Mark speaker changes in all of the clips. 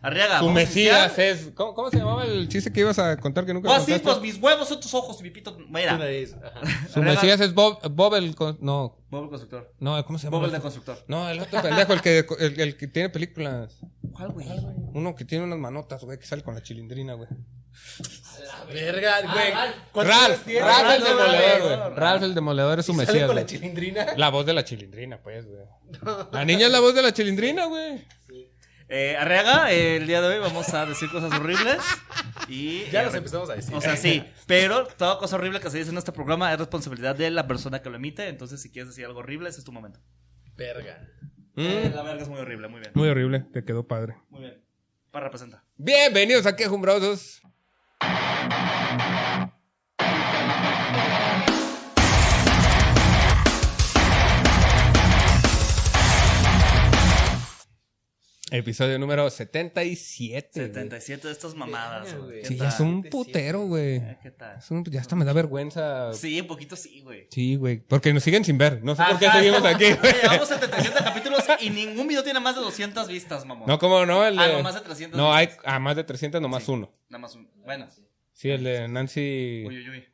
Speaker 1: Arriaga.
Speaker 2: Tu
Speaker 1: ¿vamos a
Speaker 2: Mesías eh,
Speaker 1: iniciar?
Speaker 2: es. ¿cómo, cómo se llamaba el chiste que ibas a contar que nunca
Speaker 3: Ah,
Speaker 1: Voy a decir, pues
Speaker 2: contaste?
Speaker 1: mis huevos son tus ojos, mi pito. Mira.
Speaker 3: Una vez, ajá.
Speaker 2: Su
Speaker 1: Arriaga-
Speaker 2: Mesías es Bob, Bob el. con- No,
Speaker 1: Bob el constructor.
Speaker 2: no, ¿cómo se llama?
Speaker 1: Bob el de constructor.
Speaker 2: No, el otro pendejo, el que, el, el que tiene películas.
Speaker 1: ¿Cuál, güey?
Speaker 2: Uno que tiene unas manotas, güey, que sale con la chilindrina, güey.
Speaker 3: Verga, güey. ¿Cuántos años
Speaker 2: Ralph,
Speaker 3: tiene? Ah,
Speaker 2: Ralph el
Speaker 3: no
Speaker 2: demoledor,
Speaker 3: mames.
Speaker 2: güey. Ralph el demoledor es su
Speaker 3: ¿Sale
Speaker 2: Mesías.
Speaker 3: con la
Speaker 2: güey.
Speaker 3: chilindrina?
Speaker 2: La voz de la chilindrina, pues, güey. La niña es la voz de la chilindrina, güey.
Speaker 1: Eh, Arriaga, eh, el día de hoy vamos a decir cosas horribles. Y,
Speaker 3: Ya
Speaker 1: eh,
Speaker 3: los empezamos a decir.
Speaker 1: O sea, sí, pero toda cosa horrible que se dice en este programa es responsabilidad de la persona que lo emite. Entonces, si quieres decir algo horrible, ese es tu momento.
Speaker 3: Verga.
Speaker 2: Mm.
Speaker 1: Eh, la verga es muy horrible, muy bien.
Speaker 2: Muy horrible, te quedó padre.
Speaker 1: Muy bien. Para representa.
Speaker 2: Bienvenidos a Quejumbrosos. Episodio número 77. güey.
Speaker 1: 77 de estas mamadas.
Speaker 3: Verga,
Speaker 1: güey.
Speaker 3: güey.
Speaker 1: ¿Qué
Speaker 2: Sí,
Speaker 1: tal?
Speaker 2: es un putero, güey.
Speaker 1: Eh, ¿Qué tal?
Speaker 2: Es un- Ya hasta me da vergüenza.
Speaker 1: Sí, un poquito sí, güey.
Speaker 2: Sí, güey. Porque nos siguen sin ver. No sé por qué
Speaker 1: Ajá,
Speaker 2: seguimos
Speaker 1: estamos-
Speaker 2: aquí, güey.
Speaker 1: Ah, Oye, Llevamos 77 capítulos y ningún video tiene más de 200 vistas, mamón.
Speaker 2: No, como no, el
Speaker 1: Ah,
Speaker 2: de-
Speaker 1: no, más de 300
Speaker 2: No, hay
Speaker 1: vistas.
Speaker 2: a más de 300, nomás
Speaker 1: Sí.
Speaker 2: uno.
Speaker 1: Nada más un... Bueno.
Speaker 2: Sí, el de Nancy.
Speaker 1: Uy, uy, uy.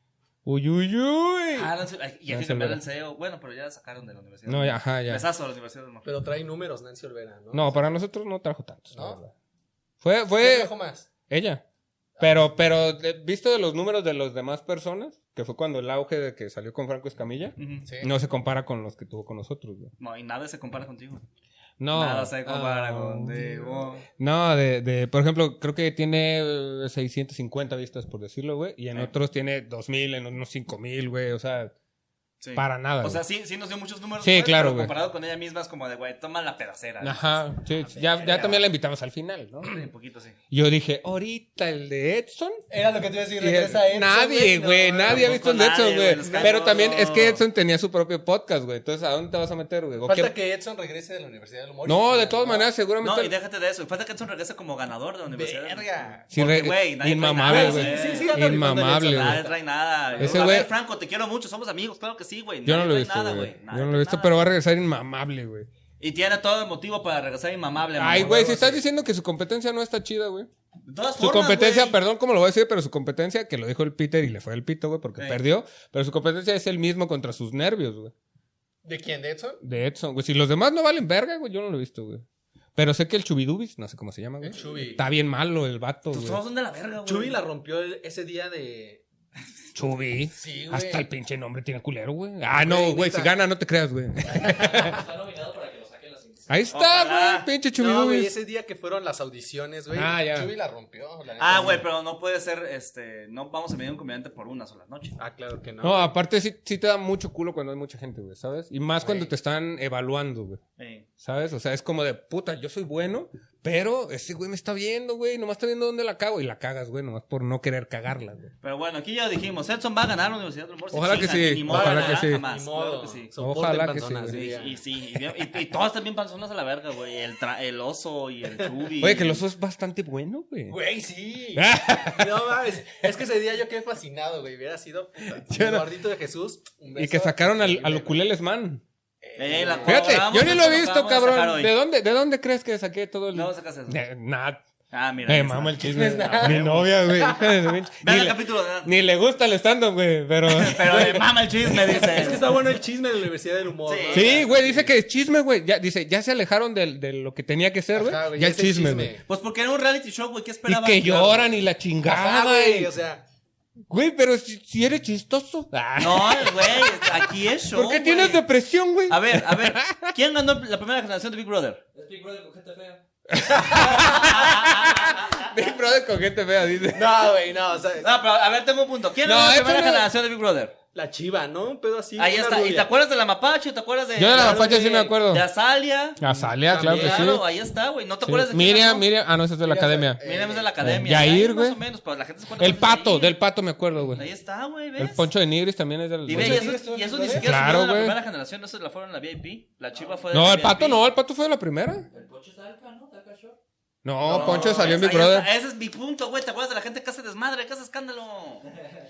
Speaker 2: Uy, uy, uy.
Speaker 1: Ah, no sé- ay, y hay
Speaker 2: Nancy
Speaker 1: que cambiar
Speaker 2: Olvera.
Speaker 1: el CEO. Bueno, pero ya la sacaron de la universidad.
Speaker 2: No, ya, ajá, ya.
Speaker 1: Besazo a la universidad de
Speaker 3: Pero trae números Nancy Olvera, ¿no?
Speaker 2: No, para nosotros no trajo tantos. la
Speaker 3: ¿No?
Speaker 2: verdad. Fue,
Speaker 3: ¿Quién
Speaker 2: fue
Speaker 3: trajo más?
Speaker 2: ella. Pero, pero, de- visto de los números de las demás personas, que fue cuando el auge de que salió con Franco Escamilla,
Speaker 1: Ujú.
Speaker 3: Sí.
Speaker 2: no se compara con los que tuvo con nosotros, güey.
Speaker 1: No, y nada se compara contigo.
Speaker 2: No.
Speaker 1: Nada se compara
Speaker 2: Ah,
Speaker 1: contigo.
Speaker 2: No, de, de, por ejemplo, creo que tiene eh, 650 vistas, por decirlo, güey. Y en
Speaker 1: Eh.
Speaker 2: otros tiene 2000, en unos 5000, güey. O sea,
Speaker 1: Sí.
Speaker 2: para nada.
Speaker 1: O sea,
Speaker 2: güey.
Speaker 1: sí, sí nos dio muchos números.
Speaker 2: Sí,
Speaker 1: güey,
Speaker 2: claro,
Speaker 1: pero
Speaker 2: güey.
Speaker 1: Comparado con ella misma es como de, güey, toma la pedacera.
Speaker 2: Ajá, sí,
Speaker 1: Ah,
Speaker 2: sí, ya, ya también la invitamos al final, ¿no?
Speaker 1: Un poquito, sí.
Speaker 2: Yo dije, ahorita el de Edson.
Speaker 3: Era lo que te iba a decir.
Speaker 2: Y
Speaker 3: Regresa Edson,
Speaker 2: nadie, güey,
Speaker 3: no,
Speaker 2: nadie ha
Speaker 1: tampoco
Speaker 2: visto el de Edson,
Speaker 1: nadie, güey, los
Speaker 2: güey. Pero
Speaker 1: cabrones.
Speaker 2: también es que Edson tenía su propio podcast, güey. Entonces, ¿a dónde te vas a meter, güey? ¿O
Speaker 3: Falta
Speaker 2: qué-
Speaker 3: que Edson regrese de la Universidad del Humor.
Speaker 2: No, de todas maneras, seguramente.
Speaker 1: No, y déjate de eso. Falta que Edson regrese como ganador de la universidad.
Speaker 3: Verga.
Speaker 2: Sí,
Speaker 1: Porque,
Speaker 2: re-
Speaker 1: güey, nadie
Speaker 2: inmamable,
Speaker 1: trae
Speaker 2: güey.
Speaker 1: nada,
Speaker 3: Sí, sí, sí, anda
Speaker 2: inmamable,
Speaker 3: rifando el
Speaker 1: Nadie
Speaker 2: güey.
Speaker 1: trae nada. güey.
Speaker 2: Ese
Speaker 1: A
Speaker 2: güey-
Speaker 1: ver, Franco, te quiero mucho. Somos amigos, claro que sí, güey.
Speaker 2: Yo no
Speaker 1: Nadie
Speaker 2: lo he
Speaker 1: trae
Speaker 2: visto,
Speaker 1: nada,
Speaker 2: güey.
Speaker 1: Nadie
Speaker 2: Yo no lo
Speaker 1: trae
Speaker 2: he visto,
Speaker 1: nada.
Speaker 2: pero va a regresar inmamable, güey.
Speaker 1: Y tiene todo el motivo para regresar inmamable.
Speaker 2: Ay,
Speaker 1: mamón.
Speaker 2: güey, si estás diciendo que su competencia no está chida, güey.
Speaker 1: De todas
Speaker 2: Su
Speaker 1: formas,
Speaker 2: competencia,
Speaker 1: güey.
Speaker 2: perdón, como lo voy a decir, pero su competencia, que lo dijo el Peter y le fue el pito, güey, porque
Speaker 1: Sí.
Speaker 2: perdió. Pero su competencia es el mismo contra sus nervios, güey.
Speaker 3: ¿De quién? ¿De Edson?
Speaker 2: De Edson, güey. Si los demás no valen verga, güey, yo no lo he visto, güey. Pero sé que el Chubidubis, no sé cómo se llama, güey.
Speaker 3: El Chubi.
Speaker 2: Está bien malo el vato,
Speaker 1: Tus
Speaker 2: güey.
Speaker 1: ojos son de la verga, güey.
Speaker 3: Chubi la rompió el- ese día de.
Speaker 2: Chubi.
Speaker 3: Sí, güey.
Speaker 2: Hasta el pinche nombre tiene culero, güey. Ah, no,
Speaker 3: Güey,
Speaker 2: güey. Si
Speaker 3: neta.
Speaker 2: gana, no te creas, güey. Ahí está,
Speaker 1: Ojalá.
Speaker 2: güey. Pinche
Speaker 3: No, güey,
Speaker 2: Chubidubis.
Speaker 3: ese día que fueron las audiciones, güey.
Speaker 2: Ah, ya.
Speaker 3: Chubi la rompió. la neta.
Speaker 1: Ah, güey, pero no puede ser, este, no vamos a medir un comediante por una sola noche.
Speaker 3: Ah, claro que no.
Speaker 2: No, aparte sí, sí te da mucho culo cuando hay mucha gente, güey, ¿sabes? Y más cuando
Speaker 3: Güey.
Speaker 2: te están evaluando, güey.
Speaker 1: Eh,
Speaker 2: ¿Sabes? O sea, es como de puta, yo soy bueno, pero ese güey me está viendo, güey. Nomás está viendo dónde la cago. Y la cagas, güey, nomás por no querer cagarla, güey.
Speaker 1: Pero bueno, aquí ya lo dijimos, Edson va a ganar la Universidad del Humor. se
Speaker 2: Ojalá que
Speaker 1: chingan,
Speaker 2: sí,
Speaker 1: ni modo,
Speaker 3: ojalá
Speaker 1: ¿verdad?
Speaker 3: que
Speaker 2: sí.
Speaker 1: Jamás,
Speaker 3: Ni
Speaker 1: claro
Speaker 3: modo.
Speaker 1: que sí.
Speaker 3: Soporten
Speaker 2: Ojalá que sí,
Speaker 3: panzonas,
Speaker 1: Sí,
Speaker 3: diría.
Speaker 1: y sí, y, bien- y- y todas también panzonas a la verga, güey. El, tra- el oso y el chubi.
Speaker 2: Oye, que los es bastante bueno, güey.
Speaker 3: Güey, sí. no mames. Es que ese día yo quedé fascinado, güey. Hubiera sido puta.
Speaker 2: Yo
Speaker 3: el
Speaker 2: no-
Speaker 3: gordito de Jesús. un
Speaker 2: Y
Speaker 3: beso.
Speaker 2: que sacaron al,
Speaker 3: Increíble,
Speaker 2: al
Speaker 3: güey.
Speaker 2: Ukuleles Man.
Speaker 1: Eh, la-
Speaker 2: Fíjate,
Speaker 1: Vamos,
Speaker 2: yo ni lo
Speaker 1: eso
Speaker 2: he
Speaker 1: lo
Speaker 2: visto,
Speaker 1: acabamos de sacar
Speaker 2: cabrón.
Speaker 1: hoy.
Speaker 2: ¿De dónde, ¿De dónde crees que saqué todo el.?
Speaker 1: No sacas eso.
Speaker 2: De- Nada.
Speaker 1: Ah, mira.
Speaker 2: Me
Speaker 1: ya está.
Speaker 2: mamo el chisme. Mi novia, güey. hija de su pinche-
Speaker 1: Vean
Speaker 2: ni,
Speaker 1: el
Speaker 2: le,
Speaker 1: capítulo. ¿verdad?
Speaker 2: ni le gusta el stand-up, güey, pero.
Speaker 1: Pero le mama el chisme, dice.
Speaker 3: Es que está bueno el chisme de la Universidad del Humor.
Speaker 1: Sí.
Speaker 3: ¿no?
Speaker 2: Sí, güey, dice que es chisme, güey. Ya, dice, ya se alejaron del- de, lo que tenía que ser, güey.
Speaker 3: Ajá, güey,
Speaker 2: Ya
Speaker 3: ya
Speaker 2: es
Speaker 3: es el
Speaker 2: chisme,
Speaker 3: chisme.
Speaker 2: güey.
Speaker 1: Pues porque era un reality show, güey. ¿Qué
Speaker 2: Y
Speaker 1: esperaba?
Speaker 2: que
Speaker 1: Claro.
Speaker 2: lloran y la
Speaker 3: Ajá,
Speaker 2: chingada,
Speaker 3: güey.
Speaker 2: güey.
Speaker 3: O sea,
Speaker 2: Güey, pero si, si eres chistoso. Ah.
Speaker 1: No, güey. Aquí es show.
Speaker 2: ¿Por qué
Speaker 1: güey.
Speaker 2: tienes depresión, güey?
Speaker 1: A ver, a ver. ¿Quién ganó la primera generación de Big Brother?
Speaker 2: Big Brother con gente fea, dice.
Speaker 3: no, güey, no. O sea,
Speaker 1: No, pero a ver, tengo un punto. ¿Quién
Speaker 2: No,
Speaker 1: ganó la
Speaker 2: esto
Speaker 1: primera
Speaker 2: no-
Speaker 1: generación de Big Brother?
Speaker 3: la chiva, ¿no? Un pedo así.
Speaker 1: Ahí
Speaker 3: una
Speaker 1: está. ¿Y te
Speaker 3: rubia.
Speaker 1: acuerdas de la Mapache? ¿Te acuerdas de.?
Speaker 2: Yo de la
Speaker 3: Claro,
Speaker 2: mapache sí
Speaker 3: güey.
Speaker 2: me acuerdo.
Speaker 1: De Azalia.
Speaker 2: Azalia, Ah, claro que sí.
Speaker 1: Claro, ahí está, güey. ah, ¿No te
Speaker 2: Sí.
Speaker 1: acuerdas de quién
Speaker 2: Miriam,
Speaker 1: ganó?
Speaker 2: Miriam. Ah, no, esa es de la
Speaker 3: Miriam,
Speaker 2: academia.
Speaker 3: eh,
Speaker 1: Miriam es de la academia.
Speaker 2: Yair, güey.
Speaker 1: Más o menos, pero la gente se acuerda
Speaker 2: El
Speaker 1: más de
Speaker 2: pato,
Speaker 1: Yair.
Speaker 2: del pato me acuerdo, güey.
Speaker 1: Ahí está, güey, ¿ves?
Speaker 2: El poncho de Nigris también es del.
Speaker 1: Y,
Speaker 2: del-
Speaker 1: ve, y
Speaker 3: ¿Sí
Speaker 1: eso,
Speaker 3: estuvo
Speaker 1: y eso
Speaker 3: en
Speaker 1: ni
Speaker 3: la
Speaker 1: siquiera
Speaker 2: Claro,
Speaker 1: claro, de la
Speaker 2: güey.
Speaker 1: primera generación, no se la fueron en la VIP. La chiva fue de
Speaker 2: No,
Speaker 1: la
Speaker 2: el pato
Speaker 1: VIP.
Speaker 2: no, el pato fue de la primera.
Speaker 4: El pocho es Alca, ¿no? Alca Shore.
Speaker 2: No, No, Poncho salió en
Speaker 1: esa-
Speaker 2: Big Brother.
Speaker 1: esa- Ese es mi punto, güey. ¿Te acuerdas de la gente que hace desmadre, que hace escándalo?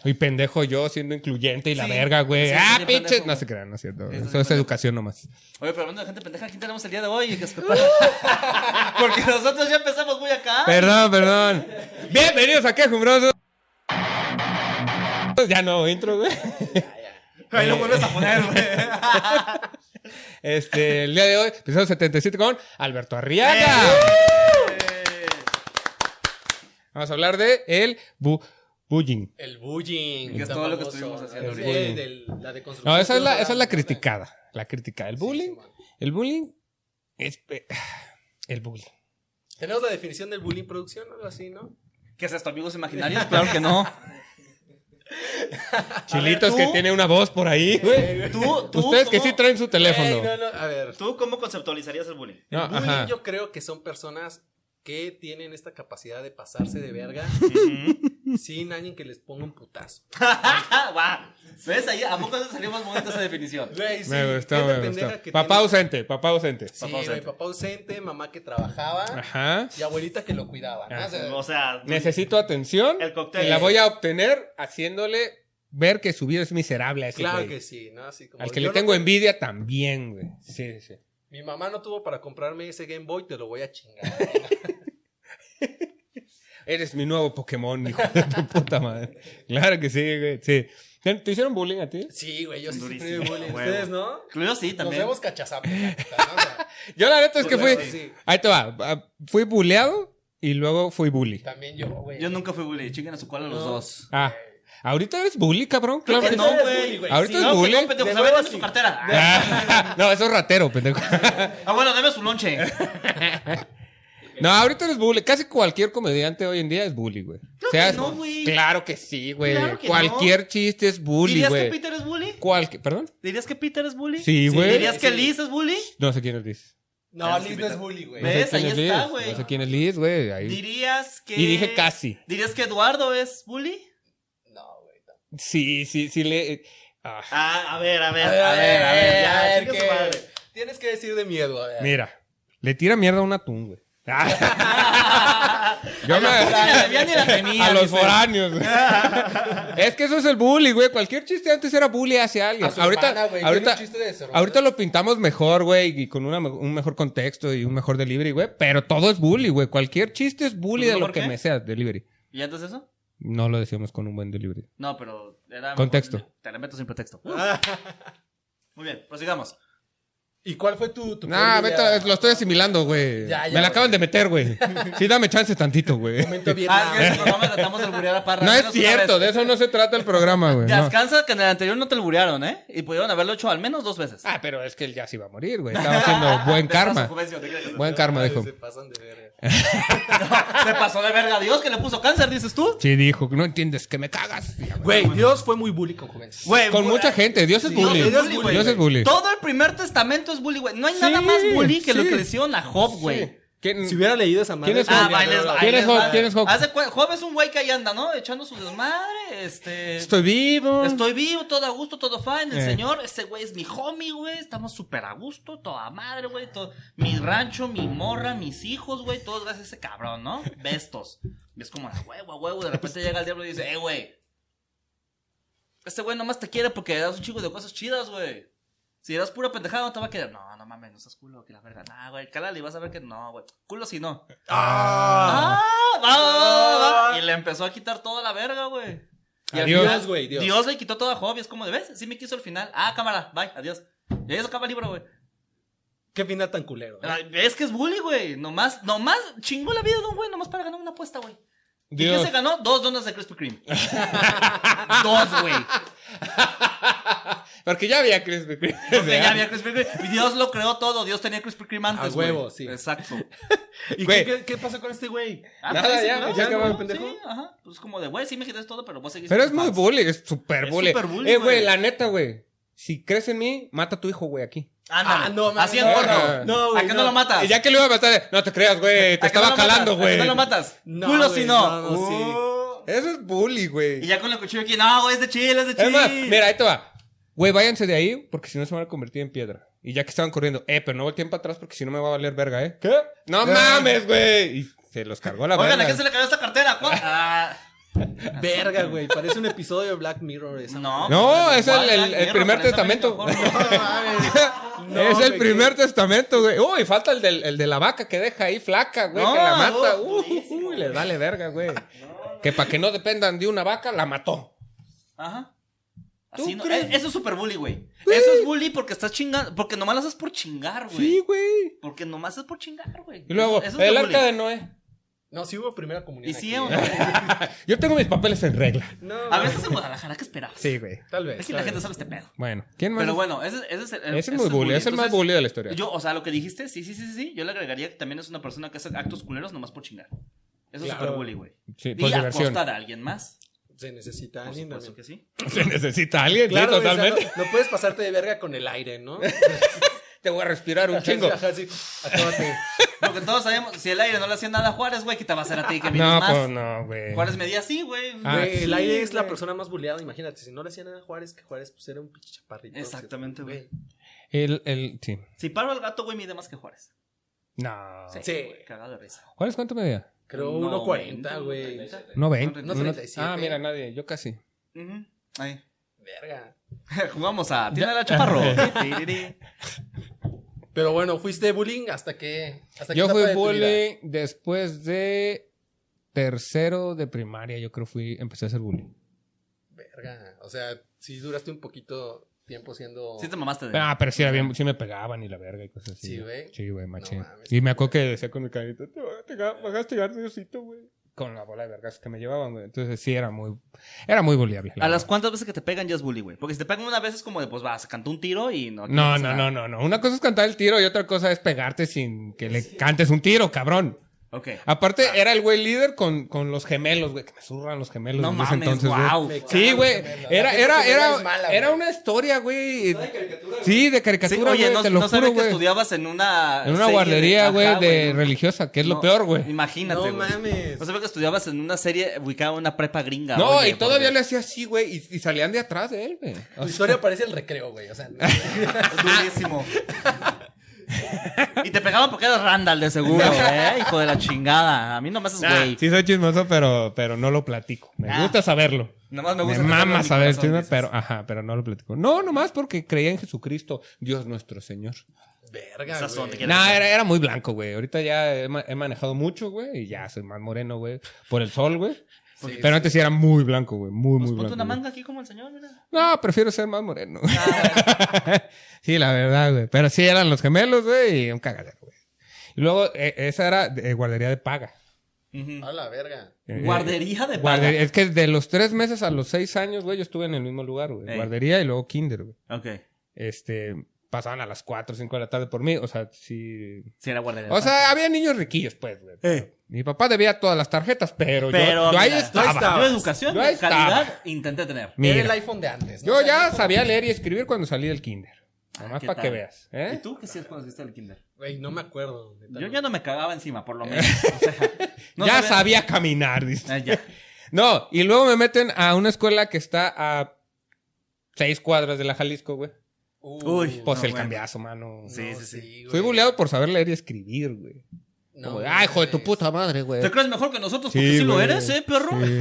Speaker 2: Y pendejo yo siendo incluyente y la
Speaker 1: Sí.
Speaker 2: verga, güey.
Speaker 1: Sí, sí,
Speaker 2: ah,
Speaker 1: sí,
Speaker 2: pinche.
Speaker 1: pendejo.
Speaker 2: No se crean, no es cierto. güey.
Speaker 1: Eso sí,
Speaker 2: Eso es
Speaker 1: pendejo.
Speaker 2: educación nomás.
Speaker 1: Oye, pero hablando de gente pendeja, ¿quién tenemos el día de hoy? Porque nosotros ya empezamos muy acá.
Speaker 2: Perdón, perdón. Bienvenidos a Quejumbrosos. Ya no, intro, güey.
Speaker 1: Ahí lo vuelves a poner, güey.
Speaker 2: Este, el día de hoy, episodio 77 con Alberto Arriaga.
Speaker 1: Eh,
Speaker 2: Vamos a hablar de el bu bullying.
Speaker 3: El bullying.
Speaker 1: Que es
Speaker 3: tan
Speaker 1: todo lo que
Speaker 3: famoso,
Speaker 1: estuvimos haciendo
Speaker 3: sí,
Speaker 2: ahorita.
Speaker 3: del- la de construcción.
Speaker 2: No, esa es la,
Speaker 3: cultural,
Speaker 2: esa es la
Speaker 3: ¿no?
Speaker 2: criticada. La crítica. El
Speaker 3: Sí,
Speaker 2: bullying.
Speaker 3: Simón.
Speaker 2: El bullying es. pe- El bullying.
Speaker 3: Tenemos la definición del bullying producción, algo así, ¿no?
Speaker 1: ¿Qué es esto, amigos imaginarios? Claro que no.
Speaker 2: Chilitos
Speaker 1: tú.
Speaker 2: que tiene una voz por
Speaker 3: Eh,
Speaker 2: ahí, güey.
Speaker 1: Tú, tú,
Speaker 2: Ustedes que
Speaker 1: ¿cómo-
Speaker 2: sí traen su
Speaker 3: Ey,
Speaker 2: teléfono.
Speaker 3: no, no, a ver.
Speaker 1: ¿Tú cómo conceptualizarías el bullying?
Speaker 2: No,
Speaker 3: bullying
Speaker 2: Ah, ajá.
Speaker 3: yo creo que son personas que tienen esta capacidad de pasarse de verga sin alguien que les ponga un putazo.
Speaker 1: Va. Ah, ¿Ves? Ahí, ¿A poco salió más bonita esa definición?
Speaker 3: Güey, sí,
Speaker 2: Me gustó,
Speaker 3: gente
Speaker 2: me
Speaker 3: pendeja
Speaker 2: gustó.
Speaker 3: que
Speaker 2: Papá
Speaker 3: tiene-
Speaker 2: ausente, papá ausente. Ah.
Speaker 3: Sí,
Speaker 1: Papá
Speaker 3: güey,
Speaker 1: ausente.
Speaker 3: papá ausente, mamá que trabajaba
Speaker 2: Ajá.
Speaker 3: y abuelita que lo cuidaba. ¿no?
Speaker 2: Ah,
Speaker 3: O sea,
Speaker 1: O sea,
Speaker 2: Necesito atención.
Speaker 1: el cóctel.
Speaker 2: Y la voy a obtener haciéndole ver que su vida es miserable a ese
Speaker 3: claro
Speaker 2: güey.
Speaker 3: que sí, ¿no? Así como,
Speaker 2: Al que
Speaker 3: yo
Speaker 2: le
Speaker 3: no
Speaker 2: tengo
Speaker 3: tu-
Speaker 2: envidia también, güey. Sí, sí.
Speaker 3: Mi mamá no tuvo para comprarme ese Game Boy, te lo voy a chingar.
Speaker 2: Eres mi nuevo Pokémon, hijo de tu puta madre. Claro que sí, güey. Sí. ¿Te, te hicieron bullying a ti?
Speaker 3: Sí, güey, yo sí sufrí de
Speaker 1: Durísimo,
Speaker 3: bullying.
Speaker 1: huevo.
Speaker 3: Ustedes, ¿no?
Speaker 1: Yo sí,
Speaker 3: Nos
Speaker 1: también.
Speaker 3: vemos cachazapes. la neta, ¿no? O sea,
Speaker 2: Yo la neta es que
Speaker 3: pues,
Speaker 2: fui...
Speaker 3: claro, sí.
Speaker 2: Ahí te va. Ah, Fui bulleado y luego fui bully.
Speaker 3: También yo, güey.
Speaker 1: Yo nunca fui bully. Chinguen a su cual a los
Speaker 3: No.
Speaker 1: dos.
Speaker 2: Ah. Ahorita eres bully, cabrón. Claro
Speaker 1: que
Speaker 2: que
Speaker 1: no,
Speaker 2: sí.
Speaker 1: güey.
Speaker 2: Ahorita
Speaker 1: Sí,
Speaker 2: es
Speaker 1: no,
Speaker 2: bullying.
Speaker 1: que no, pendejo,
Speaker 3: De
Speaker 1: a ver,
Speaker 3: veras
Speaker 1: dame su
Speaker 3: sí.
Speaker 1: cartera.
Speaker 2: Ah, no, eso es ratero, pendejo.
Speaker 1: Ah, bueno, dame su lonche.
Speaker 2: No, ahorita eres bully. Casi cualquier comediante hoy en día es bully, güey.
Speaker 1: Claro que no, güey.
Speaker 2: Claro que sí, güey.
Speaker 1: Claro que
Speaker 2: cualquier chiste es bully,
Speaker 1: ¿Dirías que
Speaker 2: güey.
Speaker 1: Peter es bully?
Speaker 2: Cualque- ¿Perdón?
Speaker 1: ¿Dirías que Peter es bully?
Speaker 2: Sí, güey.
Speaker 1: ¿Dirías que
Speaker 3: Sí.
Speaker 1: Liz es bully?
Speaker 2: No sé quién es Liz.
Speaker 3: No, Liz no es bully, güey.
Speaker 2: No
Speaker 1: Ve.
Speaker 2: sé
Speaker 1: ¿Ves?
Speaker 2: quién
Speaker 1: Ahí
Speaker 2: es
Speaker 1: está,
Speaker 2: Liz.
Speaker 1: güey.
Speaker 2: No sé quién es Liz, güey. Ahí-
Speaker 1: ¿Dirías que...?
Speaker 2: Y dije casi.
Speaker 1: ¿Dirías que Eduardo es bully?
Speaker 3: No, güey. no.
Speaker 2: Sí, sí, sí le... ah,
Speaker 1: Ah, a ver, a ver, a ver, a ver, ya, chingue su
Speaker 3: ¿qué?
Speaker 1: madre.
Speaker 3: Tienes que decir de miedo, a ver.
Speaker 2: Mira, le tira mierda a un atún, güey. Ah, yo me...
Speaker 1: Ya ni la- ya ni la tenía,
Speaker 2: A los
Speaker 1: dice.
Speaker 2: foráneos. güey. es que eso es el bully, güey. Cualquier chiste antes era bully hacia alguien.
Speaker 3: A su
Speaker 2: ahorita,
Speaker 3: hermana, güey, tiene
Speaker 2: ahorita,
Speaker 3: un chiste de su hermana.
Speaker 2: ahorita lo pintamos mejor, güey, y con una me- un mejor contexto y un mejor delivery, güey. Pero todo es bully, güey. Cualquier chiste es bully
Speaker 1: ¿Tú
Speaker 2: de lo
Speaker 1: por
Speaker 2: que
Speaker 1: qué?
Speaker 2: me sea delivery.
Speaker 1: ¿Y antes de eso?
Speaker 2: No lo decíamos con un buen delivery.
Speaker 1: No, pero era...
Speaker 2: Contexto.
Speaker 1: Te la meto sin pretexto.
Speaker 3: Ah,
Speaker 1: Muy bien, prosigamos.
Speaker 3: ¿Y cuál fue tu, tu
Speaker 2: Nah,
Speaker 3: peor
Speaker 2: vete,
Speaker 3: día?
Speaker 2: lo estoy asimilando, güey.
Speaker 3: Ya, ya,
Speaker 2: Me la
Speaker 3: güey.
Speaker 2: acaban de meter, güey. Sí, dame chance tantito, güey.
Speaker 3: Momento bien.
Speaker 1: Ah, es que en el programa tratamos de alburear a Parra.
Speaker 2: No
Speaker 1: al
Speaker 2: es
Speaker 1: menos una
Speaker 2: cierto,
Speaker 1: vez.
Speaker 2: de eso no se trata el programa, güey.
Speaker 1: Te
Speaker 2: no.
Speaker 1: descansa que en el anterior no te alburearon, ¿eh? Y pudieron haberlo hecho al menos dos veces.
Speaker 2: Ah, pero es que él ya se iba a morir, güey. Estaba haciendo buen karma. Buen karma, Ah, dijo.
Speaker 3: Ah, Se pasan de verga.
Speaker 1: Se pasó de verga a Dios que le puso cáncer, dices tú.
Speaker 2: Sí, dijo, no entiendes que me cagas.
Speaker 3: Güey, Dios fue muy bully con Juventus.
Speaker 1: Güey,
Speaker 2: Con
Speaker 1: güey,
Speaker 2: mucha gente, Dios es
Speaker 1: Sí,
Speaker 2: bully.
Speaker 1: Dios es bully, güey.
Speaker 2: Dios es bully.
Speaker 1: Todo el primer testamento es bully, güey. No hay
Speaker 2: Sí,
Speaker 1: nada más bully que lo
Speaker 2: sí.
Speaker 1: que le hicieron a Job, güey.
Speaker 2: ¿Quién-
Speaker 3: Si hubiera leído esa madre.
Speaker 2: ¿Quién es
Speaker 3: no
Speaker 2: Job?
Speaker 1: Ah,
Speaker 3: habría-
Speaker 1: va, ahí les va, ahí
Speaker 2: ¿Quién es
Speaker 1: les
Speaker 2: Job?
Speaker 1: va.
Speaker 2: ¿Quién es Job?
Speaker 1: Haz de cuen- Job es un güey que ahí anda, ¿no? Echando su desmadre, este...
Speaker 2: Estoy vivo.
Speaker 1: Estoy vivo, todo a gusto, todo fine. El
Speaker 2: Eh.
Speaker 1: señor, ese güey es mi homie, güey. Estamos súper a gusto, toda madre, güey. todo- Mi rancho, mi morra, mis hijos, güey. Todos gracias a ese cabrón, ¿no? Bestos. Y es como, a huevo, a huevo. De repente llega el diablo y dice, eh, güey. Este güey nomás te quiere porque le das un chingo de cosas chidas, güey. Si le das pura pendejada, no te va a querer. No, no mames, no seas culo, que la verga. Nah, güey, cálale y vas a ver que no, güey. Culo si no.
Speaker 2: Ah.
Speaker 1: ¡Ah! va, va, va, va. Y le empezó a quitar toda la verga, güey. Y al
Speaker 2: Adiós.
Speaker 1: final-
Speaker 3: Dios, güey, Dios.
Speaker 1: Dios. le quitó todo a Job y es como, ¿de ¿ves? Sí me quiso al final. Ah, cámara, bye, adiós. Y ahí se acaba el libro, güey.
Speaker 3: Qué final tan culero. ¿no?
Speaker 1: Ay, Es que es bully, güey. Nomás, nomás chingó la vida de un güey, nomás para ganar una apuesta, güey. ¿Y qué
Speaker 2: Dios.
Speaker 1: se ganó? Dos donas de Krispy Kreme. Dos, güey.
Speaker 2: Porque ya había Krispy Kreme.
Speaker 1: Porque ya había Krispy Kreme. Y Dios lo creó todo. Dios tenía Krispy Kreme antes,
Speaker 3: A
Speaker 1: güey.
Speaker 3: huevo, sí.
Speaker 1: Exacto.
Speaker 3: ¿Y
Speaker 2: Güey.
Speaker 3: qué, qué, qué pasó con este güey?
Speaker 1: Ah,
Speaker 2: Nada,
Speaker 1: pues,
Speaker 2: ya,
Speaker 1: sí,
Speaker 2: pues,
Speaker 1: claro,
Speaker 2: ya acabó el
Speaker 1: ¿no?
Speaker 3: pendejo.
Speaker 1: Sí, ajá. Pues como de, güey, sí me quitas todo, pero vos seguís.
Speaker 2: Pero es
Speaker 1: siendo
Speaker 2: muy
Speaker 1: fans.
Speaker 2: bully, es súper
Speaker 1: Es
Speaker 2: bully.
Speaker 1: súper bully,
Speaker 2: Eh, güey,
Speaker 1: güey.
Speaker 2: la neta, güey. Si crees en mí, mata a tu hijo, güey, aquí.
Speaker 1: Ándale.
Speaker 3: Ah, no,
Speaker 1: Así en
Speaker 3: no,
Speaker 1: corto.
Speaker 3: no, no,
Speaker 1: ¿A
Speaker 3: güey,
Speaker 1: qué no
Speaker 3: no.
Speaker 1: lo matas?
Speaker 2: Y ya que lo iba a matar, eh, no te creas, güey, te
Speaker 1: Ah. ¿A qué no
Speaker 2: estaba
Speaker 1: lo matas?
Speaker 2: calando,
Speaker 1: ¿A qué
Speaker 2: güey.
Speaker 1: no lo matas?
Speaker 3: No,
Speaker 1: Culo
Speaker 3: güey,
Speaker 1: si no.
Speaker 3: no, no, sí.
Speaker 1: Uh.
Speaker 2: Eso es bully,
Speaker 1: Y
Speaker 2: güey.
Speaker 1: ya con el cuchillo aquí, no, güey, es de chile, es de chile.
Speaker 2: Es más, mira, ahí te va. Güey, váyanse de ahí porque si no se van a convertir en piedra. Y ya que estaban corriendo, eh, pero no volteen para atrás porque si no me va a valer verga, ¿eh? ¿Qué? No mames, güey. Y se se los cargó la
Speaker 1: Oigan, ¿a
Speaker 2: verga.
Speaker 1: quién se le cayó esta cartera? Juan? Ah,
Speaker 3: Verga, güey. Parece un episodio de Black Mirror esa.
Speaker 1: no.
Speaker 2: No, es
Speaker 1: Juan,
Speaker 2: el- el- el
Speaker 1: mierda,
Speaker 2: primer
Speaker 1: con esa
Speaker 2: testamento.
Speaker 1: pinche forma.
Speaker 3: No mames. No,
Speaker 2: es el
Speaker 3: me
Speaker 2: primer
Speaker 3: quedé-
Speaker 2: testamento, güey. Uy, falta el, del- el de la vaca que deja ahí flaca, güey,
Speaker 1: No,
Speaker 2: que la mata.
Speaker 1: no,
Speaker 2: Uy,
Speaker 1: durísimo,
Speaker 2: uy, les vale verga, güey. Que para que no dependan de una vaca, la mató.
Speaker 1: Ajá.
Speaker 2: ¿Tú
Speaker 1: Así no-
Speaker 2: crees?
Speaker 1: eh, Eso es super bully, güey. Eso es bully porque estás chingando. Porque nomás lo haces por chingar, güey.
Speaker 2: Sí, güey.
Speaker 1: Porque nomás es por chingar, güey.
Speaker 2: Y luego,
Speaker 1: Eso- eso es
Speaker 2: el
Speaker 1: lo
Speaker 2: arca
Speaker 1: bully.
Speaker 2: de Noé.
Speaker 3: No, sí hubo primera comunión.
Speaker 1: Y sí,
Speaker 3: aquí,
Speaker 1: o
Speaker 3: ¿eh?
Speaker 1: no.
Speaker 2: Yo tengo mis papeles en regla.
Speaker 3: No,
Speaker 1: A veces en Guadalajara, ¿qué esperabas?
Speaker 2: Sí, güey.
Speaker 3: Tal vez.
Speaker 1: Es que
Speaker 3: tal
Speaker 1: la gente
Speaker 3: vez.
Speaker 1: sabe este pedo.
Speaker 2: Bueno, ¿quién más?
Speaker 1: Pero bueno, ese, ese es el.
Speaker 2: ese es
Speaker 1: ese
Speaker 2: muy bully, es el más
Speaker 1: Entonces,
Speaker 2: bully de la historia.
Speaker 1: Yo, o sea, lo que dijiste, sí, sí, sí, sí. Yo le agregaría que también es una persona que hace actos culeros nomás por chingar. Eso es
Speaker 3: Claro.
Speaker 1: super bully, güey.
Speaker 2: Sí, por
Speaker 1: Y a
Speaker 2: diversión.
Speaker 1: costa de alguien más.
Speaker 3: Se necesita
Speaker 1: Por
Speaker 3: alguien
Speaker 1: supuesto
Speaker 3: también.
Speaker 1: que sí.
Speaker 2: Se necesita alguien,
Speaker 3: Claro,
Speaker 2: sí,
Speaker 3: güey, o sea,
Speaker 2: totalmente.
Speaker 3: no, no puedes pasarte de verga con el aire, ¿no?
Speaker 2: Te voy a respirar un chingo.
Speaker 3: Ajá, sí. Acábate.
Speaker 1: Porque todos sabemos, si el aire no le hacía nada a Juárez, güey, ¿qué te va a hacer a ti que vienes
Speaker 2: No,
Speaker 1: más?
Speaker 2: pues no, güey.
Speaker 1: Juárez medía así, güey.
Speaker 2: Ah,
Speaker 3: Güey,
Speaker 2: sí,
Speaker 3: el aire es la
Speaker 2: güey.
Speaker 3: persona más buleada, imagínate. Si no le hacía nada a Juárez, que Juárez pues, era un pinche chaparrito.
Speaker 1: Exactamente, güey.
Speaker 2: El, el, sí.
Speaker 1: Si paro al gato, güey, mide más que Juárez.
Speaker 2: No.
Speaker 3: Ah. Sí.
Speaker 1: güey, Cagado de risa.
Speaker 2: ¿Cuál es cuánto medía?
Speaker 3: Creo
Speaker 1: No,
Speaker 3: 1.40, güey.
Speaker 1: 1.30.
Speaker 2: No ven.
Speaker 1: No,
Speaker 2: Uno-
Speaker 3: 37.
Speaker 2: Ah, mira, nadie. Yo casi.
Speaker 1: Ujú. Ahí.
Speaker 3: Verga.
Speaker 1: Jugamos a Tiene la Chaparro. Tiriri.
Speaker 3: Pero bueno, fuiste bullying hasta que. Hasta qué
Speaker 2: Yo
Speaker 3: etapa
Speaker 2: fui
Speaker 3: de tu vida?
Speaker 2: bully después de tercero de primaria. Yo creo fui, empecé a ser bully.
Speaker 3: Verga. O sea, sí duraste un poquito tiempo siendo.
Speaker 1: Sí te mamaste de
Speaker 2: Ah, pero sí, era bien, sí me pegaban y la verga y cosas así.
Speaker 3: Sí,
Speaker 2: güey.
Speaker 3: güey.
Speaker 2: Sí, güey, machín.
Speaker 3: No mames.
Speaker 2: y me acuerdo que decía con mi carita, te vas a pegar- vas a pegar, Diosito, güey. Con la bola de vergas que me llevaban, güey. Entonces sí, era muy, era muy bulliable. la
Speaker 1: ¿A las
Speaker 2: verdad.
Speaker 1: cuántas veces que te pegan ya es bully, güey? Porque si te pegan una vez es como de, pues va, se cantó un tiro y no.
Speaker 2: No, no, no, no, no. Una cosa es cantar el tiro y otra cosa es pegarte sin que le cantes un tiro, cabrón.
Speaker 1: Ok.
Speaker 2: Aparte,
Speaker 1: Ah.
Speaker 2: era el güey líder con, con los gemelos, güey, que me zurran los gemelos.
Speaker 1: No
Speaker 2: en ese
Speaker 1: mames,
Speaker 2: entonces, güey.
Speaker 1: wow.
Speaker 3: Me cago
Speaker 2: Sí,
Speaker 3: en
Speaker 2: güey.
Speaker 3: los gemelos. La
Speaker 2: Era,
Speaker 3: gente
Speaker 2: era,
Speaker 3: que pelea
Speaker 2: era,
Speaker 3: es mala,
Speaker 2: era
Speaker 3: güey.
Speaker 2: una historia, güey. Sí, de caricatura, güey.
Speaker 1: oye, no,
Speaker 2: te lo
Speaker 1: no
Speaker 2: juro,
Speaker 1: sabía que
Speaker 2: güey.
Speaker 1: estudiabas en una.
Speaker 2: En una
Speaker 1: serie
Speaker 2: guardería,
Speaker 1: ajá,
Speaker 2: güey, de
Speaker 1: no.
Speaker 2: religiosa, que es
Speaker 1: No,
Speaker 2: lo peor, güey.
Speaker 1: Imagínate,
Speaker 3: No
Speaker 1: güey.
Speaker 3: mames.
Speaker 1: No sabía que estudiabas en una serie ubicada en una prepa gringa.
Speaker 2: No,
Speaker 1: oye,
Speaker 2: y todavía
Speaker 1: porque-
Speaker 2: le hacía así, güey, y, y salían de atrás de él, güey.
Speaker 3: Tu historia parece el recreo, güey. O sea, no.
Speaker 1: Es durísimo. y te pegaban porque eras Randall, de seguro, ¿eh? Hijo de la chingada. A mí no me haces güey.
Speaker 2: sí, soy chismoso, pero, pero no lo platico. Me
Speaker 1: Ah.
Speaker 2: gusta saberlo.
Speaker 1: Nomás me
Speaker 2: Me,
Speaker 1: gusta. tenerlo en
Speaker 2: mama
Speaker 1: mi
Speaker 2: saber el
Speaker 1: corazón,
Speaker 2: chisme,
Speaker 1: dices.
Speaker 2: pero, ajá, pero no lo platico. No, nomás porque creía en Jesucristo, Dios nuestro Señor.
Speaker 3: verga,
Speaker 1: Esas son,
Speaker 3: güey.
Speaker 1: te quiero-
Speaker 2: No, era, era muy blanco, güey. Ahorita ya he, ma- he manejado mucho, güey, y ya soy más moreno, güey, por el sol, güey.
Speaker 3: Sí,
Speaker 2: Pero antes sí era muy blanco, güey, muy,
Speaker 1: Pues
Speaker 2: muy
Speaker 1: ponte
Speaker 2: blanco.
Speaker 1: una
Speaker 2: güey.
Speaker 1: manga aquí como el señor, mira.
Speaker 2: No, prefiero ser más moreno.
Speaker 1: Ah,
Speaker 2: sí, la verdad, güey. Pero sí eran los gemelos, güey, y un cagadero, güey. Y luego, eh, esa era eh, guardería de paga.
Speaker 1: ujú.
Speaker 3: A la verga.
Speaker 2: Eh,
Speaker 1: Guardería de
Speaker 2: guardería-
Speaker 1: paga.
Speaker 2: Es que de los tres meses a los seis años, güey, yo estuve en el mismo lugar, güey.
Speaker 1: Ey.
Speaker 2: Guardería y luego kinder, güey.
Speaker 1: Ok.
Speaker 2: Este, pasaban a las cuatro o cinco de la tarde por mí. O sea, sí...
Speaker 1: Sí, era guardería. de
Speaker 2: O
Speaker 1: paga.
Speaker 2: sea, había niños riquillos, pues, güey.
Speaker 1: Eh.
Speaker 2: Mi papá debía todas las tarjetas, pero, yo-
Speaker 1: pero
Speaker 2: yo, ahí
Speaker 1: mira,
Speaker 2: estaba.
Speaker 1: Yo educación
Speaker 2: Yo
Speaker 1: de
Speaker 2: ahí estaba.
Speaker 1: calidad intenté tener.
Speaker 3: Era
Speaker 2: Mira,
Speaker 3: el iPhone de antes. ¿no? O
Speaker 2: yo
Speaker 3: sea,
Speaker 2: ya
Speaker 3: iPhone-
Speaker 2: sabía leer y escribir cuando salí del kinder. Nomás
Speaker 1: Ah, ¿Qué
Speaker 2: para que
Speaker 1: tal?
Speaker 2: veas. ¿eh?
Speaker 1: ¿Y tú qué sí conociste el kinder?
Speaker 3: Güey, no me acuerdo. neta,
Speaker 1: Yo
Speaker 3: no.
Speaker 1: ya no me cagaba encima, por lo menos. O sea, no
Speaker 2: ya sabía, caminar, dice.
Speaker 1: Ah, ya.
Speaker 2: No, y luego me meten a una escuela que está a seis cuadras de la Jalisco, güey.
Speaker 3: Uh,
Speaker 1: Uy,
Speaker 2: Pues
Speaker 1: No,
Speaker 2: el
Speaker 1: bueno.
Speaker 2: cambiazo, mano.
Speaker 3: pues, no,
Speaker 1: sí, sí, sí.
Speaker 3: güey.
Speaker 2: Fui buleado por saber leer y escribir, güey.
Speaker 3: No,
Speaker 2: Como de, ah, hijo de tu
Speaker 3: mames.
Speaker 2: puta madre, güey.
Speaker 1: ¿Te crees mejor que nosotros porque sí, lo
Speaker 2: güey.
Speaker 1: eres, eh, perro?
Speaker 2: Sí,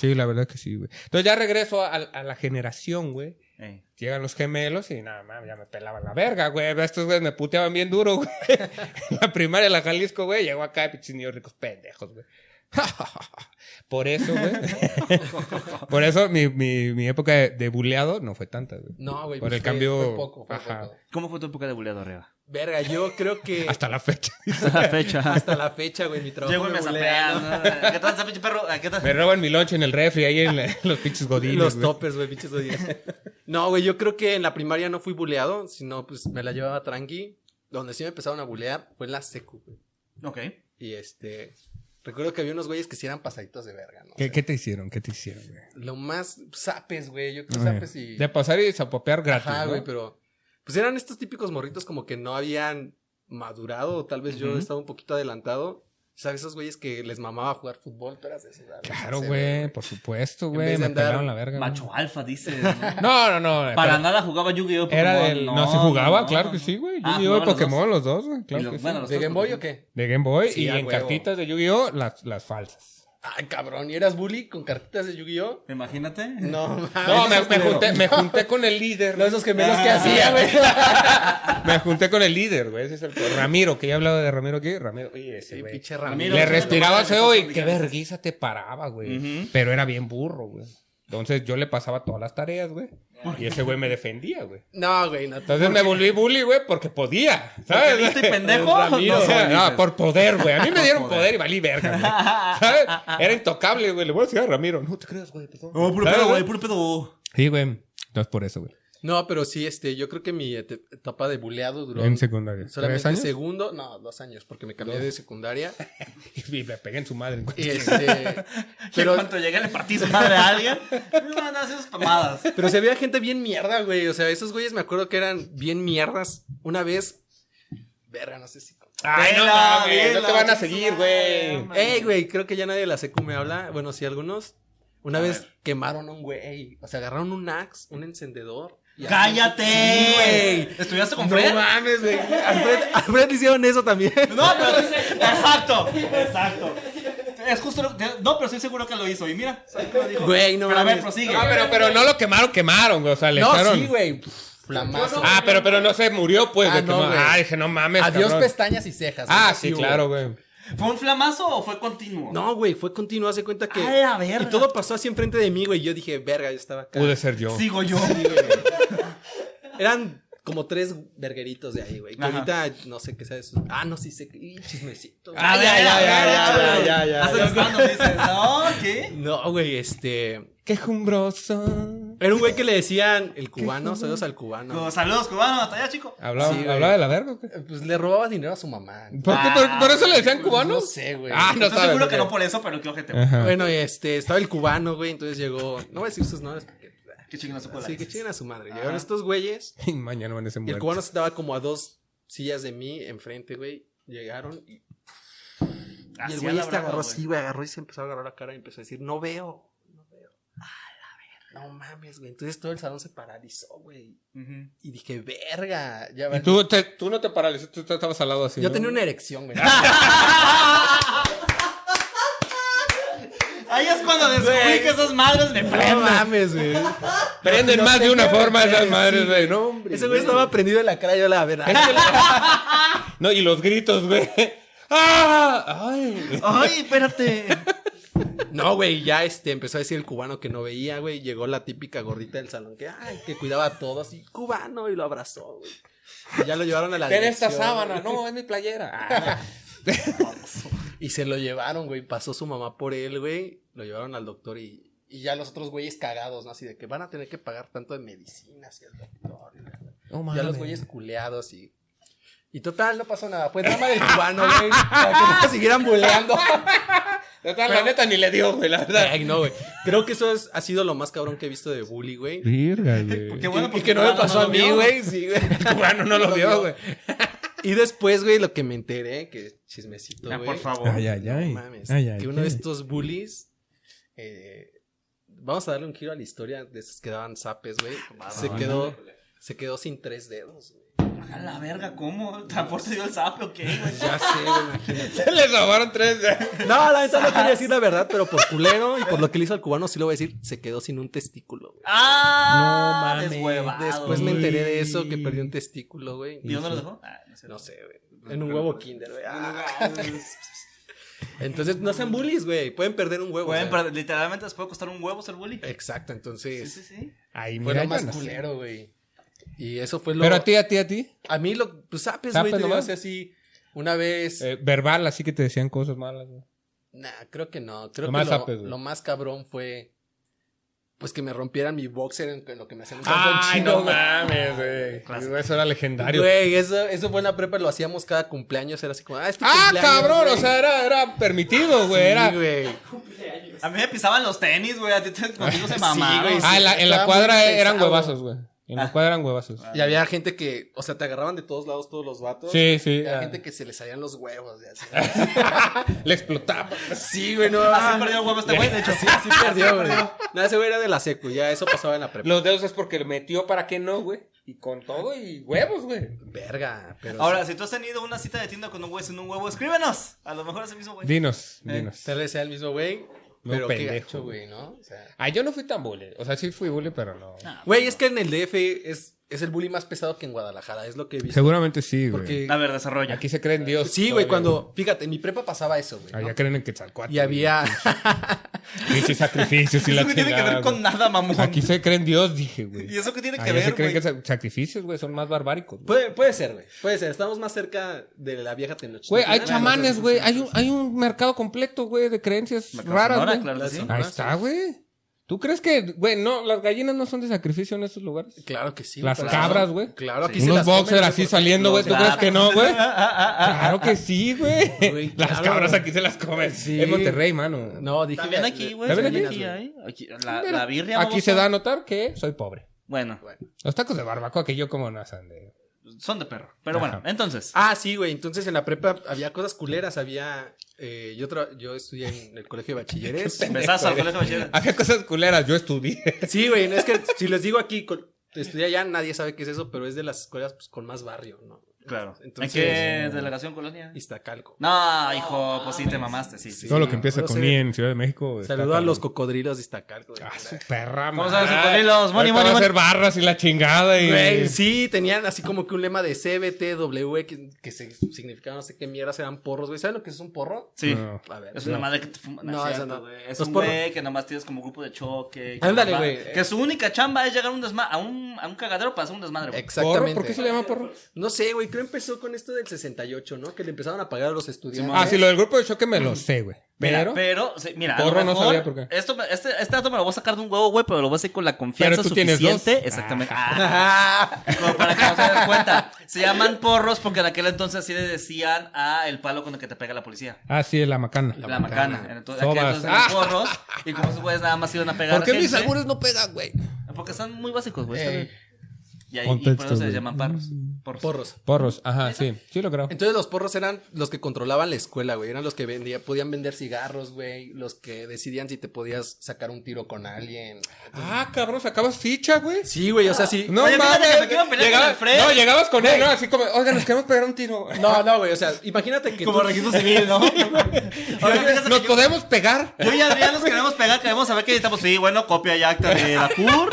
Speaker 2: Sí, la verdad que sí, güey. Entonces ya regreso a, a la generación, güey.
Speaker 1: Ey.
Speaker 2: Llegan los gemelos y nada más, ya me pelaban la verga, güey. Estos güeyes me puteaban bien duro, güey. En la primaria de la Jalisco, güey, llegó acá y pinches niños ricos pendejos, güey. Por eso, güey. Por eso mi, mi, mi época de, de buleado no fue tanta, güey.
Speaker 3: No, güey.
Speaker 2: Por
Speaker 3: pues
Speaker 2: el
Speaker 3: fue-
Speaker 2: cambio-
Speaker 3: fue poco, fue
Speaker 2: Ajá.
Speaker 3: poco.
Speaker 1: ¿Cómo fue tu época de buleado arriba?
Speaker 3: Verga, yo creo que.
Speaker 2: Hasta la fecha.
Speaker 1: Hasta la fecha.
Speaker 3: Hasta la fecha, güey, mi trabajo.
Speaker 1: Llego y me
Speaker 3: bulean,
Speaker 1: zapean.
Speaker 3: ¿no?
Speaker 1: ¿no? ¿Qué tal ese pinche perro? Ah, ¿Qué
Speaker 2: Me
Speaker 1: tal?
Speaker 2: roban mi lonche en el refri, ahí en la- los pinches godines,
Speaker 3: Los
Speaker 2: güey.
Speaker 3: toppers, güey, pinches odios. No, güey, yo creo que en la primaria no fui buleado, sino pues me la llevaba tranqui. Donde sí me empezaron a bulear fue en la secu, güey.
Speaker 1: Ok.
Speaker 3: Y este. Recuerdo que había unos güeyes que sí eran pasaditos de verga, ¿no?
Speaker 2: ¿Qué, qué te hicieron? ¿Qué te hicieron, güey?
Speaker 3: Lo más. Sapes, güey. Yo creo
Speaker 2: A ver,
Speaker 3: sapes y.
Speaker 2: De pasar y zapopear gratis,
Speaker 3: Ajá,
Speaker 2: ¿no?
Speaker 3: güey, pero. Pues eran estos típicos morritos como que no habían madurado, o tal vez yo
Speaker 1: Ujú.
Speaker 3: estaba un poquito adelantado. ¿Sabes esos güeyes que les mamaba jugar fútbol? Pero así,
Speaker 2: Claro, güey, por supuesto,
Speaker 3: En
Speaker 2: güey.
Speaker 3: vez de
Speaker 2: Me
Speaker 3: andar
Speaker 2: pelaron la verga. güey.
Speaker 1: Macho alfa, dice. ¿no?
Speaker 2: No, no, no.
Speaker 1: Para
Speaker 2: pero-
Speaker 1: nada jugaba Yu-Gi-Oh!
Speaker 2: Era
Speaker 1: Pokémon,
Speaker 2: del. No, se jugaba,
Speaker 1: no,
Speaker 2: claro
Speaker 1: no,
Speaker 2: que
Speaker 1: no.
Speaker 2: sí, güey.
Speaker 1: Ah,
Speaker 2: Yu-Gi-Oh! y
Speaker 1: jugaban los
Speaker 2: Pokémon,
Speaker 1: dos.
Speaker 2: los dos, güey.
Speaker 1: Y
Speaker 2: Claro
Speaker 1: los-
Speaker 2: que sí.
Speaker 1: bueno, los
Speaker 3: ¿De
Speaker 1: dos
Speaker 3: Game Boy o
Speaker 1: Pokémon.
Speaker 3: qué?
Speaker 2: De Game Boy
Speaker 3: Sí,
Speaker 2: y
Speaker 3: a
Speaker 2: en
Speaker 3: huevo.
Speaker 2: cartitas de Yu-Gi-Oh! Las, las falsas.
Speaker 3: Ay, cabrón. ¿Y eras bully con cartitas de Yu-Gi-Oh?
Speaker 1: Imagínate.
Speaker 3: No, mames.
Speaker 2: No, me,
Speaker 3: Esos
Speaker 2: me
Speaker 3: culeros.
Speaker 2: junté, me junté con el líder. güey.
Speaker 3: No,
Speaker 2: Ah,
Speaker 3: esos gemelos que hacía, güey.
Speaker 2: Me junté con el líder, güey. Ese es el Ramiro, que ya he hablado de Ramiro aquí. Ramiro, oye, ese
Speaker 3: Sí,
Speaker 2: güey.
Speaker 3: pinche
Speaker 1: Ramiro.
Speaker 2: Le
Speaker 1: Pero-
Speaker 2: respiraba feo y qué
Speaker 1: Digamos.
Speaker 2: vergüenza te paraba, güey.
Speaker 1: Ujú.
Speaker 2: Pero era bien burro, güey. Entonces yo le pasaba todas las tareas, güey. Y ese güey me defendía, güey.
Speaker 3: No, güey, no.
Speaker 2: Entonces me volví bully, güey, porque podía,
Speaker 1: ¿Porque
Speaker 2: ¿sabes?
Speaker 1: listo y pendejo?
Speaker 3: El Ramiro.
Speaker 2: O
Speaker 1: No.
Speaker 2: sea,
Speaker 3: dices.
Speaker 2: no, por poder, güey. A mí me dieron
Speaker 1: poder.
Speaker 2: poder. y valí verga, güey. ¿Sabes? Era intocable, güey. Le voy a decir a Ramiro, no te creas, güey. perdón.
Speaker 1: No, puro
Speaker 2: ¿Sabes,
Speaker 1: pedo, güey, puro pedo.
Speaker 2: Sí, güey. No es por eso, güey.
Speaker 3: No, pero sí, este, yo creo que mi et- etapa de buleado duró.
Speaker 2: En secundaria. ¿Tres
Speaker 3: Solamente
Speaker 2: años?
Speaker 3: segundo, no, dos años, porque me cambié de secundaria.
Speaker 2: Y le pegué en su madre. güey.
Speaker 3: Y este.
Speaker 1: Pero...
Speaker 3: pero,
Speaker 1: cuanto llegué le partí su madre a alguien. No, no, esas mamadas.
Speaker 3: pero se veía gente bien mierda, güey. O sea, esos güeyes me acuerdo que eran bien mierdas. Una vez. Verga, no sé si.
Speaker 2: Ay, no,
Speaker 1: Vela,
Speaker 2: mames, no
Speaker 1: vela,
Speaker 2: te van a
Speaker 1: chinga
Speaker 2: seguir,
Speaker 1: su madre,
Speaker 2: güey.
Speaker 1: no
Speaker 3: Ey, güey, creo que ya nadie de la secu me habla. Bueno, sí, algunos. Una
Speaker 1: A
Speaker 3: vez
Speaker 1: ver.
Speaker 3: quemaron a un güey. O sea, agarraron un axe, un encendedor. y-
Speaker 1: ¡Cállate!
Speaker 3: Sí, güey.
Speaker 1: ¿Estudiaste con
Speaker 3: No
Speaker 1: Fred?
Speaker 3: mames, güey. A Fred, a Fred le hicieron eso también.
Speaker 1: No, pero sí sé- Exacto, exacto. Es justo lo que- No, pero estoy seguro que lo hizo. Y mira, ¿sabes qué lo dijo?
Speaker 3: Güey, no
Speaker 1: Pero a ver,
Speaker 3: mames.
Speaker 1: prosigue.
Speaker 2: Ah, pero, pero no lo quemaron, quemaron, güey. O sea, le echaron.
Speaker 3: güey. Flamazo.
Speaker 2: Ah, pero, pero no se murió, pues.
Speaker 3: Ah,
Speaker 2: de
Speaker 3: no,
Speaker 2: quemar.
Speaker 3: güey.
Speaker 2: ah, dije, no mames.
Speaker 3: Adiós
Speaker 2: cabrón.
Speaker 3: pestañas y cejas.
Speaker 2: Ah,
Speaker 3: Eso
Speaker 2: sí,
Speaker 3: hubo.
Speaker 2: claro, güey.
Speaker 1: ¿Fue un flamazo o fue continuo?
Speaker 3: No, güey, fue continuo. Hace cuenta que.
Speaker 1: A la verga.
Speaker 3: Y todo pasó así enfrente de mí, güey. Yo dije, verga, yo estaba acá.
Speaker 2: Pude ser yo.
Speaker 1: Sigo yo.
Speaker 3: Eran como tres vergueritos de ahí, güey. Que
Speaker 1: Ajá.
Speaker 3: ahorita no sé qué sea eso. Ah, no, sí sé. Ih, Chismecito.
Speaker 2: Ah, ya, ya, ya, ya, ya, ya,
Speaker 1: Hasta
Speaker 2: ya.
Speaker 1: los manos dices, no, ¿qué?
Speaker 3: No, güey, este.
Speaker 2: Qué jumbroso.
Speaker 3: Era un güey que le decían el cubano, saludos al cubano.
Speaker 1: Los saludos cubanos, hasta allá, chico.
Speaker 2: ¿Hablaba,
Speaker 3: Sí, güey.
Speaker 2: hablaba de la verga o qué?
Speaker 3: Eh, Pues le robaba dinero a su mamá.
Speaker 2: ¿Por, qué? ¿Por, por eso le decían
Speaker 3: No
Speaker 2: cubanos?
Speaker 3: sé, güey.
Speaker 2: Ah, no
Speaker 1: Estoy
Speaker 2: sabes.
Speaker 1: seguro
Speaker 2: ok.
Speaker 1: que no por eso, pero qué ojete. güey.
Speaker 2: Ajá.
Speaker 3: Bueno, este, estaba el cubano, güey, entonces llegó. No voy a decir sus nombres porque.
Speaker 1: Qué chingón se puede.
Speaker 3: Sí, que chinguen a su madre.
Speaker 1: Ajá.
Speaker 3: Llegaron estos güeyes
Speaker 2: Y mañana van a ser
Speaker 3: y el
Speaker 2: muertos.
Speaker 3: cubano estaba como a dos sillas de mí enfrente, güey. Llegaron y, y el güey este agarró así, güey, agarró y se empezó a agarrar la cara y empezó a decir, no veo, no veo. A la verga. No mames, güey. Entonces todo el salón se paralizó, güey. Y dije, verga. Ya
Speaker 2: Y
Speaker 3: valió".
Speaker 2: tú, te- tú no te paralizas, tú estabas al lado así.
Speaker 3: Yo
Speaker 2: ¿no?
Speaker 3: tenía una erección, güey.
Speaker 1: Ahí es cuando descubrí que esas madres me
Speaker 3: no
Speaker 1: prenden.
Speaker 3: mames, güey.
Speaker 2: Prenden
Speaker 3: e- Yo
Speaker 2: más de
Speaker 3: tenía
Speaker 2: una forma
Speaker 3: erección,
Speaker 2: esas
Speaker 3: sí,
Speaker 2: madres, güey.
Speaker 3: güey.
Speaker 2: No, hombre.
Speaker 3: Ese güey estaba prendido en la cara, yo la verdad.
Speaker 2: No, y los gritos, güey. ¡Ah! ¡Ay!
Speaker 1: Ay, espérate.
Speaker 3: No, güey, ya este empezó a decir el cubano que no veía, güey. Llegó la típica gordita del salón que, ay, que cuidaba a todos y cubano y lo abrazó, güey. Y ya lo llevaron a la
Speaker 2: Ten esta
Speaker 3: dirección,
Speaker 2: sábana,
Speaker 3: güey.
Speaker 2: no, es mi playera. Ah.
Speaker 3: Y se lo llevaron, güey. Pasó su mamá por él, güey. Lo llevaron al doctor y, y ya los otros güeyes cagados, ¿no? Así de que van a tener que pagar tanto de medicinas y el doctor. y la-
Speaker 2: No
Speaker 3: ya
Speaker 2: mames.
Speaker 3: los güeyes culeados y. Y total, no pasó nada. Fue drama del cubano, güey. Para que no siguieran buleando.
Speaker 2: Total, la neta ni le dio, güey, la verdad.
Speaker 3: Ay, no, güey. Creo que eso es- ha sido lo más cabrón que he visto de bully, güey.
Speaker 2: Virga, güey.
Speaker 1: Qué bueno,
Speaker 3: y, y
Speaker 1: porque
Speaker 3: que no me
Speaker 1: Cubano
Speaker 3: pasó a
Speaker 1: lo
Speaker 3: mí,
Speaker 1: vio.
Speaker 3: güey. Sí, güey.
Speaker 2: El cubano no lo vio, güey.
Speaker 3: Y después, güey, lo que me enteré, que chismecito,
Speaker 1: Ya,
Speaker 3: güey.
Speaker 1: Ah, por
Speaker 3: Ah,
Speaker 1: favor.
Speaker 2: Ay, ay, ay.
Speaker 3: No mames.
Speaker 2: Ay, ay,
Speaker 3: que uno
Speaker 2: ay.
Speaker 3: de estos bullies. eh, vamos a darle un giro a la historia de esos que daban zapes, güey. Se
Speaker 2: no,
Speaker 3: quedó, se quedó sin tres dedos, güey.
Speaker 1: A la verga, ¿cómo? ¿Tampoco se dio el sape o qué, güey?
Speaker 3: Ya sé, güey, imagínate.
Speaker 2: Se les robaron tres.
Speaker 3: No, la neta no quería decir la verdad, pero por culero y por lo que le hizo al cubano, sí lo voy a decir, se quedó sin un testículo, güey.
Speaker 1: ¡Ah!
Speaker 2: No mames.
Speaker 1: deshuevado.
Speaker 3: Después me
Speaker 2: güey.
Speaker 3: enteré de eso, que perdió un testículo, güey.
Speaker 1: ¿Y dónde lo dejó? Ah, no sé.
Speaker 3: No sé, güey. En un huevo kinder, güey. Ah. Entonces, no sean bullies, güey. Pueden perder un huevo.
Speaker 1: Pueden
Speaker 3: o sea.
Speaker 1: perder- literalmente les puede costar un huevo ser bully.
Speaker 3: Exacto,
Speaker 1: Sí,
Speaker 3: entonces.
Speaker 1: sí, sí.
Speaker 2: Ay,
Speaker 3: Fue
Speaker 2: mira,
Speaker 3: lo
Speaker 2: yo
Speaker 3: más
Speaker 2: no sé.
Speaker 3: culero, güey. Y eso fue lo.
Speaker 2: Pero a ti, a ti, a ti.
Speaker 3: A mí lo. Pues sabes,
Speaker 2: ¿Zapes
Speaker 3: güey. te digo,
Speaker 2: nomás?
Speaker 3: O sea, sí. Una vez.
Speaker 2: Eh, verbal, así que te decían cosas malas, güey.
Speaker 3: Nah, creo que no. Creo
Speaker 2: Lo
Speaker 3: que
Speaker 2: más
Speaker 3: lo,
Speaker 2: zapes, güey.
Speaker 3: lo más cabrón fue. Pues que me rompieran mi boxer en lo que me hacían un
Speaker 2: Ay, no
Speaker 3: güey.
Speaker 2: mames, güey.
Speaker 1: Clásico.
Speaker 2: Eso era legendario.
Speaker 3: Güey, eso, eso fue en la prepa, lo hacíamos cada cumpleaños. Era así como. Ah, este
Speaker 2: Ah,
Speaker 3: cumpleaños,
Speaker 2: cabrón,
Speaker 3: güey.
Speaker 2: o sea, era, era permitido, güey.
Speaker 3: Sí,
Speaker 2: era...
Speaker 3: güey.
Speaker 1: A mí me pisaban los tenis, güey. A ti te, contigo se
Speaker 3: Sí,
Speaker 1: mamaron.
Speaker 3: güey,
Speaker 2: Ah, en la, en la
Speaker 3: Estaba muy
Speaker 2: cuadra eran
Speaker 3: pesado.
Speaker 2: huevazos, güey. Y nos cuadran huevazos.
Speaker 1: Ah.
Speaker 3: Y había gente que, o sea, te agarraban de todos lados todos los vatos.
Speaker 2: Sí, sí.
Speaker 3: Y había
Speaker 2: ah.
Speaker 3: gente que se les salían los huevos. y así.
Speaker 2: Le explotamos.
Speaker 3: sí, güey, no. ah,
Speaker 1: Así perdió el huevo este güey, de hecho.
Speaker 3: Sí, sí perdió, güey. No, ese güey era de la secu, ya eso pasaba en la prepa.
Speaker 2: Los dedos es porque le metió para que no, güey. Y con todo y huevos, güey.
Speaker 3: Verga, pero.
Speaker 1: Ahora, si tú has tenido una cita de tienda con un huevo en un huevo, escríbenos. A lo mejor es el mismo güey.
Speaker 2: Dinos,
Speaker 1: Eh,
Speaker 2: dinos.
Speaker 3: Tal vez sea el mismo güey,
Speaker 2: No,
Speaker 3: pero qué
Speaker 2: pendejo,
Speaker 3: gacho, güey, ¿no? O sea,
Speaker 2: Ah, yo no fui tan bully. O sea, sí fui bully, pero no.
Speaker 1: Ah,
Speaker 3: Güey, es que en el DF es, es el bullying más pesado que en Guadalajara, es lo que he visto.
Speaker 2: Seguramente sí, güey.
Speaker 3: Porque,
Speaker 1: A ver, desarrolla.
Speaker 2: Aquí se creen Dios.
Speaker 3: sí, güey,
Speaker 2: todavía,
Speaker 3: cuando, fíjate, en mi prepa pasaba eso, güey.
Speaker 2: güey. Allá
Speaker 3: ¿no?
Speaker 2: creen en Quetzalcóatl.
Speaker 3: Y había,
Speaker 2: Pinches sacrificios y
Speaker 1: Eso
Speaker 2: la
Speaker 1: que tiene que
Speaker 2: chingada,
Speaker 1: ver
Speaker 2: güey.
Speaker 1: con nada, mamón.
Speaker 2: Aquí se creen Dios, dije, güey.
Speaker 1: ¿Y eso qué tiene que
Speaker 2: Allá
Speaker 1: ver,
Speaker 2: se creen
Speaker 1: güey?
Speaker 2: que sa- sacrificios, güey, son más barbáricos. güey.
Speaker 3: puede, puede ser, güey, puede ser, estamos más cerca de la vieja Tenochtitlan.
Speaker 2: Güey, hay
Speaker 1: Bueno,
Speaker 2: chamanes,
Speaker 1: eso
Speaker 2: güey.
Speaker 1: Pues, sí,
Speaker 2: Hay un, hay un mercado completo, güey, de creencias
Speaker 1: Mercado
Speaker 2: raras,
Speaker 1: Sonora,
Speaker 2: güey.
Speaker 1: claro que sí.
Speaker 3: Las-
Speaker 2: Ahí
Speaker 3: Ah,
Speaker 2: está,
Speaker 3: sí.
Speaker 2: güey. ¿Tú crees que, güey, no, las gallinas no son de sacrificio en estos lugares?
Speaker 3: Claro que sí.
Speaker 2: Las
Speaker 3: claro.
Speaker 2: cabras, güey.
Speaker 3: Claro, aquí
Speaker 1: Sí.
Speaker 3: se
Speaker 2: Unos
Speaker 3: las comen,
Speaker 2: boxers
Speaker 3: güey,
Speaker 2: así
Speaker 3: porque-
Speaker 2: saliendo, güey.
Speaker 3: No,
Speaker 2: ¿Tú
Speaker 3: claro.
Speaker 2: crees que no, güey?
Speaker 1: Ah, ah, ah, ah.
Speaker 2: Claro que sí, güey.
Speaker 3: Güey,
Speaker 2: Las
Speaker 3: claro,
Speaker 2: cabras
Speaker 3: güey.
Speaker 2: aquí se las comen.
Speaker 3: Sí.
Speaker 2: Es Monterrey, mano.
Speaker 3: No, dije.
Speaker 1: También
Speaker 3: la-
Speaker 1: aquí,
Speaker 3: la-
Speaker 1: güey.
Speaker 2: ¿También
Speaker 1: sí,
Speaker 2: aquí?
Speaker 1: aquí hay. Aquí- la,
Speaker 2: Mira,
Speaker 1: la birria.
Speaker 2: Aquí
Speaker 1: babosa.
Speaker 2: se da a notar que soy pobre.
Speaker 1: Bueno,
Speaker 3: Bueno.
Speaker 2: Los tacos de barbacoa que yo como no son de...
Speaker 1: son de perro. Pero bueno,
Speaker 2: Ajá.
Speaker 1: entonces.
Speaker 3: Ah, sí, güey. Entonces en la prepa había cosas culeras. Había. eh, yo, tra- yo estudié en el colegio de bachilleres.
Speaker 1: Besazo al colegio de bachiller.
Speaker 2: Había cosas culeras, yo estudié.
Speaker 3: Sí, güey, no es que si les digo aquí, col- estudié allá, nadie sabe qué es eso, pero es de las escuelas pues, con más barrio, ¿no?
Speaker 1: Claro.
Speaker 3: Entonces,
Speaker 1: ¿En
Speaker 2: eh,
Speaker 1: qué delegación colonia?
Speaker 3: Iztacalco.
Speaker 1: No, hijo, pues sí te mamaste, sí. sí.
Speaker 3: Sí. Todo lo que empieza
Speaker 2: con
Speaker 3: con I
Speaker 2: en Ciudad de México.
Speaker 3: Saludo a los cocodrilos de Iztacalco. güey.
Speaker 2: Ah, su perra,
Speaker 1: Vamos
Speaker 2: madre.
Speaker 1: a ver, cocodrilos. Money, money,
Speaker 2: Ahorita va a
Speaker 1: money.
Speaker 2: hacer barras y la chingada y...
Speaker 3: Güey, sí, tenían así como que un lema de CBT, W, que, que se- significaba no sé qué mierdas eran porros, güey. ¿Saben lo que es un porro?
Speaker 1: Sí.
Speaker 2: No.
Speaker 3: A ver.
Speaker 1: Es una madre que te fuma.
Speaker 3: No,
Speaker 1: es
Speaker 3: esa
Speaker 1: cierto,
Speaker 3: no.
Speaker 1: güey. Es
Speaker 3: Los
Speaker 1: un
Speaker 3: porros-
Speaker 1: güey que nomás tienes como grupo de choque. que
Speaker 3: Ándale,
Speaker 1: nomás-
Speaker 3: güey.
Speaker 1: Que su única chamba es llegar a un desma- a un, a un cagadero para hacer un desmadre, güey.
Speaker 2: ¿Porro?
Speaker 3: Exactamente.
Speaker 2: ¿Por qué se le llama porro?
Speaker 3: No sé, güey, creo empezó con esto del 68, ¿no? Que le empezaron a pagar a los estudiantes.
Speaker 2: Ah, sí, lo del grupo de choque me lo sé, güey.
Speaker 1: Mira,
Speaker 2: Pero...
Speaker 1: pero, sí, mira, a lo
Speaker 2: Porro no
Speaker 1: mejor
Speaker 2: sabía por qué.
Speaker 1: Esto, me- este, este dato me lo voy a sacar de un huevo, güey, pero lo voy a hacer con la confianza
Speaker 2: Pero tú tienes
Speaker 1: suficiente.
Speaker 2: dos.
Speaker 1: Exactamente. Ah. Como para que no se den cuenta. Se llaman porros porque en aquel entonces así le decían a el palo con el que te pega la policía.
Speaker 2: Ah, sí, la macana.
Speaker 1: La,
Speaker 3: La
Speaker 1: macana.
Speaker 3: macana.
Speaker 1: Entonces, aquel
Speaker 2: Sobas.
Speaker 1: entonces eran
Speaker 2: Ah.
Speaker 1: porros. Y como esos güeyes nada más iban a pegar.
Speaker 2: ¿Por qué mis
Speaker 1: gente,
Speaker 2: algunos no pegan, güey?
Speaker 1: Porque están muy básicos, güey.
Speaker 2: Eh,
Speaker 3: Ey.
Speaker 1: está bien. Y, ahí, y por
Speaker 2: Contexto,
Speaker 1: eso se les
Speaker 2: güey.
Speaker 1: llaman parros. Porros.
Speaker 3: Porros.
Speaker 2: Mm, Porros, ajá, sí. Sí lo creo.
Speaker 3: Entonces los porros eran los que controlaban la escuela, güey. Eran los que vendía, podían vender cigarros, güey. Los que decidían si te podías sacar un tiro con alguien.
Speaker 2: Ah, cabrón, sacabas ficha, güey.
Speaker 3: Sí, güey, o sea, sí.
Speaker 2: No
Speaker 1: Oye, fíjate que me
Speaker 2: mames.
Speaker 1: quiero pelear
Speaker 2: Llegaba-
Speaker 1: con Alfredo.
Speaker 2: no, llegabas con él, ¿no? Así como, oiga, nos queremos pegar un tiro.
Speaker 3: No, no, güey, o sea, imagínate que
Speaker 1: Como
Speaker 3: tú-
Speaker 1: registro civil, ¿no? Ahora, fíjate
Speaker 2: Nos
Speaker 1: que yo-
Speaker 2: podemos pegar.
Speaker 1: Yo y Adrián nos queremos pegar, queremos saber qué necesitamos. Sí, bueno, copia y acta de la CUR.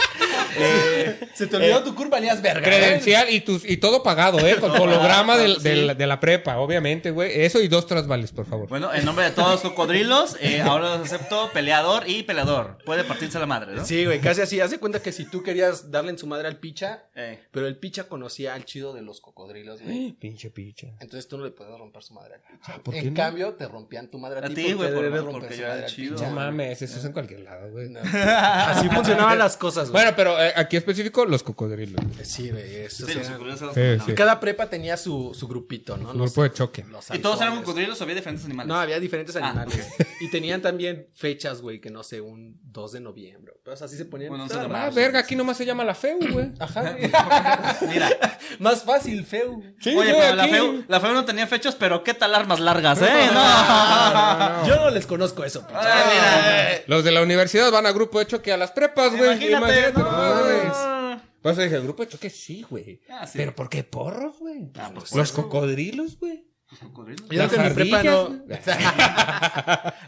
Speaker 1: Eh,
Speaker 3: se te olvidó tu curva, valías verga. ¿eh?
Speaker 2: Credencial y, tus, y todo pagado, ¿eh? Con holograma del- del- de la prepa, obviamente, güey. Eso y dos trasvales, por favor.
Speaker 1: bueno, en nombre de todos los cocodrilos, eh, ahora los acepto peleador y peleador. Puede partirse la madre, ¿no?
Speaker 3: Sí, güey, casi así. Haz de cuenta que si tú querías darle en su madre al picha,
Speaker 1: Eh,
Speaker 3: pero el picha conocía al chido de los cocodrilos, güey.
Speaker 2: Pinche picha. Ah,
Speaker 3: Entonces tú no le podías romper su madre al picha.
Speaker 2: ¿por qué
Speaker 3: en
Speaker 2: no?
Speaker 3: cambio, te rompían tu madre a,
Speaker 1: A
Speaker 3: ti
Speaker 1: ti,
Speaker 3: porque
Speaker 1: güey, por-
Speaker 3: debes
Speaker 1: porque
Speaker 3: romper su
Speaker 1: yo era
Speaker 3: madre al
Speaker 1: chido.
Speaker 3: picha,
Speaker 2: No
Speaker 1: No,
Speaker 3: güey.
Speaker 2: mames, eso es en cualquier lado, güey.
Speaker 3: No. Así funcionaban las cosas, güey.
Speaker 2: Bueno, pero eh, aquí específico, los cocodrilos. güey.
Speaker 3: Sí, güey, eso
Speaker 1: sí, los
Speaker 3: sí era-
Speaker 1: cocodrilos eran-
Speaker 2: Sí, sí.
Speaker 3: Cada prepa tenía su, su grupito, ¿no?
Speaker 2: Su
Speaker 3: No
Speaker 2: grupo
Speaker 3: sé,
Speaker 2: de choque.
Speaker 3: los
Speaker 1: ¿Y todos eran
Speaker 3: halcones.
Speaker 1: cocodrilos o había diferentes animales?
Speaker 3: No, había diferentes
Speaker 1: Ah.
Speaker 3: animales. y tenían también fechas, güey, que no sé, un 2 de noviembre. Pero o sea, así se ponían.
Speaker 1: Un once
Speaker 3: Estaba
Speaker 1: de
Speaker 2: Ah,
Speaker 3: raro.
Speaker 1: marzo.
Speaker 2: verga, aquí nomás se llama la feu, güey.
Speaker 3: Ajá, güey.
Speaker 1: Mira,
Speaker 3: Más fácil, feo.
Speaker 2: Sí,
Speaker 1: oye,
Speaker 2: güey,
Speaker 1: pero la
Speaker 2: aquí-
Speaker 1: FEU, la FEU no tenía fechas, pero qué tal armas largas, ¿eh?
Speaker 3: Ah,
Speaker 1: No.
Speaker 3: Yo no les conozco eso. pues. pinche.
Speaker 1: Ah, mira, eh.
Speaker 2: Los de la universidad van a grupo de choque a las prepas, güey.
Speaker 1: Imagínate, no,
Speaker 2: nomás, güey.
Speaker 1: mames.
Speaker 2: Por eso dije, el grupo de choque sí, güey.
Speaker 1: Ah, sí.
Speaker 2: Pero ¿por qué porros, güey?
Speaker 1: Ah, pues, por
Speaker 2: los
Speaker 1: eso.
Speaker 2: cocodrilos, güey.
Speaker 1: Cocodrilos.
Speaker 3: Yo creo que en mi prepa
Speaker 2: ardillas,
Speaker 3: no.
Speaker 2: güey.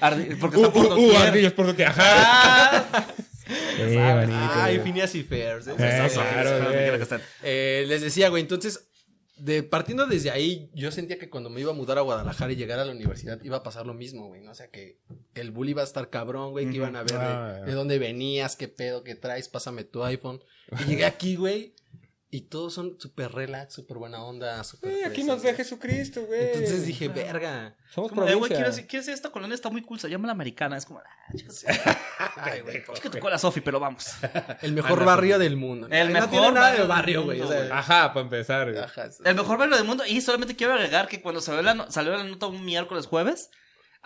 Speaker 1: Ardi- Porque
Speaker 2: Uh,
Speaker 1: está por
Speaker 2: uh, uh,
Speaker 1: doquier.
Speaker 2: ardillas por que ajá.
Speaker 1: Ah,
Speaker 2: Eh, bonito,
Speaker 3: Ay,
Speaker 2: güey.
Speaker 3: Phineas y Fairs.
Speaker 2: Eh,
Speaker 1: Besazo,
Speaker 2: claro,
Speaker 1: besazo,
Speaker 2: güey.
Speaker 1: quiera que estén.
Speaker 3: Eh, les decía, güey, entonces, de, partiendo desde ahí, yo sentía que cuando me iba a mudar a Guadalajara y llegar a la universidad iba a pasar lo mismo, güey, ¿no? O sea, que el bully iba a estar cabrón, güey, que iban a ver de,
Speaker 2: Ah, ya.
Speaker 3: de dónde venías, qué pedo que traes, pásame tu iPhone. Y llegué aquí, güey, y todos son súper relax, súper buena onda, súper...
Speaker 2: Eh, aquí
Speaker 3: fresas,
Speaker 2: nos ve
Speaker 3: güey.
Speaker 2: Jesucristo, güey.
Speaker 3: Entonces dije, verga.
Speaker 2: somos
Speaker 1: Como, eh, güey,
Speaker 2: provincia.
Speaker 1: ¿quieres, quieres esta colonia? Está muy cool, se llama la americana. Es como, ah, chicos,
Speaker 3: Ay, güey, pues,
Speaker 1: chica tocó la Sofi, pero vamos.
Speaker 3: el mejor barrio del mundo.
Speaker 1: El
Speaker 3: no
Speaker 1: mejor
Speaker 3: tiene nada
Speaker 1: barrio
Speaker 3: de
Speaker 1: del
Speaker 3: barrio, güey.
Speaker 1: mundo,
Speaker 3: o sea,
Speaker 1: güey.
Speaker 2: Ajá, para empezar.
Speaker 1: Ah.
Speaker 2: güey.
Speaker 3: ajá,
Speaker 1: El mejor barrio del mundo. Y solamente quiero agregar que cuando salió la, no- salió la nota un miércoles jueves,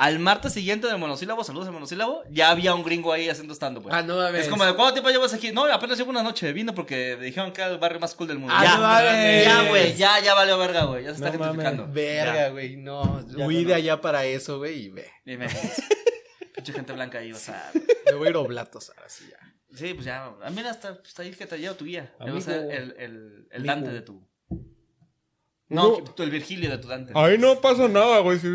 Speaker 1: Al martes siguiente del monosílabo, saludos al monosílabo, ya había un gringo ahí haciendo stand-up, güey.
Speaker 4: Ah, no mames.
Speaker 1: Es como de cuánto tiempo llevas aquí. No, apenas llevo una noche. Vino porque me dijeron que era el barrio más cool del mundo.
Speaker 4: Ah,
Speaker 1: ya,
Speaker 4: no mames.
Speaker 1: ya, güey. Ya, ya valió verga, güey. Ya se está
Speaker 2: No mames.
Speaker 1: gentrificando.
Speaker 3: Verga, güey, no.
Speaker 1: Ya,
Speaker 3: Huí
Speaker 1: no,
Speaker 3: de
Speaker 1: no.
Speaker 3: allá para eso, güey, y ve.
Speaker 1: Ya. Dime. Mucha gente blanca ahí, o sea.
Speaker 3: Me voy a ir a Oblatos ahora sí ya.
Speaker 1: Sí, pues ya. A mí hasta está ahí que te llevo tu guía. Él va a
Speaker 2: Amigo.
Speaker 1: ser el, el, el
Speaker 2: Amigo.
Speaker 1: Dante de tu. No,
Speaker 2: No.
Speaker 1: tu- el Virgilio de tu Dante.
Speaker 2: Ahí no pasa nada, güey. sí.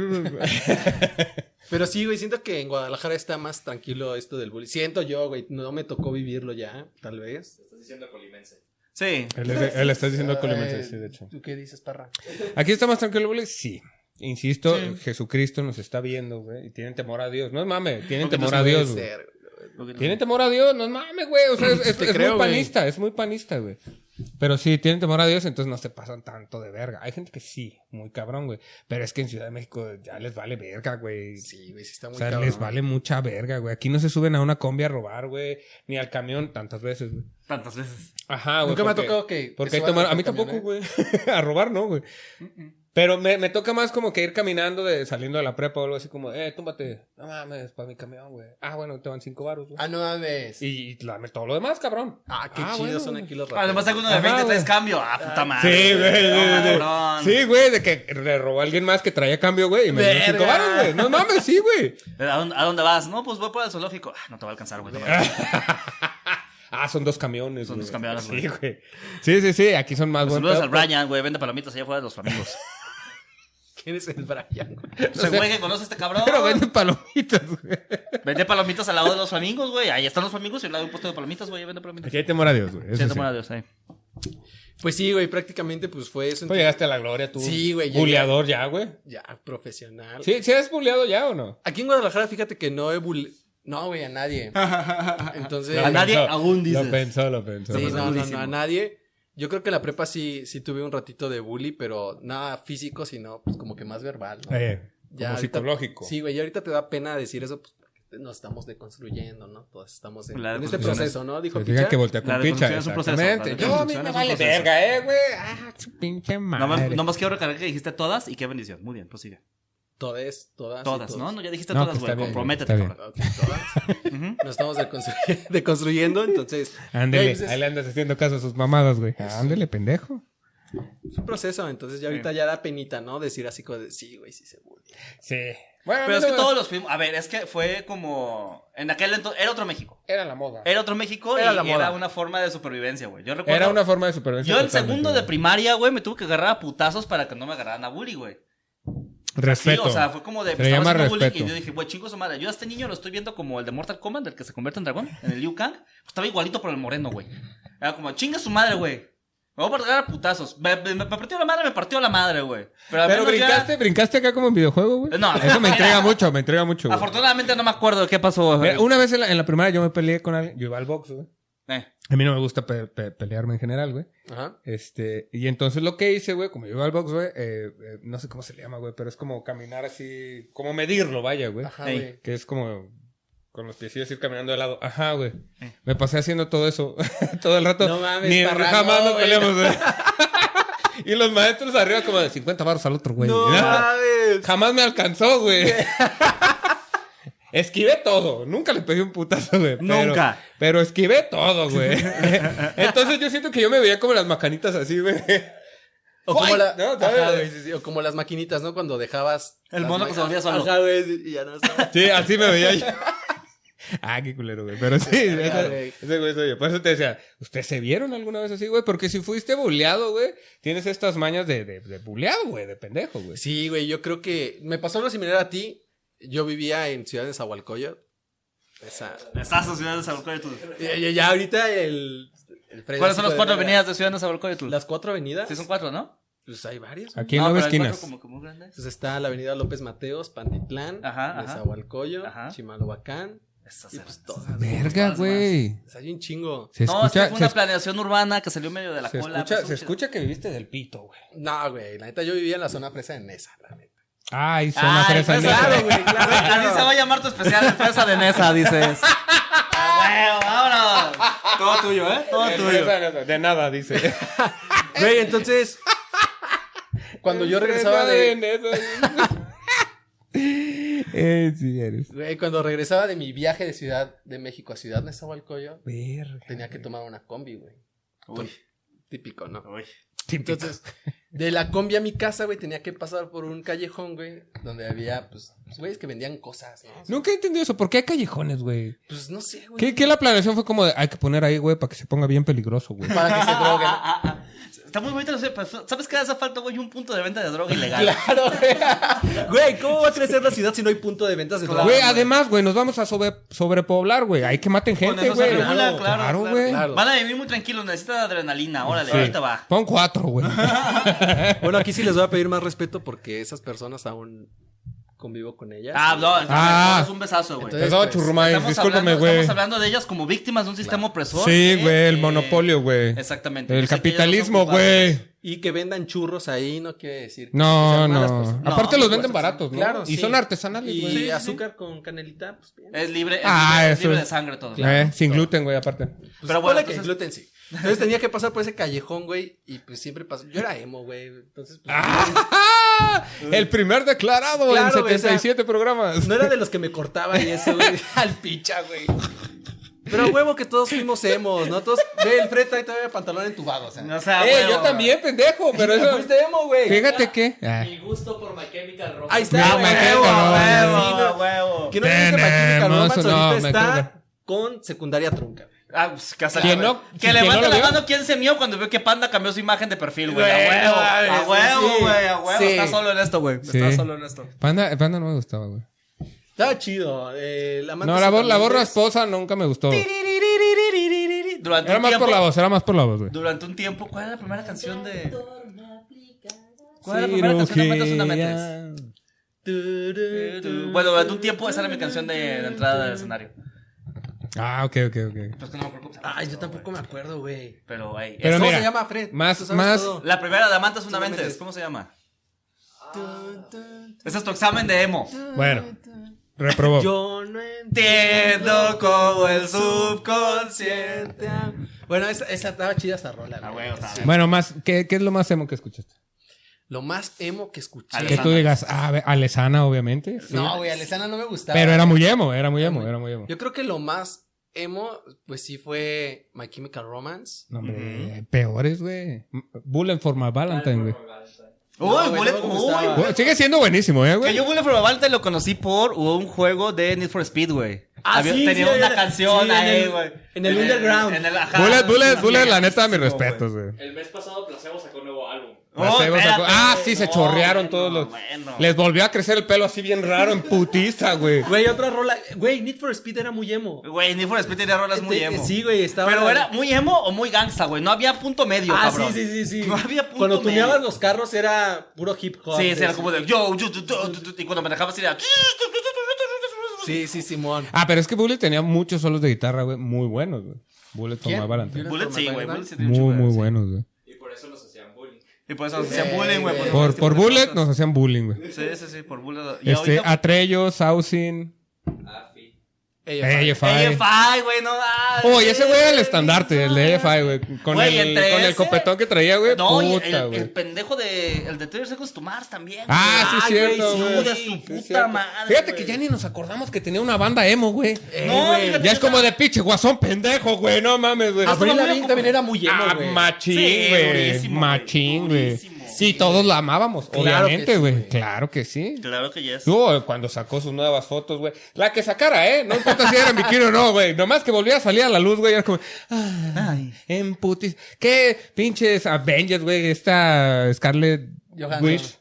Speaker 3: Pero sí, güey, siento que en Guadalajara está más tranquilo esto del bullying. Siento yo, güey, no me tocó vivirlo ya, tal vez.
Speaker 5: Estás diciendo colimense.
Speaker 1: Sí.
Speaker 2: Él, es- él está diciendo
Speaker 3: Ay,
Speaker 2: colimense, sí, de hecho.
Speaker 3: ¿Tú qué dices, parra?
Speaker 2: ¿Aquí está más tranquilo, güey? Sí. Insisto,
Speaker 1: Sí.
Speaker 2: Jesucristo nos está viendo, güey. Y tienen temor a Dios. No es mame, tienen
Speaker 1: Porque no
Speaker 2: temor a
Speaker 3: Puede
Speaker 2: Dios, güey.
Speaker 3: ser, güey.
Speaker 2: Tienen temor a Dios, no es mames, güey. O sea, es, es-
Speaker 3: Te
Speaker 2: es
Speaker 3: creo,
Speaker 2: muy
Speaker 3: güey.
Speaker 2: panista, es muy panista, güey. Pero sí, tienen temor a Dios, entonces no se pasan tanto de verga. Hay gente que sí, muy cabrón, güey. Pero es que en Ciudad de México ya les vale verga, güey.
Speaker 3: Sí, güey, sí está
Speaker 2: o
Speaker 3: muy
Speaker 2: sea,
Speaker 3: cabrón.
Speaker 2: les vale mucha verga, güey. Aquí no se suben a una combi a robar, güey. Ni al camión tantas veces, güey.
Speaker 1: Tantas veces.
Speaker 2: Ajá, güey.
Speaker 3: Nunca me ha
Speaker 2: porque-
Speaker 3: tocado que...
Speaker 2: Porque
Speaker 3: que
Speaker 2: hay
Speaker 3: suban
Speaker 2: tomar...
Speaker 3: los
Speaker 2: A mí tampoco,
Speaker 3: camiones.
Speaker 2: güey. a robar, no, güey. Pero me, me toca más como que ir caminando, de, saliendo de la prepa o algo así como, eh, túmbate. No mames, para mi camión, güey. Ah, bueno, te van cinco baros, güey.
Speaker 3: Ah, no mames.
Speaker 2: Y, y la- todo lo demás, cabrón.
Speaker 3: Ah, qué
Speaker 2: Ah,
Speaker 3: chidos
Speaker 2: bueno,
Speaker 3: son
Speaker 2: güey.
Speaker 3: aquí los raperos.
Speaker 1: Además, alguno de
Speaker 2: Ajá,
Speaker 1: 20 traes
Speaker 2: güey.
Speaker 1: cambio. Ah, puta
Speaker 2: Sí,
Speaker 1: madre.
Speaker 2: güey, güey,
Speaker 1: No,
Speaker 2: güey.
Speaker 1: cabrón.
Speaker 2: Sí, güey, de que le robó a alguien más que traía cambio, güey, y me dio
Speaker 3: Verga.
Speaker 2: cinco varos, güey. No mames, sí, güey.
Speaker 1: ¿A dónde, a dónde vas? No, pues voy por el zoológico. Ah, no te va a alcanzar, güey. te va a alcanzar.
Speaker 2: Ah, son dos camiones,
Speaker 1: Son
Speaker 2: güey.
Speaker 1: dos camiones, güey. Pues
Speaker 2: Sí, güey. Sí, sí, sí, aquí son más buenos.
Speaker 1: Saludos al Brian, güey. Vende palomitas allá afuera de los flamingos.
Speaker 3: ¿Quién es el Brian, güey?
Speaker 1: Ese güey que conoce a este cabrón.
Speaker 2: Pero venden palomitas, güey.
Speaker 1: Vende palomitas al lado de los flamingos, güey. Ahí están los flamingos y al lado de un puesto de palomitas, güey. Vende palomitas.
Speaker 2: Aquí hay temor a Dios, güey. eso
Speaker 1: Sí,
Speaker 2: sí.
Speaker 1: toma la de Dios, ahí.
Speaker 3: Pues sí, güey, prácticamente pues fue eso.
Speaker 2: Tú llegaste a la gloria, tú.
Speaker 3: Sí, güey, llegué.
Speaker 2: Buleador ya, güey.
Speaker 3: Ya, profesional.
Speaker 2: ¿Sí, ¿Sí has buleado ya o no?
Speaker 3: Aquí en Guadalajara, fíjate que no he bul... No, güey, a nadie. Entonces...
Speaker 1: A nadie
Speaker 2: pensó,
Speaker 1: aún dices.
Speaker 2: Lo pensó, lo pensó.
Speaker 3: Sí,
Speaker 1: Pues,
Speaker 3: no, no, no,
Speaker 1: durísimo.
Speaker 3: a nadie. Yo creo que en la prepa sí, sí tuve un ratito de bully, pero nada físico, sino pues como que más verbal, ¿no?
Speaker 2: Eh, como
Speaker 3: Ya ahorita-
Speaker 2: psicológico.
Speaker 3: Sí, güey, y ahorita te da pena decir eso, pues porque nos estamos deconstruyendo, ¿no? Todos estamos en,
Speaker 1: La
Speaker 3: en este
Speaker 1: deconstrucción es-
Speaker 3: proceso, ¿no? Dijo
Speaker 2: Se fijan
Speaker 3: Picha.
Speaker 2: que voltea
Speaker 1: La
Speaker 2: con picha.
Speaker 1: reconstrucción es un proceso,
Speaker 2: Exactamente.
Speaker 1: la
Speaker 2: Yo a mí
Speaker 1: reconstrucción
Speaker 2: me
Speaker 1: es un
Speaker 2: vale
Speaker 1: proceso.
Speaker 2: verga, eh, güey. Ah, su pinche madre.
Speaker 1: Nomás, nomás quiero recargar que dijiste todas y qué bendición. Muy bien, prosigue.
Speaker 3: Todas, todas. y
Speaker 1: Todas,
Speaker 3: todos.
Speaker 1: ¿no? No, ya dijiste
Speaker 2: No,
Speaker 1: todas,
Speaker 2: pues
Speaker 1: güey.
Speaker 2: está bien,
Speaker 1: Comprométete,
Speaker 2: está bien.
Speaker 1: cabrón.
Speaker 3: Ok, todas.
Speaker 1: Ujú.
Speaker 3: Nos estamos deconstru- deconstruyendo, entonces
Speaker 2: Ándele,
Speaker 3: Güey, pues es-
Speaker 2: ahí le andas haciendo caso a sus mamadas, güey. Ándele, pendejo.
Speaker 3: es un proceso, entonces ya ahorita ya da penita, ¿no? Decir así como de, sí, güey, sí se bully.
Speaker 2: Sí. Bueno,
Speaker 1: Pero es que todos los fuimos. A ver, es que fue como. En aquel entonces. Era otro México.
Speaker 2: Era la moda.
Speaker 1: Era otro México
Speaker 3: Era
Speaker 1: y
Speaker 3: la moda.
Speaker 1: era una forma de supervivencia, güey. Yo recuerdo.
Speaker 2: Era una forma de supervivencia.
Speaker 1: Yo en
Speaker 2: totalmente,
Speaker 1: segundo de
Speaker 2: güey.
Speaker 1: primaria, güey, me tuve que agarrar a putazos para que no me agarraran a bully, güey. Sí,
Speaker 2: Respeto.
Speaker 1: o sea, fue como de.
Speaker 2: Se
Speaker 1: me
Speaker 2: le
Speaker 1: estaba
Speaker 2: llama
Speaker 1: haciendo
Speaker 2: respeto.
Speaker 1: y yo dije, güey, chingo su madre. Yo a este niño lo estoy viendo como el de Mortal Kombat, del que se convierte en dragón, en el Liu Kang. Pues, Estaba igualito por el moreno, güey. Era como, chinga su madre, güey. Me voy a pagar a putazos. Me, me- me partió la madre, me partió la madre, güey. Pero, al
Speaker 2: Pero
Speaker 1: menos ya-
Speaker 2: brincaste, brincaste acá como en videojuego, güey.
Speaker 1: No, no.
Speaker 2: Eso me entrega mucho, me entrega mucho. güey.
Speaker 1: Afortunadamente no me acuerdo de qué pasó.
Speaker 2: Mira, una vez en la, en la primaria yo me peleé con alguien. Yo iba al box, güey.
Speaker 1: Eh,
Speaker 2: A mí no me gusta pe- pe- pelearme en general, güey.
Speaker 3: Ajá.
Speaker 2: Este, y entonces lo que hice, güey, como yo iba al box, güey, eh, eh, no sé cómo se le llama, güey, pero es como caminar así, como medirlo, vaya, güey.
Speaker 3: Ajá,
Speaker 1: Ey.
Speaker 3: güey.
Speaker 2: Que es como con los piecillos ir caminando de lado. Ajá, güey.
Speaker 1: Eh.
Speaker 2: Me pasé haciendo todo eso todo el rato.
Speaker 3: No mames,
Speaker 2: Ni
Speaker 3: parra,
Speaker 2: jamás
Speaker 3: no,
Speaker 2: nos
Speaker 3: güey.
Speaker 2: peleamos, güey. y los maestros arriba como de 50 baros al otro, güey.
Speaker 3: No
Speaker 2: Ya.
Speaker 3: mames.
Speaker 2: jamás me alcanzó, güey. Esquivé todo. Nunca le pedí un putazo, güey. pero-
Speaker 1: Nunca.
Speaker 2: Pero esquivé todo, güey. Entonces yo siento que yo me veía como las macanitas así, güey.
Speaker 3: O como,
Speaker 2: Fight,
Speaker 3: la-
Speaker 2: ¿no?
Speaker 3: ajá,
Speaker 2: ¿Sabes?
Speaker 3: güey, sí, sí, o como las maquinitas, ¿no? Cuando dejabas.
Speaker 1: El
Speaker 3: las
Speaker 1: mono
Speaker 3: ma-
Speaker 1: que se volvía solo.
Speaker 3: Ajá, güey, y ya no estaba.
Speaker 2: Sí, así me veía yo. Ah, qué culero, güey. Pero sí, ese,
Speaker 3: güey.
Speaker 2: ese güey soy yo. Por eso te decía, ¿ustedes se vieron alguna vez así, güey? Porque si fuiste buleado, güey, tienes estas mañas de, de, de buleado, güey, de pendejo, güey.
Speaker 3: Sí, güey, yo creo que me pasó algo similar a ti. Yo vivía en Ciudad de Zahualcoyo. Esa.
Speaker 1: Estás en Ciudad de Zabalcoyotl.
Speaker 3: Ya, ya- ya ahorita el. el Fred
Speaker 1: ¿Cuáles
Speaker 3: así
Speaker 1: son las
Speaker 3: de-
Speaker 1: cuatro avenidas de Ciudad de Zabalcoyotl?
Speaker 3: eh, Las cuatro avenidas.
Speaker 1: Sí, son cuatro, ¿no?
Speaker 3: Pues hay varias. güey.
Speaker 2: Aquí en
Speaker 1: no,
Speaker 2: nueve
Speaker 1: pero hay cuatro
Speaker 2: esquinas.
Speaker 1: como que muy grandes.
Speaker 3: Pues está la avenida López Mateos, Pantitlán,
Speaker 1: Ajá,
Speaker 3: de
Speaker 1: ajá.
Speaker 3: Zahualcoyo,
Speaker 1: Ajá.
Speaker 3: Chimalhuacán.
Speaker 1: Esas
Speaker 3: Y
Speaker 1: eran.
Speaker 3: pues todas. güey.
Speaker 2: Verga,
Speaker 1: más.
Speaker 2: güey.
Speaker 3: O sea, hay un chingo.
Speaker 2: Se
Speaker 1: No, es que
Speaker 2: escucha,
Speaker 1: fue
Speaker 2: se,
Speaker 1: una planeación urbana que salió medio de la
Speaker 2: se
Speaker 1: cola.
Speaker 2: escucha,
Speaker 1: pues,
Speaker 2: se
Speaker 1: un chido.
Speaker 2: escucha que viviste del pito, güey.
Speaker 3: No, güey, la neta yo vivía en la zona fresa de Nesa, la neta.
Speaker 2: Ay, son las
Speaker 1: Ay,
Speaker 2: tres
Speaker 1: fresa,
Speaker 2: años.
Speaker 1: Ah, claro, güey, claro, Así se va a llamar tu especial, Fresa de Nesa, dices. Ah, bueno, vámonos. Todo tuyo, ¿eh? Todo
Speaker 2: De
Speaker 1: tuyo.
Speaker 2: fresa, no, De nada, dice.
Speaker 3: Güey, entonces. Cuando yo regresaba
Speaker 2: Fresa
Speaker 3: de.
Speaker 2: neta, güey. Eh, sí, eres.
Speaker 3: Güey, cuando regresaba de mi viaje de Ciudad de México a Ciudad Nezahualcóyotl,
Speaker 2: Verga.
Speaker 3: tenía que tomar una combi, güey.
Speaker 1: Uy,
Speaker 3: Típico, ¿no?
Speaker 1: uy.
Speaker 2: Típico.
Speaker 3: Entonces, de la combi a mi casa, güey, tenía que pasar por un callejón, güey, donde había, pues, pues, güeyes que vendían cosas, ¿no?
Speaker 2: Nunca he entendido eso. ¿Por qué hay callejones, güey?
Speaker 3: Pues no sé, güey.
Speaker 2: ¿Qué, qué la planeación fue como de hay que poner ahí, güey, para que se ponga bien peligroso, güey?
Speaker 3: Para que se droguen.
Speaker 1: Ah, ah, ah. Está muy bonito, no sé, pero ¿sabes qué hace falta, güey? Un punto de venta de droga ilegal.
Speaker 3: Claro, güey. Güey, ¿cómo va a crecer la ciudad si no hay punto de ventas de
Speaker 1: Claro,
Speaker 2: Güey,
Speaker 1: güey.
Speaker 2: además, güey, nos vamos a sobre- sobrepoblar, güey. Hay que maten gente,
Speaker 1: Cuando no se
Speaker 2: güey.
Speaker 1: regula,
Speaker 3: Claro,
Speaker 2: claro, güey.
Speaker 3: Claro.
Speaker 1: Van a vivir muy tranquilos, necesitan adrenalina, órale,
Speaker 2: Sí.
Speaker 1: ahorita va.
Speaker 2: Pon cuatro, güey.
Speaker 3: Bueno, aquí sí les voy a pedir más respeto porque esas personas aún convivo con ellas.
Speaker 1: Ah, no,
Speaker 2: Ah.
Speaker 1: es un besazo, güey.
Speaker 3: Entonces,
Speaker 2: Pesado
Speaker 3: pues,
Speaker 2: churrumay,
Speaker 1: Estamos
Speaker 2: discúlpame,
Speaker 1: hablando,
Speaker 2: güey.
Speaker 1: estamos hablando de ellas como víctimas de un sistema opresor.
Speaker 2: Sí,
Speaker 1: que,
Speaker 2: güey, el
Speaker 1: eh,
Speaker 2: monopolio, güey.
Speaker 1: Exactamente.
Speaker 2: El
Speaker 1: Yo sé que ellas no son
Speaker 2: capitalismo,
Speaker 1: culpables.
Speaker 2: güey.
Speaker 3: Y que vendan churros ahí no quiere decir. que
Speaker 2: No,
Speaker 3: sean malas
Speaker 2: no.
Speaker 3: personas.
Speaker 2: Aparte
Speaker 1: No,
Speaker 2: los
Speaker 1: pues,
Speaker 2: venden baratos, ¿no?
Speaker 3: Claro,
Speaker 2: Y
Speaker 3: sí.
Speaker 2: son artesanales,
Speaker 3: Y
Speaker 2: güey.
Speaker 1: sí, sí.
Speaker 3: azúcar con canelita, pues bien.
Speaker 1: Es libre, es
Speaker 2: Ah,
Speaker 1: libre, es
Speaker 2: eso
Speaker 1: libre
Speaker 2: es.
Speaker 1: de sangre todo.
Speaker 2: Eh, sin gluten, güey, aparte.
Speaker 3: Pues,
Speaker 1: Pero bueno,
Speaker 3: ponle que
Speaker 1: entonces-
Speaker 3: gluten sí. Entonces tenía que pasar por ese callejón, güey, y pues siempre pasó. Yo era emo, güey. Entonces, pues,
Speaker 2: ¡Ah! El primer declarado en
Speaker 3: Claro, güey,
Speaker 2: 77 programas.
Speaker 3: no era de los que me cortaba y eso, güey. Al picha, güey. Pero huevo que todos fuimos emos, ¿no? Todos, ve el freta y todavía pantalón entubado, o sea.
Speaker 1: O sea,
Speaker 2: eh,
Speaker 1: güey, Ah,
Speaker 2: yo
Speaker 1: güey.
Speaker 2: también, pendejo, pero
Speaker 3: Pero
Speaker 2: eso...
Speaker 3: fuiste emo, güey.
Speaker 2: Fíjate que... Ah.
Speaker 4: Mi gusto por My Chemical Romance.
Speaker 3: Ahí está,
Speaker 2: No,
Speaker 3: güey.
Speaker 2: me quedo,
Speaker 3: Huevo,
Speaker 2: no,
Speaker 3: huevo,
Speaker 1: Sí,
Speaker 3: huevo.
Speaker 1: no, Ah, huevo.
Speaker 3: Que no te guste My Chemical
Speaker 2: Tenemos
Speaker 3: Romance,
Speaker 2: una-
Speaker 3: ahorita
Speaker 2: me
Speaker 3: está con secundaria trunca.
Speaker 1: Ah, pues, que hasta-
Speaker 2: Quien no-
Speaker 1: que
Speaker 2: si
Speaker 1: levante
Speaker 2: quien no lo
Speaker 1: la
Speaker 2: vio.
Speaker 1: mano quien se mío cuando vio que Panda cambió su imagen de perfil, güey. A
Speaker 3: Güey,
Speaker 1: huevo, a
Speaker 3: sí,
Speaker 1: huevo,
Speaker 3: sí.
Speaker 1: güey, a huevo.
Speaker 3: Sí.
Speaker 1: Está solo en esto, güey.
Speaker 2: Sí.
Speaker 1: Está solo en esto.
Speaker 2: Panda, Panda no me gustaba, güey.
Speaker 3: Estaba chido. eh, el amante
Speaker 2: No, la, voz- la voz
Speaker 3: superviviente.
Speaker 2: rasposa nunca me gustó.
Speaker 1: Durante
Speaker 2: Era
Speaker 1: un
Speaker 2: más
Speaker 1: tiempo,
Speaker 2: por la voz, era más por la voz, güey.
Speaker 1: Durante un tiempo, ¿cuál era la primera canción de...? ¿Cuál era la primera canción de Amanda Fundamentes?
Speaker 2: Cirugía.
Speaker 1: Bueno, durante un tiempo esa era mi canción de, de entrada del escenario.
Speaker 2: Ah, ok, ok, ok.
Speaker 1: Pues que no me acuerdo cómo se llama.
Speaker 3: Ay, yo tampoco me acuerdo, güey.
Speaker 1: Pero, güey.
Speaker 2: Pero
Speaker 1: eso-
Speaker 3: ¿Cómo
Speaker 2: mira,
Speaker 3: se llama, Fred?
Speaker 2: más-
Speaker 3: Tú sabes
Speaker 2: más-
Speaker 3: todo.
Speaker 1: La primera de Amantas Fundamentes, ¿cómo se llama? Ese es tu examen de emo.
Speaker 2: Bueno, reprobó.
Speaker 3: Yo no entiendo
Speaker 1: Entiendo como el subconsciente.
Speaker 3: subconsciente. Bueno, esa, esa estaba chida esa rola,
Speaker 1: Ah,
Speaker 3: güey.
Speaker 1: güey, estaba
Speaker 3: Sí.
Speaker 1: bien.
Speaker 2: Bueno, más, ¿qué, qué es lo más emo que escuchaste?
Speaker 3: Lo más emo que escuché.
Speaker 1: Ale-
Speaker 2: Que tú
Speaker 1: Alesana.
Speaker 2: digas, ah, ve- Alesana, obviamente. sí.
Speaker 3: No, güey, Alessana no me gustaba.
Speaker 2: Pero era muy emo, era muy emo, era muy emo.
Speaker 3: Yo creo que lo más emo, pues sí fue My Chemical Romance.
Speaker 2: No, hombre, hay peores, güey. M- Bullet for my Valentine, güey.
Speaker 1: Uy,
Speaker 3: No, güey,
Speaker 1: Bullet-
Speaker 3: no me
Speaker 1: uy,
Speaker 3: gustaba.
Speaker 1: güey.
Speaker 2: Güey, Sigue siendo buenísimo, eh,
Speaker 1: Que
Speaker 2: güey.
Speaker 1: yo Bullet for Valentine lo conocí por un juego de Need for Speed, güey.
Speaker 3: Ah,
Speaker 1: Había-
Speaker 3: sí,
Speaker 1: Tenía
Speaker 3: sí,
Speaker 1: una
Speaker 3: había-
Speaker 1: canción
Speaker 3: sí, en
Speaker 1: ahí,
Speaker 3: el-
Speaker 1: güey.
Speaker 3: en el underground.
Speaker 1: En el ajá.
Speaker 2: Bullet, Bullet,
Speaker 1: Una
Speaker 2: Bullet, la
Speaker 1: mierda,
Speaker 2: neta, mis
Speaker 1: güey.
Speaker 2: respetos, güey.
Speaker 4: El mes pasado Placebo sacó nuevo álbum.
Speaker 1: No,
Speaker 2: Las cebas
Speaker 1: espérate,
Speaker 2: sacó- ah,
Speaker 1: güey,
Speaker 2: sí, se
Speaker 1: no,
Speaker 2: chorrearon
Speaker 1: bueno,
Speaker 2: todos los.
Speaker 1: bueno.
Speaker 2: Les volvió a crecer el pelo así bien raro en putiza, güey.
Speaker 3: Güey, otra rola. Güey, Need for Speed era muy emo.
Speaker 1: Güey, Need for Speed tenía rolas muy
Speaker 3: Eh,
Speaker 2: Este,
Speaker 1: emo.
Speaker 3: Sí, güey, estaba.
Speaker 1: Pero era muy emo o muy gangsta, güey. No había punto medio,
Speaker 3: Ah,
Speaker 1: cabrón.
Speaker 3: sí, sí, sí, sí.
Speaker 1: No había punto
Speaker 3: Cuando
Speaker 1: medio.
Speaker 3: tuneabas los carros era puro hip hop.
Speaker 1: Sí, sí, era como de yo, yo, yo, yo, yo, yo, y cuando manejabas era
Speaker 3: Sí, sí, Simón.
Speaker 2: Ah, pero es que Bullet tenía muchos solos de guitarra, güey, muy buenos, güey. Bullet for
Speaker 3: ¿Quién?
Speaker 2: my Valentine.
Speaker 1: Bullet sí, güey, Bullet sí tiene un
Speaker 2: Muy,
Speaker 1: chingo de-
Speaker 2: muy
Speaker 1: sí.
Speaker 2: buenos, güey.
Speaker 4: Y por eso nos hacían bullying.
Speaker 1: Y por eso nos hacían bullying, güey.
Speaker 3: güey.
Speaker 2: Por,
Speaker 1: este
Speaker 2: por
Speaker 1: tipo de
Speaker 2: Bullet
Speaker 1: cosas.
Speaker 2: nos hacían bullying, güey.
Speaker 1: Sí, sí, sí, por Bullet. Y
Speaker 2: Este,
Speaker 1: ahorita
Speaker 2: Atrello, Saucin,
Speaker 4: AFI.
Speaker 2: AFI.
Speaker 1: AFI, güey, no da.
Speaker 2: Oye, ese güey era el estandarte, el de AFI, güey. Con,
Speaker 1: Güey,
Speaker 2: el,
Speaker 1: entre
Speaker 2: con el
Speaker 1: ese-
Speaker 2: copetón que traía, güey.
Speaker 1: No, y el,
Speaker 2: puta,
Speaker 1: el
Speaker 2: güey.
Speaker 1: pendejo de el de Three Seconds to Mars también.
Speaker 2: Ah, sí, es
Speaker 3: Ay, güey,
Speaker 2: cierto,
Speaker 3: sí,
Speaker 2: güey.
Speaker 1: de su
Speaker 2: Sí, es
Speaker 1: puta
Speaker 2: cierto.
Speaker 1: madre,
Speaker 2: Fíjate
Speaker 1: güey.
Speaker 2: que ya ni nos acordamos que tenía una banda emo, güey.
Speaker 1: güey. No,
Speaker 3: güey.
Speaker 1: fíjate,
Speaker 2: Ya es como de pinche guasón pendejo, güey. No mames, güey.
Speaker 1: Ah,
Speaker 3: Abril
Speaker 1: Estuvo muy
Speaker 3: Lavigne
Speaker 1: ocup-
Speaker 3: también era muy emo,
Speaker 2: Ah,
Speaker 3: güey.
Speaker 2: machín,
Speaker 1: Sí,
Speaker 2: güey.
Speaker 1: durísimo, güey,
Speaker 2: machín, güey.
Speaker 1: durísimo.
Speaker 2: Sí, todos la amábamos,
Speaker 3: Claro que
Speaker 2: obviamente,
Speaker 3: sí,
Speaker 2: güey.
Speaker 3: güey.
Speaker 2: claro que sí.
Speaker 1: Claro que ya es.
Speaker 2: Tú, cuando sacó sus nuevas fotos, güey. La que sacara, ¿eh? No importa si era en bikini o no, güey. Nomás que volvía a salir a la luz, güey. Era como, ah,
Speaker 1: Ay.
Speaker 2: en putis. ¿Qué pinches Avengers, güey? Esta Scarlet
Speaker 3: Johansson.
Speaker 2: Witch.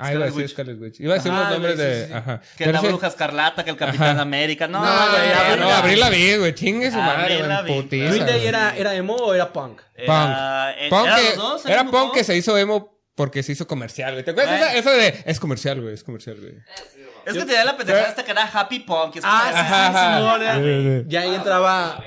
Speaker 2: Ah, iba
Speaker 1: Scarlet
Speaker 2: a decir
Speaker 1: Witch. Ah,
Speaker 2: Scarlet Witch. Iba a decir
Speaker 3: Ajá,
Speaker 2: los nombres
Speaker 3: güey, sí,
Speaker 2: de.
Speaker 3: sí, sí.
Speaker 2: Ajá.
Speaker 1: Que
Speaker 2: Pero
Speaker 1: la
Speaker 2: sí-
Speaker 1: bruja escarlata, que el capitán
Speaker 2: Ajá.
Speaker 1: América. No,
Speaker 2: No,
Speaker 1: güey.
Speaker 2: güey,
Speaker 1: ya,
Speaker 2: no,
Speaker 1: ya.
Speaker 2: Abril Lavigne, güey. Chingue su madre,
Speaker 1: Avril
Speaker 2: güey. en
Speaker 1: Lavigne.
Speaker 2: putiza,
Speaker 3: ¿Green Day
Speaker 2: güey.
Speaker 3: era, era emo o era punk?
Speaker 1: Era- eh,
Speaker 2: Punk
Speaker 1: ¿eran
Speaker 2: que-
Speaker 1: los dos?
Speaker 2: era
Speaker 1: ¿Eran
Speaker 2: punk
Speaker 1: los
Speaker 2: que
Speaker 1: dos?
Speaker 2: se hizo emo porque se hizo comercial, güey. ¿Te acuerdas?
Speaker 1: Bueno.
Speaker 2: Eso de, es comercial, güey, es comercial, güey.
Speaker 1: Es que tenía la pendejada hasta que era Happy Punk. que es
Speaker 3: Ah,
Speaker 1: como-
Speaker 3: sí, sí. Simón, era-
Speaker 2: Sí, sí.
Speaker 3: Ya ahí entraba.
Speaker 4: verga.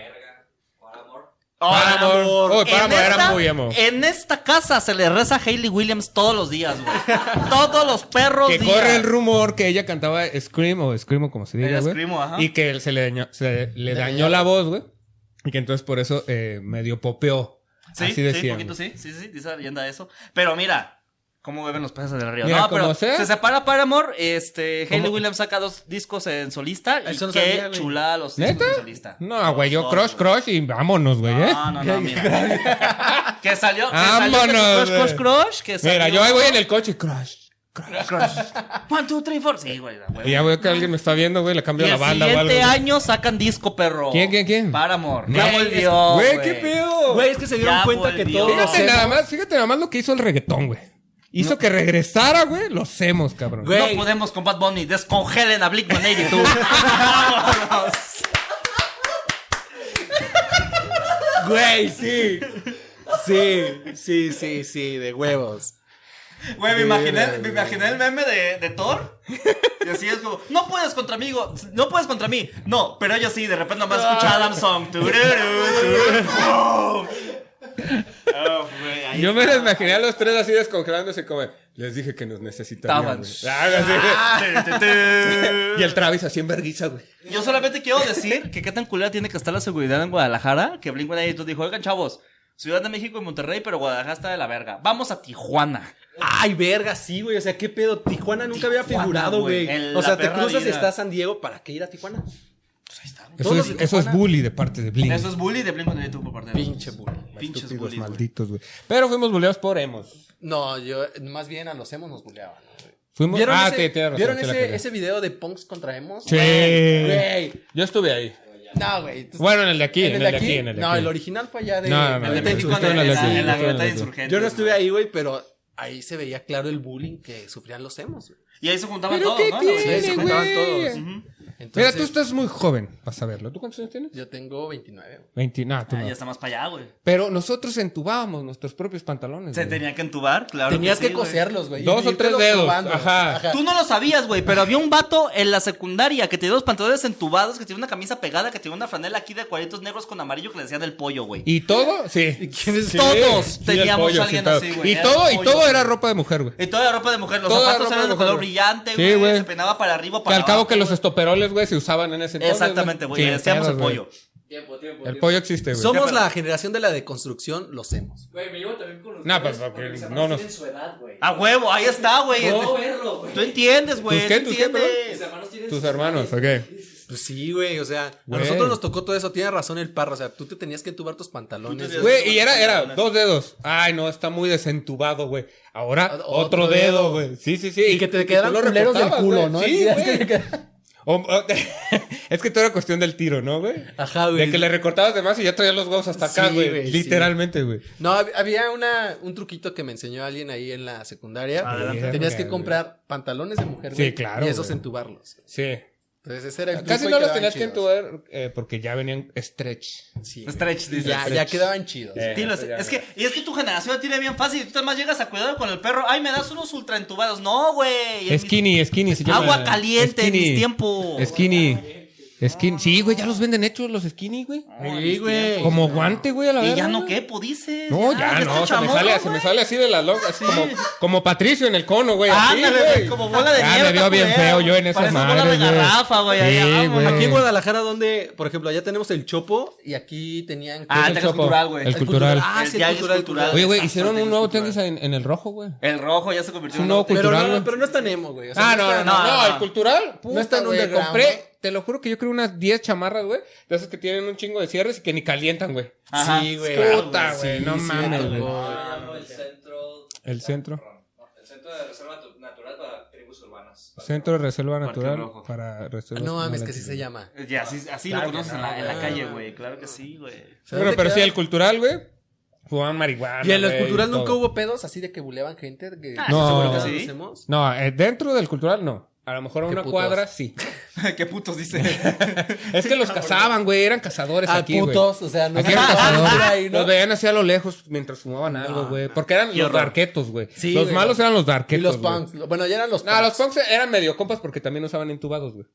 Speaker 4: Por amor.
Speaker 1: Oh, era
Speaker 2: Paramore.
Speaker 1: amor.
Speaker 2: Uy, Paramore
Speaker 1: En
Speaker 2: era
Speaker 1: esta-
Speaker 2: muy emo.
Speaker 1: En esta casa se le reza a Hayley Williams todos los días, güey. todos los perros
Speaker 2: Que
Speaker 1: días.
Speaker 2: corre el rumor que ella cantaba Scream o Scream o como se diga,
Speaker 1: Era
Speaker 2: güey.
Speaker 1: Scream, ajá.
Speaker 2: Y que él se le dañó, se le dañó la voz, güey. Y que entonces por eso eh, medio popeó.
Speaker 1: Sí,
Speaker 2: Así
Speaker 1: sí,
Speaker 2: decían.
Speaker 1: poquito sí, sí, sí, dice la leyenda de eso. Pero mira, ¿Cómo beben los peces del río?
Speaker 2: Mira,
Speaker 1: no,
Speaker 2: como
Speaker 1: pero
Speaker 2: sea.
Speaker 1: se separa Paramore. Este, Hayley
Speaker 2: ¿Cómo?
Speaker 1: Williams saca dos discos en solista. Y
Speaker 3: Eso no
Speaker 1: qué
Speaker 3: sabía, güey.
Speaker 1: chulada los
Speaker 2: ¿Neta?
Speaker 1: discos en solista.
Speaker 2: No, güey, yo
Speaker 1: Los
Speaker 2: crush,
Speaker 1: dos, güey. Ah,
Speaker 2: crush y vámonos, güey, ¿eh?
Speaker 1: No, no, no, mira. que salió, que
Speaker 2: Vámonos,
Speaker 1: salió que crush, crush,
Speaker 2: güey.
Speaker 1: crush, que salió.
Speaker 2: Mira, yo ahí voy en el coche y crush. crush.
Speaker 1: Crush. One, two, three, four. Sí, güey. la huevo.
Speaker 2: Y ya veo que alguien me está viendo, güey, le
Speaker 1: Y
Speaker 2: cambio la
Speaker 1: el
Speaker 2: banda o algo.
Speaker 1: siguiente
Speaker 2: güey.
Speaker 1: año sacan disco, perro.
Speaker 2: ¿Quién, quién, quién?
Speaker 1: Paramore.
Speaker 2: No,
Speaker 1: Ya
Speaker 2: güey,
Speaker 1: volvió.
Speaker 2: Güey, qué pedo.
Speaker 3: Güey, es que se dieron
Speaker 1: Ya
Speaker 3: cuenta que
Speaker 1: volvió.
Speaker 3: todos los
Speaker 2: Fíjate
Speaker 1: hacemos.
Speaker 2: nada
Speaker 3: emos-
Speaker 2: más, fíjate nada más lo que hizo el reggaetón, güey. Hizo que regresara, güey, los hemos, cabrón.
Speaker 3: Güey.
Speaker 1: No podemos con Bad Bunny. Descongelen a Blink 182. Vámonos.
Speaker 3: Güey, sí. Sí, sí, sí, sí, de huevos.
Speaker 1: Güey, me imaginé,
Speaker 3: Verga,
Speaker 1: me imaginé el meme de, de Thor. Y así es como, no puedes contra mí, go- no puedes contra mí. No, pero ella sí, de repente nomás escucha Adam Song. Tururú, tururú, ¡pum! Oh, güey, ahí
Speaker 2: Yo me
Speaker 1: está.
Speaker 2: los imaginé a los tres así descongelándose como, les dije que nos necesitaban.
Speaker 1: Estaban.
Speaker 2: güey. Ah, así, güey.
Speaker 1: Tu, tu, tu.
Speaker 2: Y el Travis así en vergüenza, güey.
Speaker 1: Yo solamente quiero decir que qué tan culera tiene que estar la seguridad en Guadalajara. Que Blink-182 dijo, oigan, chavos, Ciudad de México y Monterrey, pero Guadalajara está de la verga. Vamos a Tijuana.
Speaker 3: Ay, verga, sí, güey. O sea, qué pedo. Tijuana nunca había
Speaker 1: Tijuana,
Speaker 3: figurado,
Speaker 1: güey,
Speaker 3: güey.
Speaker 1: en
Speaker 3: O
Speaker 1: la
Speaker 3: sea, te
Speaker 1: perra
Speaker 3: cruzas y
Speaker 1: vida.
Speaker 3: estás San Diego. ¿Para qué ir a Tijuana?
Speaker 1: Pues ahí está.
Speaker 2: Eso
Speaker 3: Todos
Speaker 2: es,
Speaker 3: los de
Speaker 2: eso es
Speaker 3: Tijuana.
Speaker 2: bully de parte de Blink.
Speaker 1: Eso es bully de Blink-182 por parte de
Speaker 3: Pinche
Speaker 1: nosotros.
Speaker 3: bully.
Speaker 1: Pinches
Speaker 2: Estúpidos
Speaker 1: bullies, güey.
Speaker 2: malditos, güey. Pero fuimos bulleados por emos.
Speaker 3: No, yo, más bien a los hemos nos buleaban. güey.
Speaker 2: Fuimos...
Speaker 3: ¿Vieron
Speaker 2: ah,
Speaker 3: ese,
Speaker 2: te- tienes razón,
Speaker 3: ¿vieron
Speaker 2: sí la
Speaker 3: ese,
Speaker 2: cagué.
Speaker 3: ese video de Punks contra Hemos?
Speaker 2: Sí.
Speaker 3: Güey, güey.
Speaker 2: Yo estuve ahí.
Speaker 3: No, güey. tú-
Speaker 2: Bueno, en el de aquí, en el de aquí, en el de
Speaker 3: No,
Speaker 2: aquí.
Speaker 3: el original fue allá de.
Speaker 2: No, no,
Speaker 3: de
Speaker 2: no,
Speaker 1: El de
Speaker 2: Yo
Speaker 3: México,
Speaker 1: México en,
Speaker 2: estuve en la
Speaker 1: la- en la
Speaker 2: Leti, yo estuve en la
Speaker 1: gaveta de
Speaker 2: Leti.
Speaker 1: insurgentes.
Speaker 3: Yo no estuve ahí, güey, pero ahí se veía claro el bullying que sufrían los hemos, güey.
Speaker 1: Y ahí se juntaban
Speaker 2: Pero
Speaker 1: todos,
Speaker 2: qué
Speaker 1: ¿no?
Speaker 3: Sí, se
Speaker 2: tiene,
Speaker 3: juntaban
Speaker 2: güey.
Speaker 3: todos.
Speaker 1: Ujú.
Speaker 2: Mira,
Speaker 3: Entonces,
Speaker 2: tú estás muy joven para saberlo. ¿Tú cuántos años tienes?
Speaker 3: Yo tengo 29. güey.
Speaker 2: 20, nada, tú
Speaker 1: Ah,
Speaker 2: no.
Speaker 1: ya está más para allá, güey.
Speaker 2: Pero nosotros entubábamos nuestros propios pantalones.
Speaker 1: Se
Speaker 2: güey.
Speaker 1: tenían que entubar, claro.
Speaker 3: Tenías que
Speaker 1: sí, güey.
Speaker 3: coserlos, güey. y
Speaker 2: Dos o
Speaker 3: irte
Speaker 2: tres
Speaker 3: los
Speaker 2: dedos,
Speaker 3: probando, güey.
Speaker 2: ajá.
Speaker 1: Tú no lo sabías, güey, pero había un vato en la secundaria que tenía los pantalones entubados, que tenía una camisa pegada, que tenía una franela aquí de cuadritos negros con amarillo que le decían el pollo, güey.
Speaker 2: ¿Y todo? Sí.
Speaker 3: quién es-
Speaker 2: Sí,
Speaker 1: Todos
Speaker 2: sí,
Speaker 1: teníamos
Speaker 2: el
Speaker 1: a alguien
Speaker 2: sí, todo.
Speaker 1: así, güey.
Speaker 2: Y
Speaker 1: Era
Speaker 2: todo, y
Speaker 1: pollo,
Speaker 2: todo
Speaker 1: güey.
Speaker 2: era ropa de mujer, güey.
Speaker 1: Y toda la ropa de mujer, los
Speaker 2: Toda la
Speaker 1: zapatos
Speaker 2: ropa
Speaker 1: eran
Speaker 2: de
Speaker 1: de color
Speaker 2: mujer, güey.
Speaker 1: brillante,
Speaker 2: Sí,
Speaker 1: güey.
Speaker 2: güey.
Speaker 1: Se peinaba para arriba o para
Speaker 2: Calcabo
Speaker 1: abajo.
Speaker 2: que los estoperoles, güey, se usaban en ese entonces.
Speaker 1: Exactamente, güey.
Speaker 2: Sí,
Speaker 1: Le decíamos el
Speaker 2: pedos, güey.
Speaker 1: pollo.
Speaker 4: Tiempo, tiempo.
Speaker 2: El
Speaker 4: tiempo.
Speaker 2: pollo existe, güey.
Speaker 3: Somos la generación de la deconstrucción, los hemos.
Speaker 4: Güey, me llevo también con los.
Speaker 2: No, pues, porque no nos- Ah,
Speaker 4: tienen su edad, güey.
Speaker 1: A huevo, ahí está, güey.
Speaker 4: No verlo, güey.
Speaker 1: Tú entiendes, güey.
Speaker 2: ¿Tus qué?
Speaker 1: tú
Speaker 2: ¿Tus qué, perdón?
Speaker 1: entiendes.
Speaker 4: Mis hermanos tienen
Speaker 2: Tus
Speaker 4: su
Speaker 2: hermanos,
Speaker 4: edad,
Speaker 2: ok.
Speaker 3: Pues sí, güey, o sea,
Speaker 2: Güey.
Speaker 3: a nosotros nos tocó todo eso. Tiene razón el parro, o sea, tú te tenías que entubar tus
Speaker 1: Tú
Speaker 3: pantalones.
Speaker 1: te-
Speaker 2: Güey, y era, era dos dedos. Ay, no, está muy desentubado, güey. Ahora
Speaker 3: Otro
Speaker 2: otro
Speaker 3: dedo.
Speaker 2: dedo, güey. Sí, sí, sí.
Speaker 3: Y que te quedaran
Speaker 2: tú lo
Speaker 3: culeros del
Speaker 2: recortabas,
Speaker 3: culo,
Speaker 2: güey.
Speaker 3: ¿no?
Speaker 2: Sí,
Speaker 3: Tenías
Speaker 2: güey.
Speaker 3: que
Speaker 2: O- o- es que todo era cuestión del tiro, ¿no, güey?
Speaker 3: Ajá, Ah, güey.
Speaker 2: De que le recortabas de más y ya traía los huevos hasta acá,
Speaker 3: Sí,
Speaker 2: güey.
Speaker 3: güey, sí.
Speaker 2: Literalmente, güey.
Speaker 3: No, hab- había una, un truquito que me enseñó alguien ahí en la secundaria.
Speaker 1: Adelante.
Speaker 3: Tenías que
Speaker 2: Verga,
Speaker 3: comprar pantalones de mujer,
Speaker 2: Sí,
Speaker 3: güey,
Speaker 2: claro,
Speaker 3: Y esos
Speaker 2: güey.
Speaker 3: entubarlos.
Speaker 2: Sí.
Speaker 3: Entonces, ese era el
Speaker 2: Casi no
Speaker 3: truco y
Speaker 2: los
Speaker 3: quedaban
Speaker 2: tenías que
Speaker 3: chidos.
Speaker 2: entubar eh, porque ya venían stretch.
Speaker 3: Sí, güey.
Speaker 1: Stretch, dices.
Speaker 3: Ya, ya quedaban chidos.
Speaker 2: Eh.
Speaker 1: Sí, lo sé. es que, y es que tu generación la tiene bien fácil. Tú además llegas a cuidado con el perro. Ay, me das unos ultra entubados. No, güey. en mis-
Speaker 2: Skinny, skinny se llama.
Speaker 1: Agua caliente en mis
Speaker 2: Skinny.
Speaker 1: tiempos.
Speaker 2: Skinny. Skinny. Sí, güey, ya los venden hechos los skinny, güey.
Speaker 1: No, en
Speaker 3: Sí,
Speaker 1: mis
Speaker 3: güey.
Speaker 1: tiempos.
Speaker 2: Como guante, güey, a la
Speaker 1: Y
Speaker 2: verdad.
Speaker 1: ya no quepo, dices.
Speaker 2: No, ya
Speaker 1: este
Speaker 2: no, se me,
Speaker 1: chamorro,
Speaker 2: sale, se me
Speaker 1: güey.
Speaker 2: sale así de la loca, así como, como Patricio en el cono, güey. así,
Speaker 1: Ándale, güey, como bola de
Speaker 2: Ya
Speaker 1: nieve.
Speaker 2: me vio bien
Speaker 1: culera.
Speaker 2: feo yo en esas
Speaker 1: Parece bola de
Speaker 2: madres, güey.
Speaker 1: garrafa, güey. ahí,
Speaker 2: Sí,
Speaker 1: vámonos.
Speaker 2: güey.
Speaker 3: Aquí en Guadalajara, donde, por ejemplo, allá tenemos el chopo y aquí tenían.
Speaker 1: Ah,
Speaker 2: el
Speaker 1: el
Speaker 2: chopo,
Speaker 1: cultural, güey.
Speaker 2: el cultural.
Speaker 3: Ah,
Speaker 1: El
Speaker 3: sí, el
Speaker 1: tianguis
Speaker 3: cultural.
Speaker 1: cultural.
Speaker 3: cultural.
Speaker 2: Oye, güey,
Speaker 1: Exacto,
Speaker 2: hicieron un
Speaker 1: tengo
Speaker 2: nuevo
Speaker 1: cultural.
Speaker 2: tianguis en, en el rojo, güey.
Speaker 1: El rojo ya se convirtió
Speaker 2: Es un
Speaker 1: en
Speaker 2: nuevo
Speaker 1: un
Speaker 3: Pero
Speaker 2: cultural,
Speaker 3: no,
Speaker 2: güey.
Speaker 3: pero no es tan emo, güey. o sea,
Speaker 2: Ah, no,
Speaker 3: está-
Speaker 2: no, no,
Speaker 1: no, no.
Speaker 2: el cultural. Puta,
Speaker 3: está en
Speaker 2: güey,
Speaker 3: underground,
Speaker 2: compré,
Speaker 3: ¿no?
Speaker 2: te lo juro que yo creo unas 10 chamarras, güey, de esas que tienen un chingo de cierres y que ni calientan, güey.
Speaker 1: Ajá.
Speaker 3: Sí, Ah, güey.
Speaker 2: Puta,
Speaker 3: Sí,
Speaker 2: güey, no
Speaker 3: sí,
Speaker 2: mames,
Speaker 3: me
Speaker 2: güey.
Speaker 3: tocó.
Speaker 4: Ah, no, el centro. Ah,
Speaker 2: El centro.
Speaker 4: Perdón, El centro de reserva tu- natural para tribus urbanas.
Speaker 2: Centro de Reserva
Speaker 1: Parque
Speaker 2: Natural
Speaker 1: Rojo.
Speaker 2: para
Speaker 3: Ah,
Speaker 2: reserva
Speaker 3: No mames, que
Speaker 2: sí
Speaker 3: así se llama.
Speaker 1: Y así, así lo
Speaker 2: Claro que
Speaker 1: conoces en,
Speaker 2: no,
Speaker 1: la, en la
Speaker 3: güey.
Speaker 1: calle, güey. Claro que sí, güey.
Speaker 3: O
Speaker 2: Pero,
Speaker 3: sea, ¿dónde
Speaker 2: pero sí,
Speaker 3: quedaban?
Speaker 2: el cultural, güey, jugaban marihuana.
Speaker 3: Y en el
Speaker 2: güey,
Speaker 3: cultural
Speaker 2: todo.
Speaker 3: nunca hubo pedos así de que buleaban gente. Que,
Speaker 1: Ah,
Speaker 2: No. seguro que
Speaker 3: ¿Nos
Speaker 1: sí.
Speaker 3: hacemos?
Speaker 2: No, eh, dentro del cultural no. A lo mejor a
Speaker 3: Qué
Speaker 2: una
Speaker 3: putos.
Speaker 2: cuadra sí.
Speaker 1: Qué putos dice.
Speaker 2: Es que los cazaban, güey, eran cazadores
Speaker 3: Ah,
Speaker 2: aquí, güey.
Speaker 3: putos, o sea, no
Speaker 2: Aquí
Speaker 3: se
Speaker 2: eran cazadores.
Speaker 3: era ahí, ah, ¿no?
Speaker 2: Los veían así a lo lejos mientras fumaban algo, güey. Porque eran
Speaker 1: Qué
Speaker 2: los
Speaker 1: horror.
Speaker 2: darquetos, güey.
Speaker 3: Sí,
Speaker 2: los
Speaker 3: güey.
Speaker 2: malos eran los darquetos.
Speaker 3: Y los
Speaker 2: güey.
Speaker 3: punks. Bueno, ya eran los punks.
Speaker 2: No, los punks eran medio compas porque también usaban entubados, güey.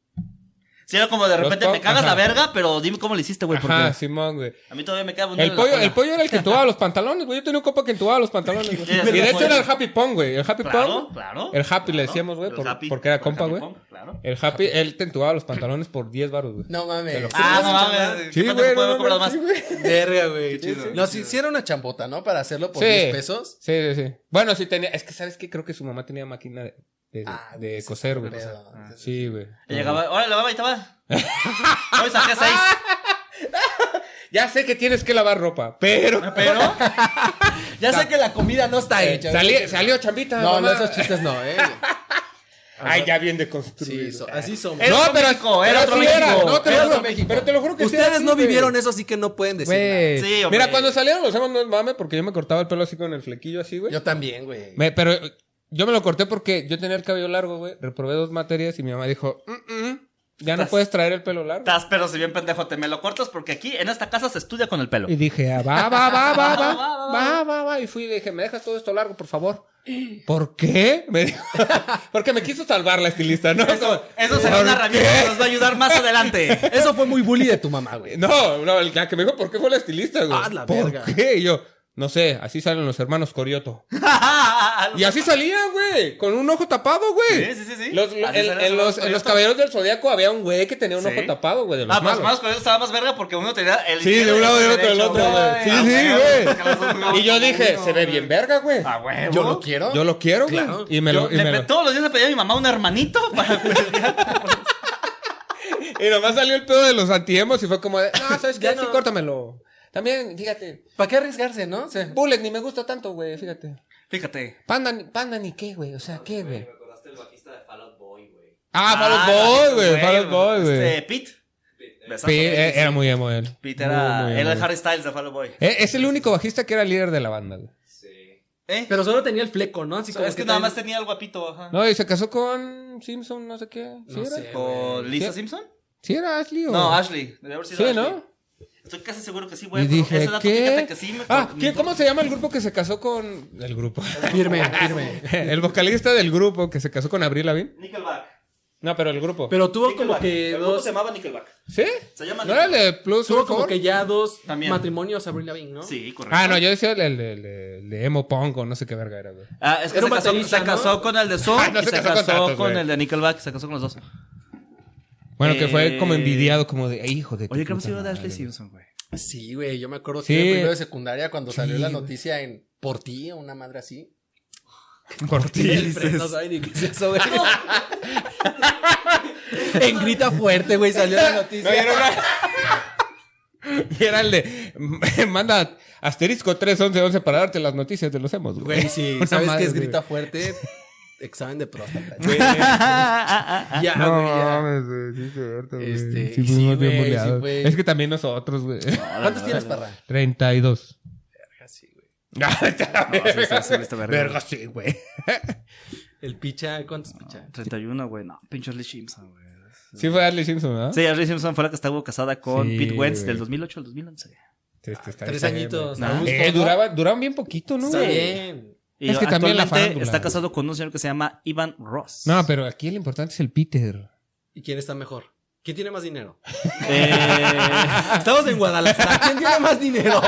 Speaker 1: Sí, era como de
Speaker 2: Los
Speaker 1: repente
Speaker 2: po-
Speaker 1: me cagas
Speaker 2: ajá.
Speaker 1: la verga, pero dime cómo le hiciste, güey,
Speaker 2: Ajá,
Speaker 1: porque
Speaker 2: Simón, güey.
Speaker 1: a mí todavía me queda un dedo
Speaker 2: El
Speaker 1: en la
Speaker 2: pollo,
Speaker 1: cola.
Speaker 2: el pollo era el que entubaba los pantalones, güey. Yo tenía un copa que entubaba los pantalones, güey.
Speaker 1: Sí,
Speaker 2: Y
Speaker 1: sí,
Speaker 2: de
Speaker 1: sí,
Speaker 2: hecho
Speaker 1: sí.
Speaker 2: era el Happy Pong, güey. El Happy
Speaker 1: Claro,
Speaker 2: Pong.
Speaker 1: claro.
Speaker 2: El Happy le
Speaker 1: claro.
Speaker 2: decíamos, güey,
Speaker 1: El
Speaker 2: por-
Speaker 1: Happy,
Speaker 2: porque era
Speaker 1: por
Speaker 2: compa,
Speaker 1: Happy
Speaker 2: güey.
Speaker 1: Pong, Claro.
Speaker 2: El Happy, él te entubaba los pantalones por 10 baros, güey.
Speaker 3: No
Speaker 2: Te lo
Speaker 3: mames.
Speaker 2: juro.
Speaker 1: Ah, no
Speaker 3: mames.
Speaker 1: mames.
Speaker 2: Sí,
Speaker 1: ¿Cuánto
Speaker 2: güey,
Speaker 1: se puede
Speaker 2: no, no,
Speaker 1: cobrar
Speaker 2: no,
Speaker 1: más?
Speaker 2: sí, güey.
Speaker 3: Verga, güey.
Speaker 4: Qué chido.
Speaker 3: Nos hicieron una champota, ¿no? Para hacerlo por
Speaker 2: Sí.
Speaker 3: 10 pesos.
Speaker 2: Sí, sí, sí. Bueno, sí tenía. Es que, ¿sabes qué? Creo que su mamá tenía máquina de, de,
Speaker 3: Ah,
Speaker 2: de
Speaker 3: güey, sí,
Speaker 2: coser, güey.
Speaker 3: Pero-
Speaker 1: Ah,
Speaker 2: Sí, güey.
Speaker 1: Y llegaba, órale, va, ahí te va. Hoy saqué seis.
Speaker 2: Ya sé que tienes que lavar ropa, pero.
Speaker 1: Pero,
Speaker 3: Ya sé que la comida no está
Speaker 2: Eh,
Speaker 3: hecha.
Speaker 2: salí-
Speaker 3: güey.
Speaker 2: salió chambita.
Speaker 3: No, no,
Speaker 2: mamá.
Speaker 3: esos chistes no, ¿eh?
Speaker 2: Ay, ya bien
Speaker 3: Sí,
Speaker 2: deconstruido.
Speaker 3: so- así somos.
Speaker 1: Era otro México, era otro
Speaker 2: sí
Speaker 1: México.
Speaker 2: no, te
Speaker 3: Era
Speaker 2: lo
Speaker 3: otro
Speaker 2: juro,
Speaker 3: México.
Speaker 2: pero te lo juro que sí
Speaker 3: Ustedes
Speaker 2: era así,
Speaker 3: no
Speaker 2: güey.
Speaker 3: vieron eso, así que no pueden decir nada.
Speaker 2: Güey.
Speaker 1: Sí, hombre.
Speaker 2: Mira, cuando salieron los hemos no es mame, porque yo me cortaba el pelo así con el flequillo así, güey.
Speaker 3: Yo también, güey.
Speaker 2: Me- pero eh, yo me lo corté porque yo tenía el cabello largo, güey. Reprobé dos materias y mi mamá dijo, "Mm, mm, ya no
Speaker 1: Estás-
Speaker 2: puedes traer el pelo largo.
Speaker 1: estás, pero si bien pendejo, te me lo cortas porque aquí en esta casa se estudia con el pelo.
Speaker 2: Y dije, ah, va, va, va, va, va,
Speaker 1: va,
Speaker 2: va, va, va. Y fui y le dije, ¿me dejas todo esto largo, por favor? ¿Por qué? Me dijo, porque me quiso salvar la estilista, ¿no? Como,
Speaker 1: Eso, eso será
Speaker 2: ¿por
Speaker 1: una
Speaker 2: qué?
Speaker 1: herramienta que nos va a ayudar más adelante.
Speaker 3: Eso fue muy bully de tu mamá, güey.
Speaker 2: No, no, el- la que me dijo, ¿por qué fue la estilista, güey?
Speaker 3: Ah, la
Speaker 2: ¿Por
Speaker 3: verga.
Speaker 2: qué? Y yo, no sé, así salen los hermanos Corioto. Y así salían, güey, con un ojo tapado, güey.
Speaker 1: Sí, sí, sí, sí.
Speaker 2: Los- lo-
Speaker 1: Así
Speaker 2: en,
Speaker 1: salen los hermanos
Speaker 2: en los, en los
Speaker 1: Corioto.
Speaker 2: caballeros del zodiaco había un güey que tenía un
Speaker 1: Sí.
Speaker 2: ojo tapado, güey, de los
Speaker 1: Ah, pues
Speaker 2: malos.
Speaker 1: más con eso estaba más verga porque uno tenía el.
Speaker 2: Sí, de un lado, del otro, del otro, güey.
Speaker 1: Ah,
Speaker 2: Sí, sí, güey. Y yo dije, se ve bien verga, güey.
Speaker 1: A huevo.
Speaker 3: Yo lo quiero.
Speaker 2: Yo lo quiero, güey.
Speaker 3: Claro.
Speaker 2: Y me
Speaker 1: Ah, Yo
Speaker 2: lo, y
Speaker 1: le
Speaker 2: me
Speaker 1: pe-
Speaker 2: lo-
Speaker 1: Todos los días le pedía a mi mamá un hermanito para
Speaker 2: Y nomás salió el pedo de los antiemos y fue como de, no, ¿sabes qué?
Speaker 3: Ya
Speaker 2: Sí,
Speaker 3: no.
Speaker 2: córtamelo. También, fíjate,
Speaker 3: ¿Para qué arriesgarse, no? Sí.
Speaker 2: Bullet ni me gusta tanto, güey, fíjate.
Speaker 1: Fíjate.
Speaker 2: Panda, ni- panda ni qué, güey, o sea, qué,
Speaker 4: Güey,
Speaker 2: güey.
Speaker 4: me acordaste del bajista de Fall Out Boy, güey.
Speaker 2: Ah, Fall Out Boy, güey, Fall Out Boy, güey.
Speaker 1: Este, Pete. Besazo,
Speaker 2: Sí,
Speaker 1: Pete.
Speaker 2: eh, era muy emo él.
Speaker 1: Pete
Speaker 2: Muy,
Speaker 1: Este, era.
Speaker 2: muy
Speaker 1: Era el
Speaker 2: emo.
Speaker 1: Harry Styles de Fall Out Boy.
Speaker 2: Eh, Es el único bajista que era líder de la banda, güey.
Speaker 4: Sí.
Speaker 1: ¿Eh?
Speaker 3: Pero solo tenía el fleco, ¿no? Así
Speaker 1: O sea, es que nada más tenía el guapito, ajá.
Speaker 2: No, y se casó con Simpson, no sé qué. ¿Sí
Speaker 3: No
Speaker 2: era?
Speaker 3: sé.
Speaker 1: ¿Con Lisa
Speaker 2: Sí.
Speaker 1: Simpson?
Speaker 2: ¿Sí era Ashley o...?
Speaker 1: No, Ashley. Debe haber sido
Speaker 2: Sí,
Speaker 1: Ashley.
Speaker 2: ¿no?
Speaker 1: Estoy casi seguro que sí,
Speaker 2: Y
Speaker 1: güey. pero
Speaker 2: dije,
Speaker 1: ese dato,
Speaker 2: ¿qué?
Speaker 1: fíjate que sí me-
Speaker 2: Ah, ¿qué- ¿cómo se llama el grupo que se casó con... El grupo.
Speaker 3: Firme, firme.
Speaker 2: el vocalista del grupo que se casó con Abril Lavigne.
Speaker 1: Nickelback.
Speaker 2: No, pero el grupo.
Speaker 3: Pero tuvo como
Speaker 1: Nickelback.
Speaker 3: que
Speaker 1: El grupo
Speaker 3: dos.
Speaker 1: se llamaba Nickelback.
Speaker 2: ¿Sí?
Speaker 1: Se llama
Speaker 2: ¿No era el de Plus
Speaker 3: Tuvo
Speaker 2: One
Speaker 3: como
Speaker 2: Four?
Speaker 3: que ya dos
Speaker 1: También.
Speaker 3: matrimonios Abril Lavigne, ¿no?
Speaker 1: Sí, correcto.
Speaker 2: Ah, no, yo decía el, el- el- el de Emo Punk o no sé qué verga era, güey.
Speaker 1: Ah, es que se
Speaker 3: Era un
Speaker 1: casó,
Speaker 3: baterista,
Speaker 1: se
Speaker 3: ¿no?
Speaker 1: casó con el de Zoom
Speaker 2: Ah, no
Speaker 1: y
Speaker 2: se
Speaker 1: se
Speaker 2: casó
Speaker 1: casó,
Speaker 2: con tantos,
Speaker 1: con
Speaker 2: güey.
Speaker 1: el de Nickelback, se casó con los dos.
Speaker 2: Bueno, que fue
Speaker 1: Eh,
Speaker 2: como envidiado, como de, hijo de tu
Speaker 1: Oye, creo que
Speaker 2: puta
Speaker 1: se iba de
Speaker 2: madre,
Speaker 1: Ashley
Speaker 2: güey.
Speaker 1: Simpson, güey.
Speaker 3: Sí, güey. Yo me acuerdo
Speaker 2: Sí.
Speaker 3: que en primero de secundaria cuando
Speaker 2: Sí,
Speaker 3: salió la
Speaker 2: güey.
Speaker 3: noticia en Por ti, una madre así.
Speaker 2: Por ti.
Speaker 3: No sabe ni qué es eso, güey. en grita fuerte, güey, salió la
Speaker 2: No, y
Speaker 3: noticia.
Speaker 2: era una- y era el de, manda asterisco 31111 para darte las noticias de los emos, güey.
Speaker 3: Güey, sí.
Speaker 2: Una
Speaker 3: ¿Sabes
Speaker 2: madre,
Speaker 3: qué es
Speaker 2: güey.
Speaker 3: grita fuerte? Examen de próstata.
Speaker 1: Ah, ah,
Speaker 3: Ya,
Speaker 2: No,
Speaker 3: güey, ya.
Speaker 2: mames, güey, sí es cierto, güey.
Speaker 3: Este,
Speaker 2: Sí
Speaker 3: y
Speaker 2: fuimos
Speaker 3: sí,
Speaker 2: bien
Speaker 3: güey,
Speaker 2: buleados.
Speaker 3: sí fue.
Speaker 2: Es que también nosotros, güey.
Speaker 3: ¿Cuántos tienes, parra?
Speaker 2: 32.
Speaker 3: Sí, güey.
Speaker 1: está- sí está verga.
Speaker 2: Ah, Verga, sí, güey.
Speaker 3: El picha, ¿cuántos picha?
Speaker 1: ah. 31, güey. No, pinche Ashley Simpson, güey.
Speaker 2: Sí fue Ashley Simpson, ¿no?
Speaker 1: Sí, Ashley Simpson fue la que estuvo casada con
Speaker 2: Sí,
Speaker 1: Pete Wentz
Speaker 2: güey.
Speaker 1: del 2008 al 2011.
Speaker 2: Este, está
Speaker 3: Tres
Speaker 2: bien,
Speaker 3: añitos.
Speaker 1: güey.
Speaker 3: a
Speaker 1: Nah.
Speaker 2: güey.
Speaker 3: gusto,
Speaker 2: Eh,
Speaker 3: ¿no?
Speaker 2: duraba, duraban bien poquito, ¿no?
Speaker 3: Está
Speaker 2: güey?
Speaker 3: bien.
Speaker 1: Y
Speaker 2: Es que también la
Speaker 1: actualmente
Speaker 2: farándula,
Speaker 1: está
Speaker 2: güey.
Speaker 1: casado con un señor que se llama Ivan Ross.
Speaker 2: No, pero aquí lo importante es el Peter.
Speaker 3: ¿Y quién está mejor? ¿Quién tiene más dinero?
Speaker 1: Eh,
Speaker 3: Estamos en Guadalajara. ¿Quién tiene más dinero?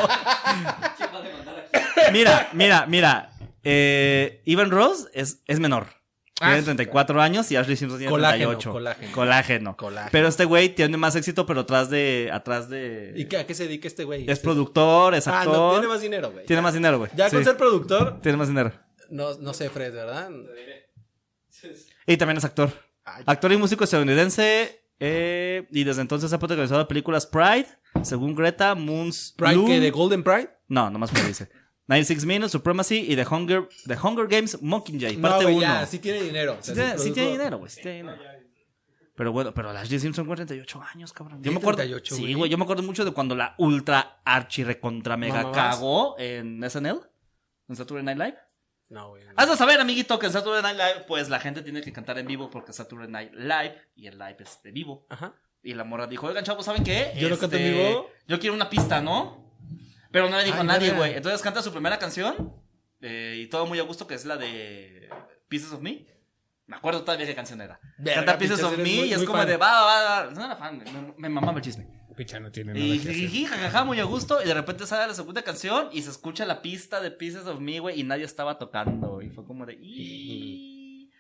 Speaker 4: ¿Quién va a demandar aquí?
Speaker 1: mira, mira, mira. Eh, Ivan Ross es, es menor. Tiene
Speaker 2: Ah,
Speaker 1: 34 años y Ashley Simpson tiene
Speaker 3: Colágeno,
Speaker 1: 38.
Speaker 3: colágeno.
Speaker 1: Colágeno.
Speaker 3: Colágeno.
Speaker 1: Pero este güey tiene más éxito, pero atrás de. Atrás de
Speaker 3: ¿Y qué- a qué se dedica este güey?
Speaker 1: Es
Speaker 3: Este-
Speaker 1: productor, es
Speaker 3: Ah,
Speaker 1: actor.
Speaker 3: no, tiene
Speaker 1: tiene, más...
Speaker 3: más dinero, güey.
Speaker 1: dinero, güey.
Speaker 3: Ya con
Speaker 1: Sí,
Speaker 3: ser productor,
Speaker 1: Tiene más dinero.
Speaker 3: no, no sé, Fred, ¿verdad?
Speaker 4: Te diré.
Speaker 1: Y también es actor.
Speaker 3: Ay,
Speaker 1: Actor y músico estadounidense. eh, y desde entonces ha protagonizado películas Pride, según Greta, Moon's
Speaker 3: ¿Pride
Speaker 1: Bloom-
Speaker 3: que de Golden Pride?
Speaker 1: No, nomás me dice. 96 Minutes, Supremacy y The Hunger, The Hunger Games Mockingjay, parte
Speaker 3: no,
Speaker 1: 1.
Speaker 3: güey, ya, sí tiene dinero. O
Speaker 1: Sí
Speaker 3: sea,
Speaker 1: tiene, sí
Speaker 3: produjo-
Speaker 1: tiene dinero, güey. Sí tiene dinero. Pero bueno, pero la Ashley Simpson con 38 años, cabrón. Yo me acuerdo.
Speaker 3: 38,
Speaker 1: sí,
Speaker 3: güey.
Speaker 1: güey. Yo me acuerdo mucho de cuando la ultra archi recontra mega
Speaker 3: Mamabas.
Speaker 1: cagó en SNL, en Saturday Night Live.
Speaker 3: No, güey. no.
Speaker 1: Hazlo saber, amiguito, que en Saturday Night Live, pues la gente tiene que cantar en vivo porque es Saturday Night Live y el live es de vivo.
Speaker 3: Ajá.
Speaker 1: Y la morra dijo, oigan, chavos, ¿saben qué? Este,
Speaker 3: Yo no canto en vivo.
Speaker 1: Yo quiero una pista, ¿no? Pero no le dijo
Speaker 3: Ay,
Speaker 1: a nadie,
Speaker 3: verga.
Speaker 1: güey. Entonces canta su primera canción eh, y todo muy a gusto, que es la de Pieces of Me. Me acuerdo todavía qué canción era.
Speaker 3: Verga,
Speaker 1: Canta Pieces
Speaker 3: pinches,
Speaker 1: of
Speaker 3: eres
Speaker 1: Me
Speaker 3: muy-
Speaker 1: y es
Speaker 3: muy
Speaker 1: como
Speaker 3: fan.
Speaker 1: de va, va, va. No era fan, güey, me- me mamaba el chisme.
Speaker 2: Picha no tiene
Speaker 1: Y
Speaker 2: nada que hacer.
Speaker 1: jiji, jajaja, muy a gusto. Y de repente sale la segunda canción y se escucha la pista de Pieces of Me, güey, y nadie estaba tocando. Y fue como de. "Y-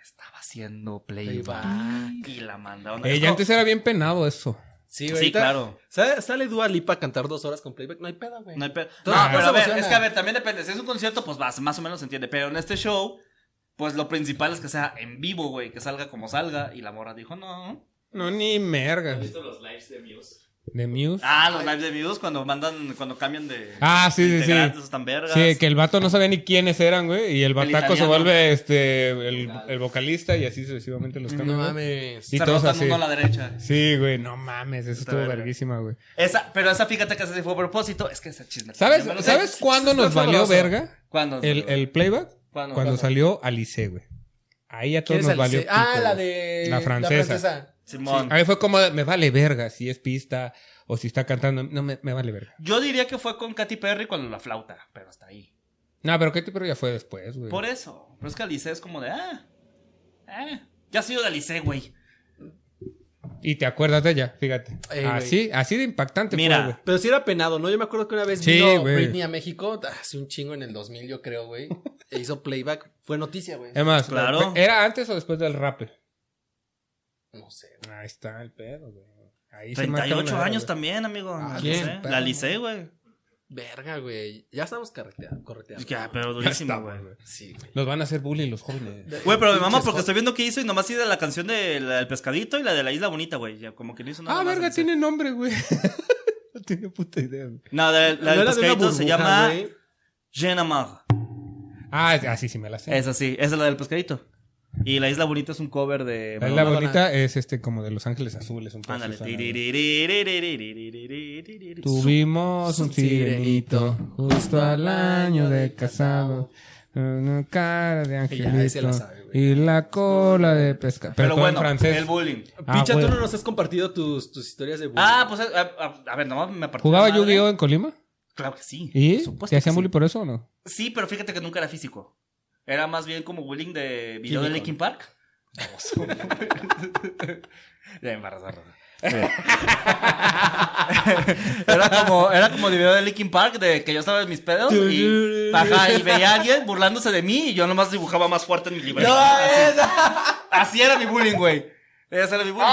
Speaker 1: Estaba haciendo playback. Y la mandaron.
Speaker 2: Ey,
Speaker 1: Es
Speaker 2: Eh, ya
Speaker 1: como-
Speaker 2: antes era bien penado eso.
Speaker 3: Sí,
Speaker 1: Sí,
Speaker 3: ahorita-
Speaker 1: claro.
Speaker 3: ¿Sale, sale Dua Lipa a cantar dos horas con playback? No hay pedo, güey.
Speaker 1: No, hay pe-
Speaker 3: Todo-
Speaker 1: No,
Speaker 3: todo
Speaker 1: pero
Speaker 3: se
Speaker 1: a ver,
Speaker 3: emociona.
Speaker 1: es que a ver, también depende. Si es un concierto, pues vas, más o menos se entiende. Pero en este show, pues lo principal es que sea en vivo, güey, que salga como salga. Y la morra dijo, no.
Speaker 2: No, ni
Speaker 4: ¿Has
Speaker 2: merga.
Speaker 4: visto los lives de Muse?
Speaker 2: De Muse.
Speaker 1: Ah, los live de videos cuando mandan, cuando cambian de.
Speaker 2: Ah, sí, sí, sí.
Speaker 1: integrantes, están vergas.
Speaker 2: Sí, que el vato no sabía ni quiénes eran, güey. Y el bataco se
Speaker 1: italiano.
Speaker 2: vuelve este, el, el vocalista y así sucesivamente los cambian.
Speaker 3: No
Speaker 2: güey.
Speaker 3: mames.
Speaker 2: y
Speaker 1: se
Speaker 2: todos
Speaker 1: rotan
Speaker 2: así.
Speaker 1: uno a la derecha.
Speaker 2: Sí, güey, no mames, eso
Speaker 1: Está
Speaker 2: estuvo
Speaker 1: verga.
Speaker 2: verguísima, güey.
Speaker 1: Esa, pero esa fíjate que se fue a propósito. Es que ese chisme.
Speaker 2: ¿Sabes,
Speaker 1: también me lo sé.
Speaker 2: ¿sabes cuándo nos
Speaker 3: está
Speaker 2: valió
Speaker 3: sabroso.
Speaker 2: verga
Speaker 1: ¿Cuándo?
Speaker 2: el, el playback?
Speaker 1: ¿Cuándo?
Speaker 2: Cuando
Speaker 1: ¿Cuándo?
Speaker 2: salió Alice, güey. Ahí a todos
Speaker 3: ¿Quién es
Speaker 2: nos
Speaker 3: Alice?
Speaker 2: valió.
Speaker 3: Ah,
Speaker 2: pito,
Speaker 3: la
Speaker 2: güey.
Speaker 3: de.
Speaker 2: La francesa.
Speaker 1: Simón.
Speaker 2: Ahí fue como, de, me vale verga si es pista o si está cantando. No, me, me vale verga.
Speaker 1: Yo diría que fue con Katy Perry cuando la flauta, pero hasta ahí.
Speaker 2: No, pero Katy Perry ya fue después, güey.
Speaker 1: Por eso. Pero es que Alice es como de, ah, ah. Ya ha sido de Alice, güey.
Speaker 2: Y te acuerdas de ella, fíjate.
Speaker 3: Ey, güey.
Speaker 2: así, así de impactante
Speaker 1: Mira.
Speaker 2: fue, güey.
Speaker 3: Pero sí era penado, ¿no? Yo me acuerdo que una vez
Speaker 2: Sí,
Speaker 3: vino
Speaker 2: güey.
Speaker 3: Britney a México, hace un chingo en el 2000, yo creo, güey. E hizo playback. Fue noticia, güey.
Speaker 1: Em
Speaker 2: Es más,
Speaker 1: Claro.
Speaker 2: ¿era antes o después del rap?
Speaker 3: No sé.
Speaker 2: Ahí está el pedo, güey. Ahí se marca
Speaker 1: 38
Speaker 2: una era,
Speaker 1: años
Speaker 2: güey.
Speaker 1: también, amigo.
Speaker 3: Ah,
Speaker 1: La
Speaker 3: ¿quién?
Speaker 1: Alice, La Alice, güey.
Speaker 3: Verga, güey. Ya estamos carreteando. correteando.
Speaker 1: Ya, pero
Speaker 2: Ya
Speaker 1: durísimo,
Speaker 2: estamos,
Speaker 1: güey.
Speaker 2: güey.
Speaker 3: Sí, güey.
Speaker 2: Nos van a hacer bullying los jóvenes.
Speaker 1: Güey, pero me mama
Speaker 3: Pinches
Speaker 1: porque
Speaker 3: jo-
Speaker 1: estoy viendo qué hizo y nomás hizo la canción de la del pescadito y la de la isla bonita, güey. Ya Como que no hizo nada.
Speaker 2: ah,
Speaker 1: más.
Speaker 2: verga, tiene nombre, güey. no tenía puta idea, güey.
Speaker 1: No, la, la
Speaker 3: No
Speaker 1: del
Speaker 3: era de una
Speaker 1: pescadito se
Speaker 3: burbuja,
Speaker 1: llama
Speaker 3: güey.
Speaker 1: Je n'aimais.
Speaker 2: Ah, así sí me la sé.
Speaker 1: Esa sí, esa es la del pescadito. Y la isla bonita es un cover de.
Speaker 2: la isla
Speaker 3: Madonna.
Speaker 2: bonita es este como de Los Ángeles Azules, un poco
Speaker 1: Ándale.
Speaker 2: así, ándale.
Speaker 1: Tiririririririririririririri.
Speaker 2: Tuvimos un
Speaker 3: un sirenito
Speaker 2: sirenito justo al año de casado. Una cara de
Speaker 3: ya, ahí se la
Speaker 2: angelito
Speaker 3: sabe, güey.
Speaker 2: y la cola de pesca.
Speaker 1: Pero
Speaker 2: Pero, todo en
Speaker 1: bueno,
Speaker 2: francés.
Speaker 1: el bullying.
Speaker 2: Ah,
Speaker 3: Picha, tú
Speaker 2: güey.
Speaker 3: no nos has compartido tus, tus historias de bullying.
Speaker 1: Ah, pues a, a- a ver, nomás me partí.
Speaker 2: ¿Jugaba
Speaker 1: la madre.
Speaker 2: Yu-Gi-Oh en Colima?
Speaker 1: Claro que sí.
Speaker 2: ¿Y
Speaker 1: por supuesto
Speaker 2: te
Speaker 1: que
Speaker 2: hacían
Speaker 1: sí.
Speaker 2: bullying por eso o no?
Speaker 1: Sí, pero fíjate que nunca era físico. Era más bien como bullying de video de
Speaker 3: Químico.
Speaker 1: Linkin Park. ya embarazaron. era como era como de video de Linkin Park de que yo estaba en mis pedos y ajá, y veía a alguien burlándose de mí y yo nomás dibujaba más fuerte en mi libreta. así, así era mi bullying, güey. Ese era mi bullying.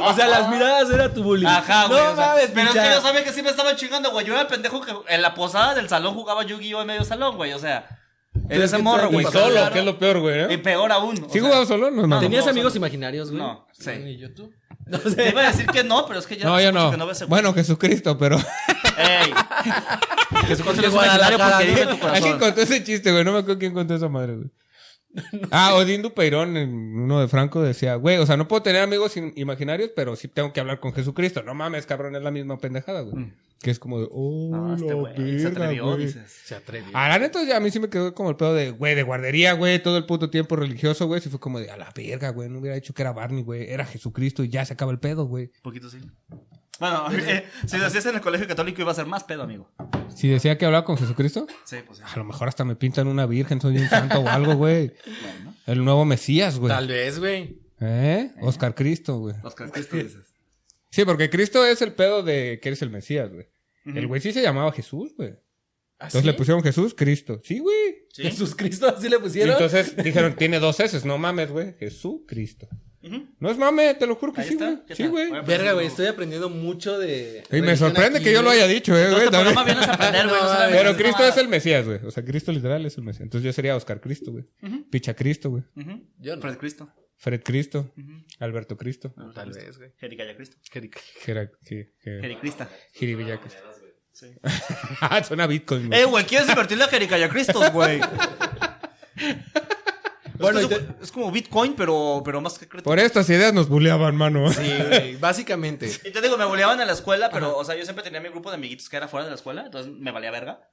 Speaker 3: O sea, las miradas era tu bullying.
Speaker 1: pues, ah. Ajá, güey.
Speaker 3: No
Speaker 1: o sea,
Speaker 3: mames,
Speaker 1: Pero es
Speaker 3: Picha.
Speaker 1: que yo sabía que sí me estaban chingando, güey. Yo era el pendejo que en la posada del salón jugaba Yu-Gi-Oh! en medio salón, güey. O sea, en
Speaker 3: Pero es
Speaker 1: ese
Speaker 3: que
Speaker 1: morro,
Speaker 3: tú
Speaker 1: güey.
Speaker 2: Y
Speaker 3: eres
Speaker 1: Pero
Speaker 2: solo,
Speaker 1: claro,
Speaker 2: que es lo peor, güey. ¿no?
Speaker 1: Y peor aún. o
Speaker 2: ¿Sí
Speaker 1: sea,
Speaker 2: jugaba solo? No, no.
Speaker 3: ¿Tenías
Speaker 1: No,
Speaker 3: amigos
Speaker 1: solo.
Speaker 3: imaginarios, güey?
Speaker 1: No, sí.
Speaker 3: ¿Y yo tú?
Speaker 1: Te iba a decir que no, pero es que ya
Speaker 2: No, yo
Speaker 1: hace mucho que
Speaker 2: no.
Speaker 1: veo ese güey.
Speaker 2: Bueno, Jesucristo, pero
Speaker 1: Ey. Que su
Speaker 3: Porque
Speaker 1: concepto es imaginario
Speaker 3: Guadalajara,
Speaker 1: porque vive
Speaker 3: ¿no?
Speaker 1: en tu
Speaker 2: alguien
Speaker 1: corazón.
Speaker 2: contó ese chiste, güey. No me acuerdo quién contó esa madre, güey. Ah, Odín Dupeirón, en uno de Franco, decía, güey, o sea, no puedo tener amigos im- imaginarios, pero sí tengo que hablar con Jesucristo. No mames, cabrón, es la misma pendejada, güey.
Speaker 1: Mm.
Speaker 2: Que es como de, oh,
Speaker 1: No, este
Speaker 2: la
Speaker 1: güey se
Speaker 2: verga,
Speaker 1: atrevió,
Speaker 2: güey.
Speaker 1: dices. Ah,
Speaker 3: Se atrevió.
Speaker 2: A la neta, ya a mí sí me quedó como el pedo de, güey, de guardería, güey, todo el puto tiempo religioso, güey. Sí fue como de, a la verga, güey, no hubiera dicho que era Barney, güey, era Jesucristo y ya se acaba el pedo, güey.
Speaker 1: Poquito sí. Bueno, eh, si lo hacías en el colegio católico iba a ser más pedo, amigo.
Speaker 2: Si decía que hablaba con Jesucristo,
Speaker 1: Sí, pues sí.
Speaker 2: a lo mejor hasta me pintan una virgen, soy un santo o algo, güey.
Speaker 1: Bueno,
Speaker 2: El nuevo Mesías, güey.
Speaker 3: Tal vez, güey.
Speaker 2: ¿Eh? Oscar Cristo, güey.
Speaker 1: los Cristo dices.
Speaker 2: Sí, porque Cristo es el pedo de que eres el Mesías, güey.
Speaker 1: Ujú.
Speaker 2: El güey sí se llamaba Jesús, güey.
Speaker 3: ¿Ah,
Speaker 2: Entonces
Speaker 3: sí?
Speaker 2: le pusieron Jesús, Cristo. Sí, güey.
Speaker 1: Sí.
Speaker 3: Jesús Cristo, así le
Speaker 2: Y
Speaker 3: pusieron.
Speaker 2: entonces dijeron, tiene dos S, no mames, güey. Jesús, Cristo.
Speaker 1: Ujú.
Speaker 2: No es mame, te lo juro que
Speaker 1: Ahí
Speaker 2: Pues sí,
Speaker 1: está,
Speaker 2: güey.
Speaker 1: ¿qué
Speaker 2: Sí,
Speaker 1: tal? pues,
Speaker 2: güey.
Speaker 1: Voy a-
Speaker 3: Verga, güey, estoy aprendiendo mucho de.
Speaker 2: Y me
Speaker 3: religión
Speaker 2: sorprende
Speaker 3: aquí,
Speaker 2: que yo lo
Speaker 3: güey.
Speaker 2: haya dicho, eh,
Speaker 1: Todo
Speaker 2: güey.
Speaker 1: este
Speaker 2: también.
Speaker 1: programa vienes a aprender, güey. no
Speaker 3: No,
Speaker 1: solamente
Speaker 2: Pero
Speaker 1: es
Speaker 2: Cristo
Speaker 1: mamada.
Speaker 2: es el Mesías, güey. O sea, Cristo literal es el Mesías. Entonces yo sería Oscar Cristo, güey.
Speaker 1: Ujú.
Speaker 2: Picha Cristo, güey.
Speaker 1: Ujú.
Speaker 3: Yo no.
Speaker 1: Fred Cristo.
Speaker 2: Fred Cristo.
Speaker 1: Ujú.
Speaker 2: Alberto Cristo.
Speaker 3: Tal vez, güey.
Speaker 1: Jericaya Cristo.
Speaker 3: Jerica.
Speaker 2: Jera, je- je-
Speaker 1: Jericrista.
Speaker 2: Jiribilla Cristo.
Speaker 4: Monedas, güey.
Speaker 2: Ah, suena a Bitcoin, güey.
Speaker 1: Eh, güey, ¿quién se convertirle a Jericaya Cristo, güey?
Speaker 3: Bueno,
Speaker 1: es,
Speaker 3: y
Speaker 1: que
Speaker 3: te-
Speaker 1: es- es como Bitcoin, pero, pero más que cripto.
Speaker 2: Por estas ideas nos buleaban, mano.
Speaker 3: Sí, güey. Básicamente.
Speaker 1: Y te digo, me boleaban en la escuela, pero, o sea, yo siempre tenía mi grupo de amiguitos que era fuera de la escuela, entonces me valía verga.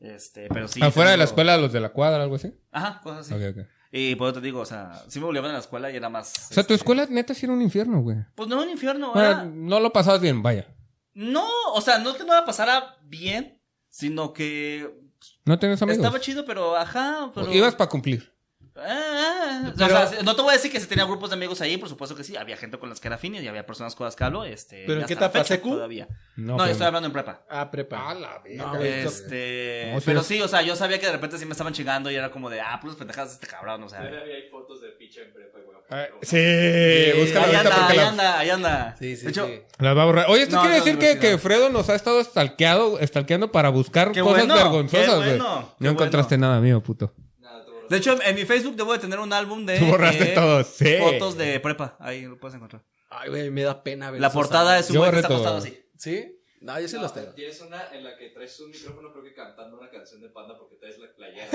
Speaker 1: Este, pero sí.
Speaker 2: Afuera de la
Speaker 1: tengo-
Speaker 2: escuela, los de la cuadra, algo así.
Speaker 1: Ajá, cosas así.
Speaker 2: Ok, ok.
Speaker 1: Y por eso te digo, o sea, sí me boleaban en la escuela y era más. este,
Speaker 2: O sea, tu escuela Ah. neta sí era un infierno, güey.
Speaker 1: Pues no, un infierno,
Speaker 2: Bueno,
Speaker 1: era-
Speaker 2: no lo pasabas bien, vaya.
Speaker 1: No, o sea, no es que no la pasara bien, sino que
Speaker 2: No tenías amigos.
Speaker 1: estaba chido, pero ajá. Pero...
Speaker 2: Ibas para cumplir.
Speaker 1: Ah, o
Speaker 2: Pero-
Speaker 1: sea, no te voy a decir que se tenía grupos de amigos ahí, por supuesto que sí. Había gente con las que era afines y había personas con las que hablo. Este,
Speaker 3: ¿Pero en
Speaker 1: hasta
Speaker 3: qué
Speaker 1: la
Speaker 3: etapa,
Speaker 1: fecha
Speaker 3: secu?
Speaker 1: Todavía. No,
Speaker 2: pues,
Speaker 1: yo estoy hablando en prepa.
Speaker 3: Ah, prepa.
Speaker 2: A la verga.
Speaker 3: No,
Speaker 2: güey.
Speaker 1: Este,
Speaker 2: No, sí
Speaker 1: pero
Speaker 2: es-
Speaker 1: sí, o sea, yo sabía que de repente sí me estaban chingando y era como de, ah, pues pendejadas este cabrón, o sea.
Speaker 4: Todavía hay fotos de picha en prepa, güey.
Speaker 2: Ah,
Speaker 4: Pero-
Speaker 2: Sí, Eh, búscala
Speaker 1: ahí
Speaker 2: ahorita
Speaker 1: anda,
Speaker 2: porque
Speaker 1: ahí
Speaker 2: la-
Speaker 1: anda, ahí anda.
Speaker 3: Sí, sí,
Speaker 1: de hecho,
Speaker 3: sí.
Speaker 2: la va a borrar. Oye, esto
Speaker 1: No,
Speaker 2: quiere
Speaker 1: no,
Speaker 2: decir que,
Speaker 1: diversidad.
Speaker 2: que Fredo nos ha estado stalkeado, stalkeando para buscar
Speaker 1: Qué
Speaker 2: cosas
Speaker 1: bueno,
Speaker 2: vergonzosas,
Speaker 1: qué
Speaker 2: güey.
Speaker 1: bueno,
Speaker 2: no
Speaker 1: qué
Speaker 2: encontraste nada mío, puto.
Speaker 4: Nada, tú
Speaker 1: de hecho, en, en mi Facebook debo de tener un álbum de
Speaker 2: Tú borraste
Speaker 1: eh,
Speaker 2: todo, sí.
Speaker 1: fotos de prepa. Ahí lo puedes encontrar.
Speaker 3: Ay, güey, me da pena
Speaker 2: Pues
Speaker 3: ver.
Speaker 1: La
Speaker 3: esos
Speaker 1: portada es un
Speaker 2: Yo
Speaker 1: güey que está
Speaker 2: borré
Speaker 1: acostado
Speaker 2: todo.
Speaker 1: así.
Speaker 3: ¿Sí? No, yo sí los tengo.
Speaker 4: Tienes una en la que traes un micrófono, creo que cantando una canción de panda porque traes la playera.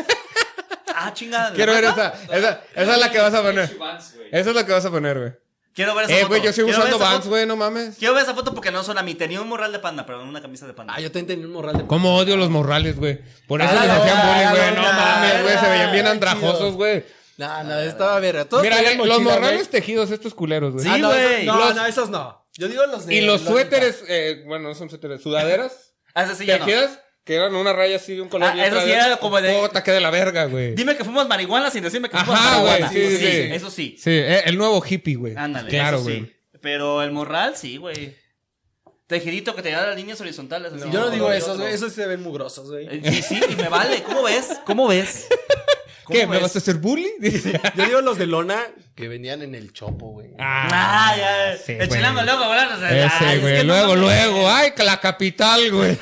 Speaker 1: Ah, chingada.
Speaker 2: Quiero ver esa, esa, esa es la que vas a poner.
Speaker 4: Chivans, güey.
Speaker 2: Esa es la que vas a poner, güey.
Speaker 1: Quiero ver esa
Speaker 2: Eh,
Speaker 1: foto.
Speaker 2: güey, yo sigo
Speaker 1: Quiero ver
Speaker 2: usando
Speaker 1: esa
Speaker 2: Vans,
Speaker 1: foto.
Speaker 2: güey, no mames.
Speaker 1: Quiero ver esa foto porque no son a mí. Tenía un morral de panda, pero una camisa de panda.
Speaker 3: Ah, yo también tenía un morral de.
Speaker 2: Cómo odio los morrales, güey. Por eso
Speaker 1: Ah,
Speaker 2: les
Speaker 1: la
Speaker 2: hacían
Speaker 1: verga,
Speaker 2: bullying,
Speaker 1: la
Speaker 2: güey. No
Speaker 1: verga,
Speaker 2: mames, güey. Se
Speaker 1: la
Speaker 2: veían bien
Speaker 3: verga,
Speaker 2: andrajosos,
Speaker 3: chido.
Speaker 2: güey.
Speaker 3: No, no, estaba verga. Todos
Speaker 2: Mira,
Speaker 3: tenían
Speaker 2: los
Speaker 3: mochila,
Speaker 2: morrales
Speaker 3: güey.
Speaker 2: tejidos, estos culeros, güey.
Speaker 1: Sí,
Speaker 3: Ah, no, esos-
Speaker 1: güey.
Speaker 3: No,
Speaker 2: Los-
Speaker 3: no, esos no. Yo digo los de.
Speaker 2: Y los
Speaker 3: Lolita.
Speaker 2: suéteres, eh, bueno, no son suéteres, sudaderas
Speaker 1: Ah, esa sí ya no.
Speaker 2: tejidas que eran una raya así de un color.
Speaker 1: Ah,
Speaker 2: y otra
Speaker 1: eso sí
Speaker 2: de-
Speaker 1: era como de-
Speaker 2: Puta, que de la verga, güey.
Speaker 1: Dime que fuimos marihuana sin decirme que fuimos
Speaker 2: Ajá, güey.
Speaker 1: marihuana.
Speaker 2: Sí, sí, sí.
Speaker 1: Eso sí.
Speaker 2: Sí, eh, el nuevo hippie, güey.
Speaker 1: Ándale.
Speaker 2: Claro,
Speaker 1: eso sí.
Speaker 2: güey.
Speaker 1: Pero el morral, sí, güey. Tejidito que te da las líneas horizontales. así.
Speaker 3: Yo no digo
Speaker 1: Uno y
Speaker 3: esos,
Speaker 1: otro.
Speaker 3: güey. Esos se ven mugrosos, güey.
Speaker 1: Eh, Sí, sí, y me vale. ¿Cómo ves? ¿Cómo ves?
Speaker 2: ¿Qué?
Speaker 1: ¿Cómo
Speaker 2: ¿Me
Speaker 1: ves?
Speaker 2: vas a hacer bully?
Speaker 3: Yo digo los de lona que venían en el chopo, güey.
Speaker 1: Ah, ya.
Speaker 2: sí,
Speaker 1: el
Speaker 2: güey. Ah,
Speaker 1: chilamo luego, güey. o sea, ay,
Speaker 2: Ese,
Speaker 1: es
Speaker 2: güey.
Speaker 1: que no
Speaker 2: luego,
Speaker 1: mames.
Speaker 2: luego. Ay, que la capital, güey.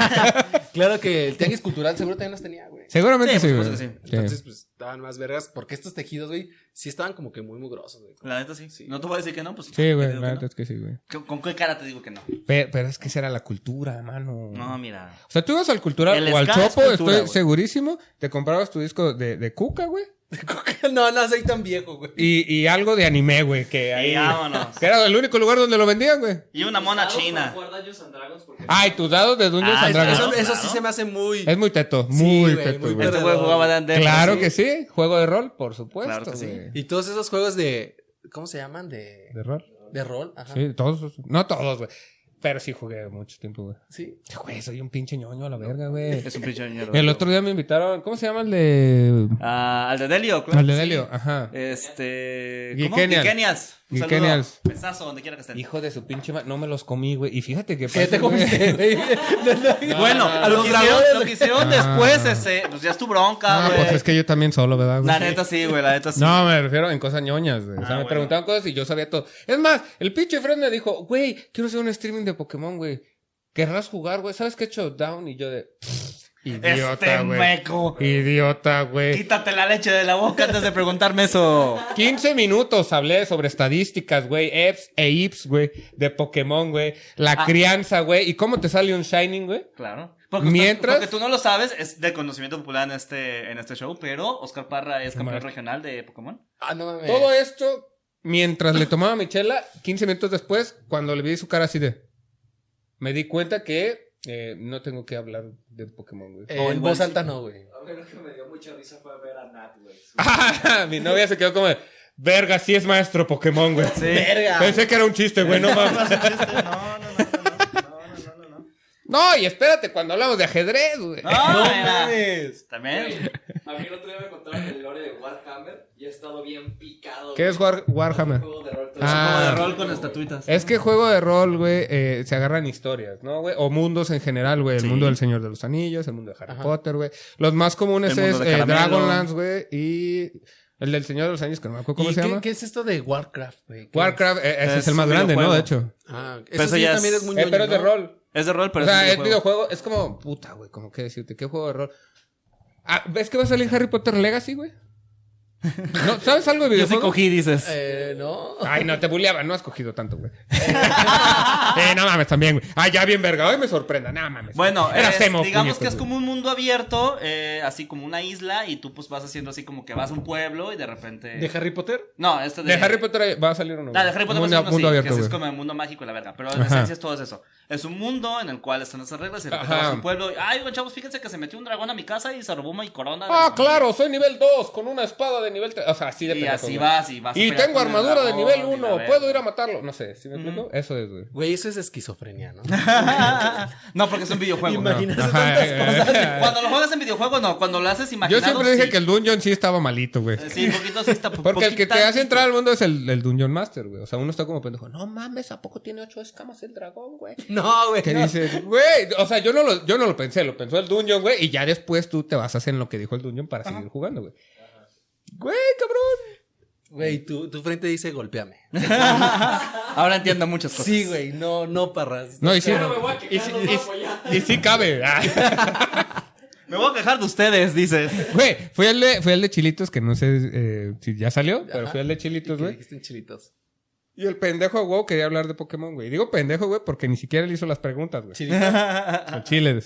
Speaker 3: Claro que el tianguis cultural seguro también los tenía, güey.
Speaker 2: Seguramente
Speaker 1: Sí,
Speaker 2: sí,
Speaker 1: por
Speaker 2: güey.
Speaker 1: supuesto
Speaker 2: Sí.
Speaker 3: Entonces, pues, estaban más vergas porque estos tejidos, güey, sí estaban como que muy mugrosos, güey.
Speaker 1: La neta sí. No te voy a decir que no, pues.
Speaker 2: Sí,
Speaker 1: te
Speaker 2: güey.
Speaker 1: digo
Speaker 2: La
Speaker 1: que
Speaker 2: neta
Speaker 1: no.
Speaker 2: es que sí, güey.
Speaker 1: ¿Con, con qué cara te digo que no?
Speaker 2: Pe- Pero es que esa era la cultura, mano.
Speaker 1: No, mira.
Speaker 2: O sea, tú ibas al cultural
Speaker 1: El
Speaker 2: o al
Speaker 1: ska es
Speaker 2: chopo,
Speaker 1: cultura,
Speaker 2: estoy
Speaker 1: güey.
Speaker 2: segurísimo. Te comprabas tu disco de, de Cuca, güey.
Speaker 3: No, no soy tan viejo, güey.
Speaker 2: Y, y algo de anime, güey. Que ahí.
Speaker 1: Y vámonos.
Speaker 2: que era el único lugar donde lo vendían, güey.
Speaker 1: Y una mona china.
Speaker 4: Guarda Dungeons and Dragons porque.
Speaker 2: Ay, tus dados de Dungeons
Speaker 1: Ah,
Speaker 2: and
Speaker 1: eso-
Speaker 2: Dragons.
Speaker 3: Eso, eso sí
Speaker 1: Claro.
Speaker 3: se me hace muy.
Speaker 2: Es muy teto,
Speaker 3: Sí,
Speaker 2: muy
Speaker 3: güey,
Speaker 2: teto,
Speaker 3: muy
Speaker 2: güey.
Speaker 1: Este güey jugaba Dan
Speaker 2: Claro que sí, juego de rol, por supuesto.
Speaker 1: Claro que sí.
Speaker 2: güey.
Speaker 3: Y todos esos juegos de. ¿Cómo se llaman? De.
Speaker 2: ¿De rol?
Speaker 3: De rol. Ajá. Sí.
Speaker 2: Sí, todos, esos- no todos, güey. Pero sí jugué mucho tiempo, güey. Güey, soy un pinche ñoño a la verga, güey.
Speaker 1: Es un pinche ñero.
Speaker 2: El otro día me invitaron, ¿cómo se llama el de...
Speaker 1: Ah, al de Delio, claro.
Speaker 2: Al de
Speaker 1: que sí.
Speaker 2: Delio, ajá.
Speaker 1: Este. Geekenials.
Speaker 2: Geekenial.
Speaker 1: Un saludo.
Speaker 2: Geekenials.
Speaker 1: Besazo donde quiera que estén.
Speaker 2: Hijo de su pinche ma- no me los comí, güey. Y fíjate que...
Speaker 3: ¿Qué te comiste, güey?
Speaker 1: bueno,
Speaker 3: no,
Speaker 1: Ah, lo,
Speaker 3: no.
Speaker 1: que
Speaker 3: Los
Speaker 1: hicieron,
Speaker 3: dragones.
Speaker 1: lo que hicieron
Speaker 2: Ah.
Speaker 1: después, ese, pues ya es tu bronca,
Speaker 2: Ah,
Speaker 1: güey.
Speaker 2: pues es que yo también solo, ¿verdad, güey?
Speaker 1: La neta sí, güey, la neta sí.
Speaker 2: No, me refiero en cosas ñoñas, güey. O sea,
Speaker 1: Ah,
Speaker 2: me
Speaker 1: bueno.
Speaker 2: preguntaban cosas y yo sabía todo. Es más, el pinche Fred me dijo, güey, quiero hacer un streaming de Pokémon, güey. ¿Querrás jugar, güey? ¿Sabes qué Showdown? Y yo de... "Pff,
Speaker 1: este
Speaker 2: Idiota, güey. Eh.
Speaker 1: meco.
Speaker 2: Idiota, güey.
Speaker 1: Quítate la leche de la boca antes de preguntarme eso.
Speaker 2: 15 minutos hablé sobre estadísticas, güey. Eps e Ips, güey. De Pokémon, güey. La
Speaker 1: Ah.
Speaker 2: crianza, güey. ¿Y cómo te sale un Shining, güey?
Speaker 1: Claro. Porque,
Speaker 2: Mientras-
Speaker 1: porque tú no lo sabes, es de conocimiento popular en este, en este show, pero Oscar Parra es campeón
Speaker 2: Mar-
Speaker 1: regional de Pokémon.
Speaker 3: Ah, no mames.
Speaker 2: Todo esto, mientras le tomaba mi chela, 15 minutos después, cuando le vi su cara así de... Me di cuenta que eh, no tengo que hablar de Pokémon, güey.
Speaker 3: Eh, en voz alta no, güey.
Speaker 4: A mí lo que me dio mucha risa fue ver a Nat, güey. Su-
Speaker 2: mi novia se quedó como de... Verga, sí es maestro Pokémon, güey.
Speaker 3: Verga.
Speaker 2: Pensé que era un chiste, güey. No mames.
Speaker 1: No, no, no, no, no, no, no,
Speaker 2: No, y espérate, cuando hablamos de ajedrez, güey.
Speaker 1: no, era-
Speaker 3: mames.
Speaker 1: También.
Speaker 4: A mí el otro día me contaron el lore de Warhammer y he estado bien picado.
Speaker 2: ¿Qué
Speaker 4: güey.
Speaker 2: es War- Warhammer?
Speaker 4: Un juego de rol.
Speaker 1: Como
Speaker 2: Ah.
Speaker 1: de rol con estatuitas.
Speaker 2: Es que juego de rol, güey, eh, se agarran historias, ¿no, güey? O mundos en general, güey. El
Speaker 1: Sí.
Speaker 2: mundo del Señor de los Anillos, el mundo de Harry
Speaker 3: Ajá.
Speaker 2: Potter, güey. Los más comunes
Speaker 1: El mundo
Speaker 2: es
Speaker 1: de
Speaker 2: eh,
Speaker 1: Caramelo.
Speaker 2: Dragonlance, güey, y el del Señor de los Anillos, que no me acuerdo cómo
Speaker 3: ¿Y
Speaker 2: se
Speaker 3: qué,
Speaker 2: llama.
Speaker 3: qué es esto de Warcraft, güey? ¿Qué
Speaker 2: Warcraft, eh, ese es,
Speaker 1: Es
Speaker 2: el más
Speaker 1: un
Speaker 2: grande, ¿no?
Speaker 1: videojuego.
Speaker 2: De hecho.
Speaker 3: es? Ah,
Speaker 1: Pero
Speaker 3: eso
Speaker 1: eso
Speaker 3: sí
Speaker 1: ya
Speaker 3: también
Speaker 1: es-
Speaker 3: es muy
Speaker 2: Eh, pero es de
Speaker 3: ñoño, ¿no?
Speaker 2: rol.
Speaker 1: Es de rol, pero
Speaker 2: o sea, eh,
Speaker 1: es
Speaker 2: es
Speaker 1: un
Speaker 2: videojuego, es como, puta, güey, como qué decirte, qué juego de rol. Ah, ¿ves que va a salir Harry Potter Legacy, güey? ¿No? ¿Sabes algo de
Speaker 1: Yo sí
Speaker 2: videojuego?
Speaker 1: cogí, dices.
Speaker 3: Eh, no.
Speaker 2: Ay, no, te buleaba, no has cogido tanto, güey. eh, no mames, también, güey. Ay, ya bien verga, hoy me sorprenda, no mames.
Speaker 1: Bueno,
Speaker 2: Era
Speaker 1: es-
Speaker 2: Zemo,
Speaker 1: digamos
Speaker 2: puñetos,
Speaker 1: que es
Speaker 2: güey.
Speaker 1: como un mundo abierto, eh, así como una isla, y tú pues vas haciendo así como que vas a un pueblo y de repente...
Speaker 3: ¿De Harry Potter?
Speaker 1: No, este de...
Speaker 2: De Harry Potter va a salir uno.
Speaker 1: Ah, de
Speaker 2: güey.
Speaker 1: Harry Potter
Speaker 2: mundo,
Speaker 1: más o menos
Speaker 2: mundo
Speaker 1: sí,
Speaker 2: abierto,
Speaker 1: que sí es
Speaker 2: güey.
Speaker 1: como el mundo mágico y la verga, pero en
Speaker 2: Ajá.
Speaker 1: esencia es todo eso. Es un mundo en el cual están esas reglas y de repente
Speaker 2: Ajá.
Speaker 1: vas a un pueblo y, ay, güey, chavos, fíjense que se metió un dragón a mi casa y se robó mi corona. de
Speaker 2: Ah,
Speaker 1: mi familia".
Speaker 2: claro, soy nivel 2 con una espada de nivel 3. O sea, así de
Speaker 1: Y
Speaker 2: pendejo,
Speaker 1: así
Speaker 2: güey.
Speaker 1: vas y vas a
Speaker 2: Y
Speaker 1: pelear
Speaker 2: tengo
Speaker 1: con el
Speaker 2: armadura de
Speaker 1: dragón
Speaker 2: nivel
Speaker 1: y la
Speaker 2: 1,
Speaker 1: verga.
Speaker 2: puedo ir a matarlo. No sé, ¿sí me
Speaker 1: Ujú.
Speaker 2: explico? Eso es, güey.
Speaker 3: Güey, eso es esquizofrenia, ¿no?
Speaker 1: no, porque es un videojuego.
Speaker 3: Imagínate
Speaker 2: Ajá,
Speaker 3: tantas
Speaker 2: eh,
Speaker 3: cosas.
Speaker 2: eh.
Speaker 1: Cuando lo juegas en videojuego, no. Cuando lo haces
Speaker 2: Yo
Speaker 1: imaginado,
Speaker 2: siempre dije
Speaker 1: sí.
Speaker 2: que el dungeon sí estaba malito, güey.
Speaker 1: Sí, un poquito sí está...
Speaker 2: Porque el que te
Speaker 1: poquitantito.
Speaker 2: hace entrar al mundo es el, el Dungeon Master, güey. O sea, uno está como pendejo. No mames, ¿a poco tiene ocho escamas el dragón, güey?
Speaker 3: No, güey.
Speaker 2: Que
Speaker 3: no.
Speaker 2: dices, güey. O sea, yo no, lo, yo no lo pensé, lo pensó el Dungeon, güey. Y ya después tú te vas a hacer en lo que dijo el Dungeon para seguir jugando, güey. Güey, cabrón.
Speaker 3: Güey, tu, tu frente dice golpeame.
Speaker 1: Ahora entiendo muchas cosas.
Speaker 3: Sí, güey, no, no parras.
Speaker 2: No, y sí.
Speaker 4: Claro, me voy a
Speaker 2: y,
Speaker 4: quejar,
Speaker 2: sí
Speaker 4: no voy a
Speaker 2: y-
Speaker 4: apoyar.
Speaker 2: y sí cabe. Ah,
Speaker 1: Me voy a quejar de ustedes, dices.
Speaker 2: Güey, fui al de, fui al de Chilitos, que no sé eh, si ya salió, pero
Speaker 3: Ajá.
Speaker 2: fui al de Chilitos,
Speaker 3: Que
Speaker 2: güey.
Speaker 3: dijiste en chilitos.
Speaker 2: Y el pendejo, güey, quería hablar de Pokémon, güey. Y Digo pendejo, güey, porque ni siquiera le hizo las preguntas, güey.
Speaker 3: ¿Chilitos?
Speaker 2: Con chiles.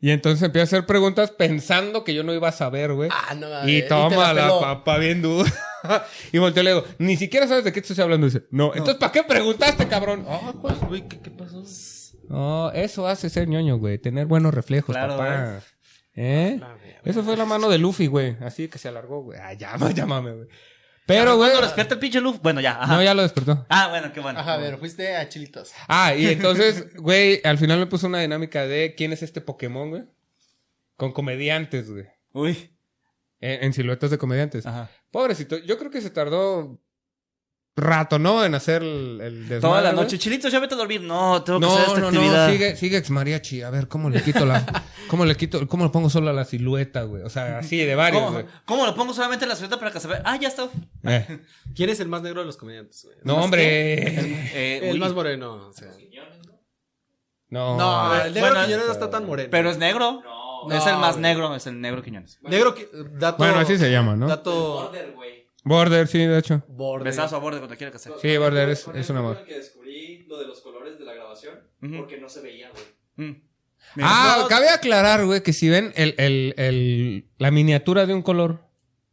Speaker 2: Y entonces empieza a hacer preguntas pensando que yo no iba a saber, güey.
Speaker 3: Ah, no, mames.
Speaker 2: y
Speaker 3: te
Speaker 2: toma la,
Speaker 3: peló.
Speaker 2: papa bien duro. y volteo y le digo, ni siquiera sabes de qué te estoy hablando. Y dice, no. Entonces, ¿para qué preguntaste, cabrón? Ah, pues.
Speaker 1: Güey, ¿qué, qué pasó?
Speaker 2: No, eso hace ser ñoño, güey. Tener buenos reflejos,
Speaker 1: Claro,
Speaker 2: papá. ¿Eh? Eso fue la mano de Luffy, güey. Así que se alargó, güey. Ah, llama, llámame, güey. Pero, güey.
Speaker 1: ¿Cuándo lo despierta el pinche Luf? Bueno, ya. ajá.
Speaker 2: No, ya lo despertó.
Speaker 1: Ah, bueno, qué bueno.
Speaker 3: Ajá, a ver, fuiste a chilitos.
Speaker 2: Ah, y entonces, güey, al final me puso una dinámica de quién es este Pokémon, güey. Con comediantes, güey.
Speaker 1: Uy.
Speaker 2: En, en siluetas de comediantes.
Speaker 1: Ajá.
Speaker 2: Pobrecito, yo creo que se tardó rato, ¿no? En hacer el, el desmadre,
Speaker 1: Toda la
Speaker 2: güey.
Speaker 1: noche. Chilito, ya vete a dormir. No, tengo que hacer
Speaker 2: No,
Speaker 1: esta
Speaker 2: no,
Speaker 1: actividad.
Speaker 2: no, sigue, sigue ex mariachi. A ver, ¿cómo le quito la. ¿Cómo le quito? ¿Cómo le pongo solo a la silueta, güey? O sea, así de varios,
Speaker 1: ¿Cómo,
Speaker 2: güey.
Speaker 1: cómo lo pongo solamente en la suelta para que se vea? Ah, ya está.
Speaker 2: Eh,
Speaker 3: ¿Quién es el más negro de los comediantes, güey?
Speaker 2: No,
Speaker 3: ¿Más
Speaker 2: hombre.
Speaker 1: Eh,
Speaker 3: qué? El
Speaker 1: uy.
Speaker 3: más moreno. o sea.
Speaker 2: No.
Speaker 3: No, el negro
Speaker 1: Bueno,
Speaker 3: Quiñones no está tan moreno.
Speaker 1: Pero es negro.
Speaker 4: No,
Speaker 1: es el más
Speaker 3: güey.
Speaker 1: negro, es el negro Quiñones.
Speaker 3: Negro que. Dato.
Speaker 2: Bueno, así se llama, ¿no?
Speaker 3: Dato.
Speaker 4: border, güey.
Speaker 2: Border, sí, de hecho.
Speaker 3: Borde.
Speaker 1: Besazo a bordo cuando quiera que sea.
Speaker 2: Sí, border, es-
Speaker 4: Con
Speaker 2: es
Speaker 4: él
Speaker 2: un
Speaker 4: fue
Speaker 2: amor.
Speaker 4: con el que descubrí lo de los colores de la grabación
Speaker 1: Ujú.
Speaker 4: porque no se veía, güey.
Speaker 1: Mm.
Speaker 2: ah,
Speaker 1: No,
Speaker 2: cabe aclarar, güey, que si ven el, el, el, la miniatura de un color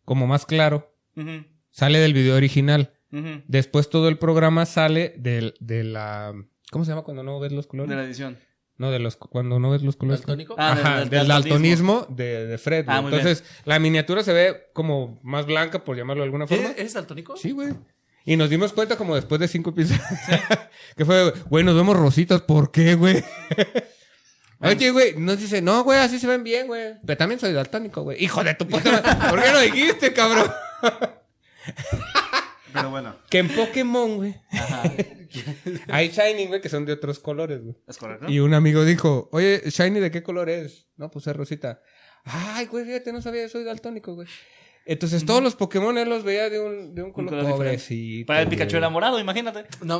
Speaker 2: como más claro,
Speaker 1: ujú,
Speaker 2: sale del video original.
Speaker 1: ujú,
Speaker 2: Después todo el programa sale del, de la... ¿Cómo se llama cuando no ves los colores?
Speaker 1: De la edición.
Speaker 2: No, de los... Cuando no ves los colores.
Speaker 3: ¿Daltónico?
Speaker 1: Ah,
Speaker 2: Ajá,
Speaker 1: del-
Speaker 2: del,
Speaker 1: del daltonismo.
Speaker 2: daltonismo de, de Fred. güey.
Speaker 1: Ah, muy
Speaker 2: Entonces, la miniatura se ve como más blanca, por llamarlo de alguna forma.
Speaker 3: ¿Eres ¿Eh? eres daltónico?
Speaker 2: Sí, güey. Y nos dimos cuenta como después de cinco episodios. que fue, güey, nos vemos rositas. ¿Por qué, güey? Oye, güey, nos dice, no, güey, así se ven bien, güey. Pero también soy daltónico, güey. Hijo de tu puta madre. ¿Por qué no dijiste, cabrón?
Speaker 1: Pero bueno.
Speaker 2: Que en Pokémon, güey. Hay Shining, güey, que son de otros colores, güey.
Speaker 1: ¿Es correcto?
Speaker 2: Y un amigo dijo, oye, Shiny, ¿de qué color es? No, pues es rosita. Ay, güey, fíjate, no sabía, soy daltónico, güey. Entonces, todos los Pokémon él los veía de un, de un color,
Speaker 1: color diferente.
Speaker 2: pobrecito,
Speaker 1: Para el
Speaker 2: güey.
Speaker 1: Pikachu enamorado, imagínate.
Speaker 3: No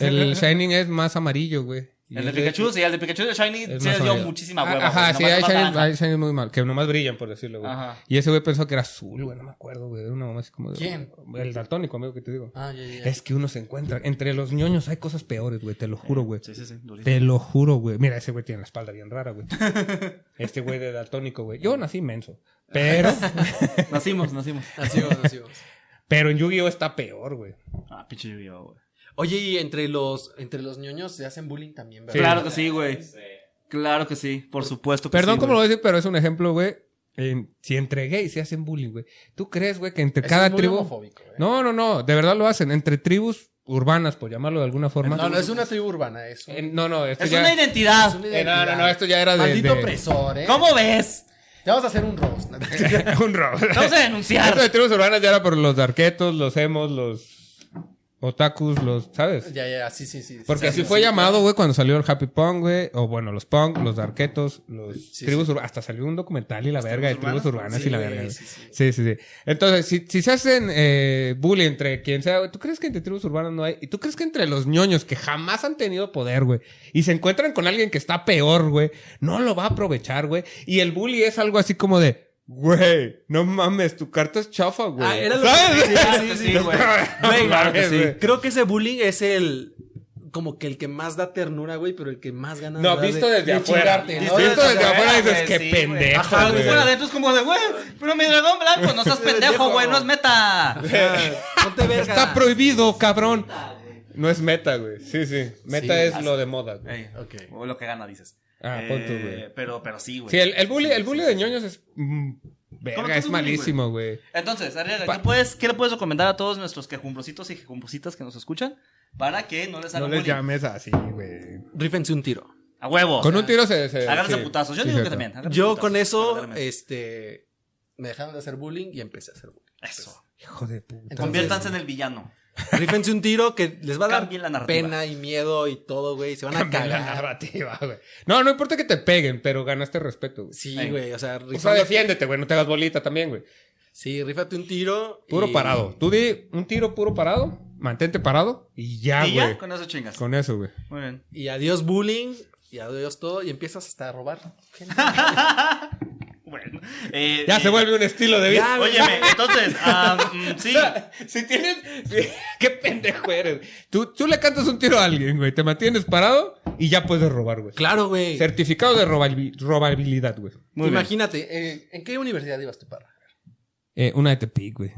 Speaker 2: El Shining es más amarillo, güey. Y
Speaker 1: El de Pikachu, sí, el de Pikachu de Shiny
Speaker 2: es
Speaker 1: se
Speaker 2: más
Speaker 1: le dio
Speaker 2: amarillo.
Speaker 1: muchísima
Speaker 2: Ah,
Speaker 1: hueva.
Speaker 2: Ajá,
Speaker 1: güey,
Speaker 2: sí,
Speaker 1: nomás
Speaker 2: hay
Speaker 1: más
Speaker 2: Shining,
Speaker 1: naranja.
Speaker 2: hay Shining muy mal, que nomás brillan, por decirlo, güey.
Speaker 1: Ajá.
Speaker 2: Y ese güey pensó que era azul, güey, no me acuerdo, güey. Era una mamá así como de-
Speaker 3: ¿Quién?
Speaker 2: El daltónico, amigo, que te digo.
Speaker 3: Ah, ya, ya.
Speaker 2: Es que uno se encuentra. Entre los ñoños hay cosas peores, güey, te lo juro, güey.
Speaker 1: Sí, sí, sí. durísimo.
Speaker 2: Te lo juro, güey. Mira, ese güey tiene la espalda bien rara, güey. Este güey de daltónico, güey. Yo nací menso. Pero,
Speaker 1: Nacimos, nacimos.
Speaker 2: Este.
Speaker 3: Así vamos, así vamos.
Speaker 2: pero en Yu-Gi-Oh está peor, güey.
Speaker 1: Ah, pinche Yu-Gi-Oh, güey.
Speaker 3: Oye, y entre los, entre los ñoños se hacen bullying también, ¿verdad?
Speaker 2: Sí.
Speaker 1: Claro que sí, güey.
Speaker 4: Sí.
Speaker 1: Claro que sí, por supuesto que
Speaker 2: Perdón
Speaker 1: sí,
Speaker 2: como lo
Speaker 1: güey.
Speaker 2: voy a decir, pero es un ejemplo, güey. En- si entre gays se hacen bullying, güey. ¿Tú crees, güey, que entre
Speaker 3: Eso
Speaker 2: cada
Speaker 3: es muy
Speaker 2: tribu...
Speaker 3: homofóbico, ¿eh?
Speaker 2: No, no, no. De verdad lo hacen. Entre tribus urbanas, por llamarlo de alguna forma.
Speaker 3: no, no, es una tribu urbana eso.
Speaker 2: Eh, no, no, esto
Speaker 1: Es
Speaker 2: ya...
Speaker 1: una identidad.
Speaker 3: Es una
Speaker 2: Eh, no, no, no, esto ya era de...
Speaker 3: Maldito
Speaker 2: de-
Speaker 3: opresor, ¿eh?
Speaker 1: ¿Cómo ves?
Speaker 3: Te vamos a hacer un roast.
Speaker 2: un robo.
Speaker 1: Vamos a denunciar.
Speaker 2: Esto de tribus urbanas ya era por los darquetos, los emos, los otakus, los... ¿Sabes?
Speaker 3: ya, ya, sí, sí, sí. sí,
Speaker 2: Porque
Speaker 3: sí,
Speaker 2: así
Speaker 3: sí,
Speaker 2: fue
Speaker 3: sí.
Speaker 2: llamado, güey, cuando salió el Happy Punk, güey. O bueno, los punk, los darquetos, los
Speaker 3: Sí,
Speaker 2: tribus urbanas. Hasta salió un documental y la verga de
Speaker 1: tribus
Speaker 2: tribus urbanas
Speaker 3: Sí,
Speaker 2: y la
Speaker 3: güey,
Speaker 2: verga.
Speaker 3: sí, sí.
Speaker 2: Sí, sí, sí. Entonces, si, si se hacen eh, bullying entre quien sea, güey, ¿tú crees que entre tribus urbanas no hay? ¿Y tú crees que entre los ñoños que jamás han tenido poder, güey, y se encuentran con alguien que está peor, güey, no lo va a aprovechar, güey? Y el bully es algo así como de, güey, no mames, tu carta es chafa, güey.
Speaker 3: Ah, era lo
Speaker 2: ¿Sabes?
Speaker 3: que- sí, sí, sí,
Speaker 1: Sí, güey. Güey, claro que sí.
Speaker 3: Creo que ese bullying es el. Como que el que más da ternura, güey, pero el que más gana.
Speaker 2: No, visto desde afuera.
Speaker 3: chingarte,
Speaker 1: Visto
Speaker 3: ¿no?
Speaker 2: Visto desde
Speaker 1: desde
Speaker 2: afuera
Speaker 1: afuera,
Speaker 2: dices,
Speaker 1: güey,
Speaker 2: qué
Speaker 1: sí, güey.
Speaker 2: pendejo,
Speaker 1: Ajá,
Speaker 2: güey.
Speaker 1: güey, fuera adentro es como de, güey, pero mi dragón blanco, no seas pendejo, güey, no es meta.
Speaker 3: Ajá, Ponte verga.
Speaker 2: Está prohibido, cabrón. No es meta, güey. Sí, sí. Meta
Speaker 3: Sí.
Speaker 2: es lo de moda, güey.
Speaker 1: Ey,
Speaker 3: Ok.
Speaker 1: O lo que gana, dices.
Speaker 2: Ah,
Speaker 1: Eh,
Speaker 2: pon tú, güey.
Speaker 1: Pero, pero sí, güey.
Speaker 2: Sí, el, el bully, el bully
Speaker 1: sí,
Speaker 2: de
Speaker 1: sí.
Speaker 2: ñoños es mm, Verga, es malísimo, güey.
Speaker 1: Entonces, Arriaga, ¿qué,
Speaker 2: Pa-
Speaker 1: puedes, ¿qué le puedes recomendar a todos nuestros quejumbrositos y quejumbrositas que nos escuchan para que no les hagan
Speaker 2: No les
Speaker 1: bullying?
Speaker 2: llames así, güey.
Speaker 3: Rífense un tiro.
Speaker 1: A huevo.
Speaker 2: Con un tiro se. se
Speaker 1: Agárrense
Speaker 2: sí.
Speaker 1: a putazos. Yo
Speaker 2: Sí,
Speaker 1: digo que
Speaker 2: cierto.
Speaker 1: también. agárrense a
Speaker 3: Yo
Speaker 1: putazos,
Speaker 3: con eso,
Speaker 1: verdaderamente.
Speaker 3: este, me dejaron de hacer bullying y empecé a hacer bullying.
Speaker 1: Eso.
Speaker 2: Hijo de puta.
Speaker 3: Entonces-
Speaker 1: Conviértanse en el villano.
Speaker 3: Rífense un tiro que les va a dar
Speaker 1: Cambien la narrativa.
Speaker 3: pena y miedo y todo, güey. Se van a
Speaker 2: Cambia la
Speaker 3: cagar.
Speaker 2: narrativa, güey. No, no importa que te peguen, pero ganaste respeto, güey.
Speaker 3: Sí,
Speaker 1: Ey.
Speaker 3: güey, o sea,
Speaker 2: O sea,
Speaker 3: rifando-
Speaker 2: defiéndete, güey. No te hagas bolita también, güey.
Speaker 3: sí, rífate un tiro.
Speaker 2: Puro
Speaker 3: y-
Speaker 2: parado. Tú di un tiro puro parado, mantente parado y ya,
Speaker 1: y ya,
Speaker 2: Ah, güey.
Speaker 1: con eso chingas.
Speaker 2: Con eso, güey.
Speaker 1: Muy bien.
Speaker 3: Y adiós bullying, y adiós todo, y empiezas hasta a robar.
Speaker 1: Bueno. eh,
Speaker 2: Ya
Speaker 1: eh,
Speaker 2: se vuelve un estilo de vida.
Speaker 3: Ya, güey.
Speaker 1: Óyeme, entonces, ah, mm, sí.
Speaker 2: si tienes. si- qué pendejo eres. Tú, tú le cantas un tiro a alguien, güey. Te mantienes parado y ya puedes robar, güey.
Speaker 3: Claro, güey.
Speaker 2: Certificado de robabil- robabilidad, güey.
Speaker 1: Muy bien.
Speaker 3: Imagínate, eh, ¿en qué universidad ibas tú para?
Speaker 2: Eh, una de Tepic, güey.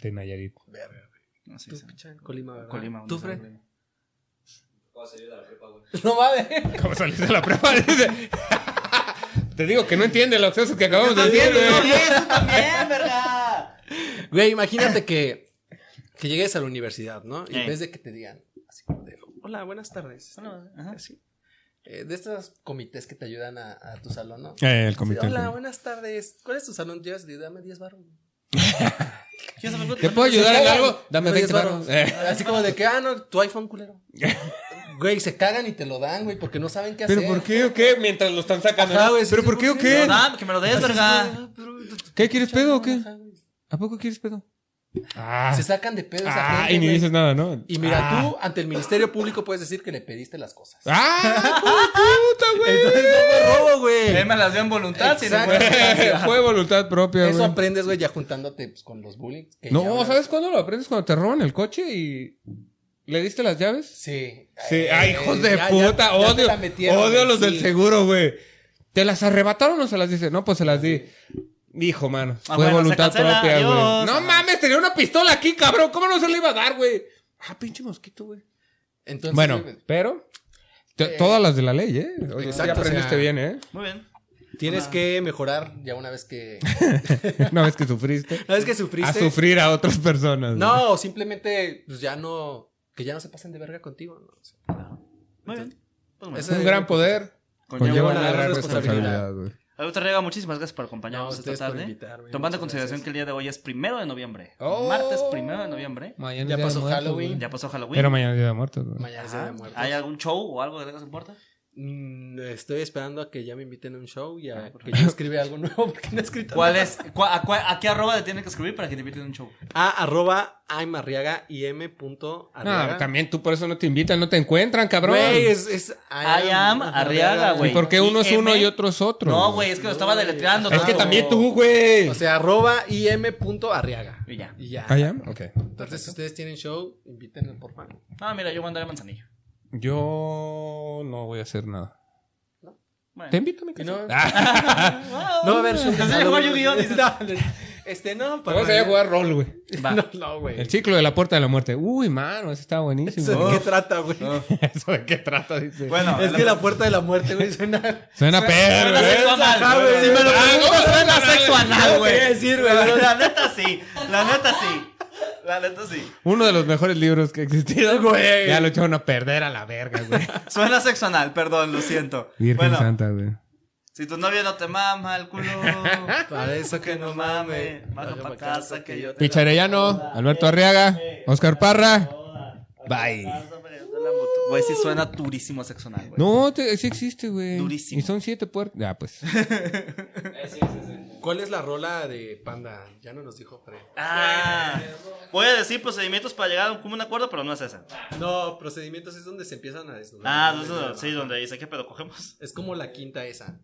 Speaker 2: De Nayarit.
Speaker 3: Verga, güey.
Speaker 1: Así
Speaker 3: Tú,
Speaker 1: es.
Speaker 3: picha, Colima, ¿verdad?
Speaker 1: Ah, Colima. ¿dónde
Speaker 3: ¿Tú,
Speaker 1: está
Speaker 3: Fred?
Speaker 1: Colima?
Speaker 4: Cuando salí de la prepa, güey.
Speaker 3: No mames.
Speaker 2: ¿Cómo saliste de la prueba? Dice. Te digo que no entiende los accesos que acabamos de
Speaker 3: Está
Speaker 2: decir,
Speaker 3: bien,
Speaker 2: güey.
Speaker 1: Sí, eso también, verga.
Speaker 3: Güey, imagínate que, que llegues a la universidad, ¿no? Y
Speaker 1: Ey.
Speaker 3: en vez de que te digan así como de, hola, buenas tardes.
Speaker 1: Eh. Hola, ajá.
Speaker 3: Así. Eh, de estos comités que te ayudan a, a tu salón, ¿no?
Speaker 2: Eh, el
Speaker 3: Así,
Speaker 2: comité.
Speaker 3: hola, buenas tardes. ¿Cuál es tu salón? Yo así, dame 10 baros.
Speaker 1: ¿Quién se me
Speaker 2: ¿Te puedo ayudar en algo? Dame Eh. 20
Speaker 3: 10
Speaker 2: baros.
Speaker 3: varos. Así como de que, ah, no, tu iPhone, culero. güey, se cagan y te lo dan, güey, porque no saben qué
Speaker 2: ¿Pero
Speaker 3: hacer.
Speaker 2: por qué o qué? Mientras lo están sacando.
Speaker 3: Ajá,
Speaker 2: ¿no?
Speaker 3: güey, sí,
Speaker 2: ¿Pero
Speaker 3: sí,
Speaker 2: por
Speaker 3: ¿por
Speaker 2: qué o
Speaker 3: qué?
Speaker 2: qué?
Speaker 1: Dame, que me lo des,
Speaker 3: Ah,
Speaker 1: verga.
Speaker 2: Ah, ¿Qué quieres pedo o qué?
Speaker 3: Ajá, güey.
Speaker 2: ¿A poco quieres pedo? Ah,
Speaker 3: Se sacan de pedo esa
Speaker 2: ah
Speaker 3: gente,
Speaker 2: y ni
Speaker 3: güey.
Speaker 2: dices nada, ¿no?
Speaker 3: Y mira,
Speaker 2: Ah.
Speaker 3: tú ante el Ministerio Público puedes decir que le pediste las cosas.
Speaker 2: ¡Ah! ¡Puta,
Speaker 3: Entonces no fue robo,
Speaker 1: Él
Speaker 3: güey.
Speaker 1: me las dio en voluntad. si no
Speaker 3: Exacto.
Speaker 1: fuera-
Speaker 2: güey! Fue voluntad propia,
Speaker 3: Eso
Speaker 2: güey.
Speaker 3: aprendes, güey, ya juntándote pues, con los bullying. que ya
Speaker 2: No,
Speaker 3: hablan.
Speaker 2: ¿sabes cuándo lo aprendes? Cuando te roban el coche y. ¿Le diste las llaves?
Speaker 3: Sí.
Speaker 2: Sí.
Speaker 3: Eh,
Speaker 2: ¡Ay, hijos de
Speaker 3: ya- ya-
Speaker 2: puta!
Speaker 3: ya te
Speaker 2: odio.
Speaker 3: la metieron,
Speaker 2: odio
Speaker 3: güey,
Speaker 2: a los del
Speaker 3: sí.
Speaker 2: seguro, güey. ¿Te las arrebataron o se las dice? No, pues se las di. Hijo, mano.
Speaker 1: Ah,
Speaker 2: Fue
Speaker 1: bueno, se
Speaker 2: voluntad
Speaker 1: cancela,
Speaker 2: propia, güey.
Speaker 1: adiós.
Speaker 2: No mames, tenía una pistola aquí, cabrón. ¿Cómo no se le iba a dar, güey? Ah, pinche mosquito, güey.
Speaker 3: Entonces,
Speaker 2: Bueno,
Speaker 3: güey,
Speaker 2: pero. te-
Speaker 3: Eh,
Speaker 2: todas las de la ley, ¿eh? Oye, sí
Speaker 3: exacto,
Speaker 2: aprendiste
Speaker 3: o sea,
Speaker 2: bien, ¿eh?
Speaker 1: Muy bien.
Speaker 3: tienes que mejorar ya una vez que.
Speaker 2: Una vez que sufriste.
Speaker 3: Una vez que
Speaker 2: A
Speaker 3: sufriste.
Speaker 2: sufrir a otras personas. güey.
Speaker 3: No, o simplemente, pues ya no. Que ya no se pasen de verga contigo. ¿no? O sea,
Speaker 1: Muy bien. Pues bueno,
Speaker 3: Ese-
Speaker 2: Un gran poder conlleva Pues una gran responsabilidad,
Speaker 3: responsabilidad,
Speaker 2: güey.
Speaker 1: Alberto Arriaga, muchísimas gracias por
Speaker 3: no,
Speaker 1: acompañarnos esta
Speaker 3: ustedes por
Speaker 1: tarde.
Speaker 3: invitarme.
Speaker 1: Tomando en
Speaker 3: muchas
Speaker 1: consideración que
Speaker 3: gracias.
Speaker 1: el día de hoy es primero de noviembre.
Speaker 2: Oh.
Speaker 1: Martes primero de noviembre.
Speaker 2: Mañana
Speaker 3: Ya
Speaker 2: es Día de
Speaker 3: pasó
Speaker 2: Muertos,
Speaker 3: Halloween.
Speaker 2: güey.
Speaker 1: Ya pasó Halloween.
Speaker 2: Era mañana Día de Muertos, güey.
Speaker 3: Mañana se
Speaker 1: Ajá.
Speaker 3: de muertos.
Speaker 1: ¿Hay algún show o algo que tengas en puerta?
Speaker 3: Mm, Estoy esperando a que ya me inviten a un show y a que yo escribe algo nuevo porque no he escrito
Speaker 1: Ah, ¿Cuál
Speaker 3: nada.
Speaker 1: es? cua- a, cua- a qué arroba te tienen que escribir para que te inviten a un show?
Speaker 3: A arroba imarriaga im punto
Speaker 2: No,
Speaker 3: arriaga.
Speaker 2: también tú por eso no te invitan, no te encuentran, cabrón.
Speaker 3: Güey, es, es I
Speaker 1: I am Arriaga,
Speaker 2: ¿Y
Speaker 1: güey.
Speaker 2: por qué uno es
Speaker 1: IM?
Speaker 2: uno y otro es otro?
Speaker 1: No, güey, es que lo
Speaker 3: No,
Speaker 1: estaba
Speaker 3: güey.
Speaker 1: deletreando.
Speaker 2: Es que
Speaker 1: tanto.
Speaker 2: también tú, güey.
Speaker 3: O sea, arroba im punto arriaga.
Speaker 1: Y ya.
Speaker 3: Y ya.
Speaker 2: I am, ok.
Speaker 3: Entonces, si ustedes tienen show, invítenme, por favor.
Speaker 1: Ah, mira, yo mandaré manzanillo.
Speaker 2: Yo no voy a hacer nada.
Speaker 1: Bueno. ah,
Speaker 2: Te invito a mi casa.
Speaker 3: no-
Speaker 2: Ah,
Speaker 3: No va a haber show.
Speaker 1: Te enseño a jugar Yu-Gi-Oh! dices.
Speaker 3: Dale. Este, no,
Speaker 2: te vas a ir a jugar rol, güey.
Speaker 1: Va.
Speaker 3: No, no, güey.
Speaker 2: El ciclo de la puerta de la muerte. Uy, mano, eso estaba buenísimo.
Speaker 3: ¿Eso de qué trata, güey?
Speaker 2: ¿Eso de qué trata? Dice.
Speaker 1: Bueno,
Speaker 3: Es que la puerta de la muerte, güey, suena...
Speaker 2: Suena perro,
Speaker 1: Suena
Speaker 2: ¿eh?
Speaker 1: sexo anal.
Speaker 3: Ajá, güey.
Speaker 1: Si me lo
Speaker 2: Ah,
Speaker 1: preguntas,
Speaker 2: no,
Speaker 1: suena
Speaker 2: no, no,
Speaker 1: sexo
Speaker 2: no,
Speaker 1: anal, güey.
Speaker 3: quería decir, güey,
Speaker 1: La-
Speaker 3: pero-
Speaker 1: La neta sí. La neta sí. La neta sí.
Speaker 2: Uno de los mejores libros que ha existido,
Speaker 3: Güey.
Speaker 2: Ya lo echaron a perder a la verga, güey.
Speaker 1: Suena sexo anal, perdón, lo siento.
Speaker 2: Virgen
Speaker 1: bueno,
Speaker 2: Santa, güey.
Speaker 1: si tu novio no te mama el culo.
Speaker 3: Para eso que no mame.
Speaker 1: Mame, baja pa' casa que yo te.
Speaker 2: Picharellano, Alberto Arriaga, Oscar Parra. Bye.
Speaker 1: Güey, sí suena durísimo sexo anal, güey.
Speaker 2: No, te- sí existe, güey.
Speaker 1: Durísimo.
Speaker 2: Y son siete puertas. Ya, pues.
Speaker 4: Eh, sí, sí, sí.
Speaker 3: ¿Cuál es la rola de Panda? Ya no nos dijo Fred.
Speaker 1: Ah, voy a decir procedimientos para llegar a un común acuerdo, pero no es esa.
Speaker 3: No, procedimientos es donde se empiezan a desnudar.
Speaker 1: Ah, no, eso, sí, donde dice, ¿qué pedo cogemos?
Speaker 3: Es como la quinta esa.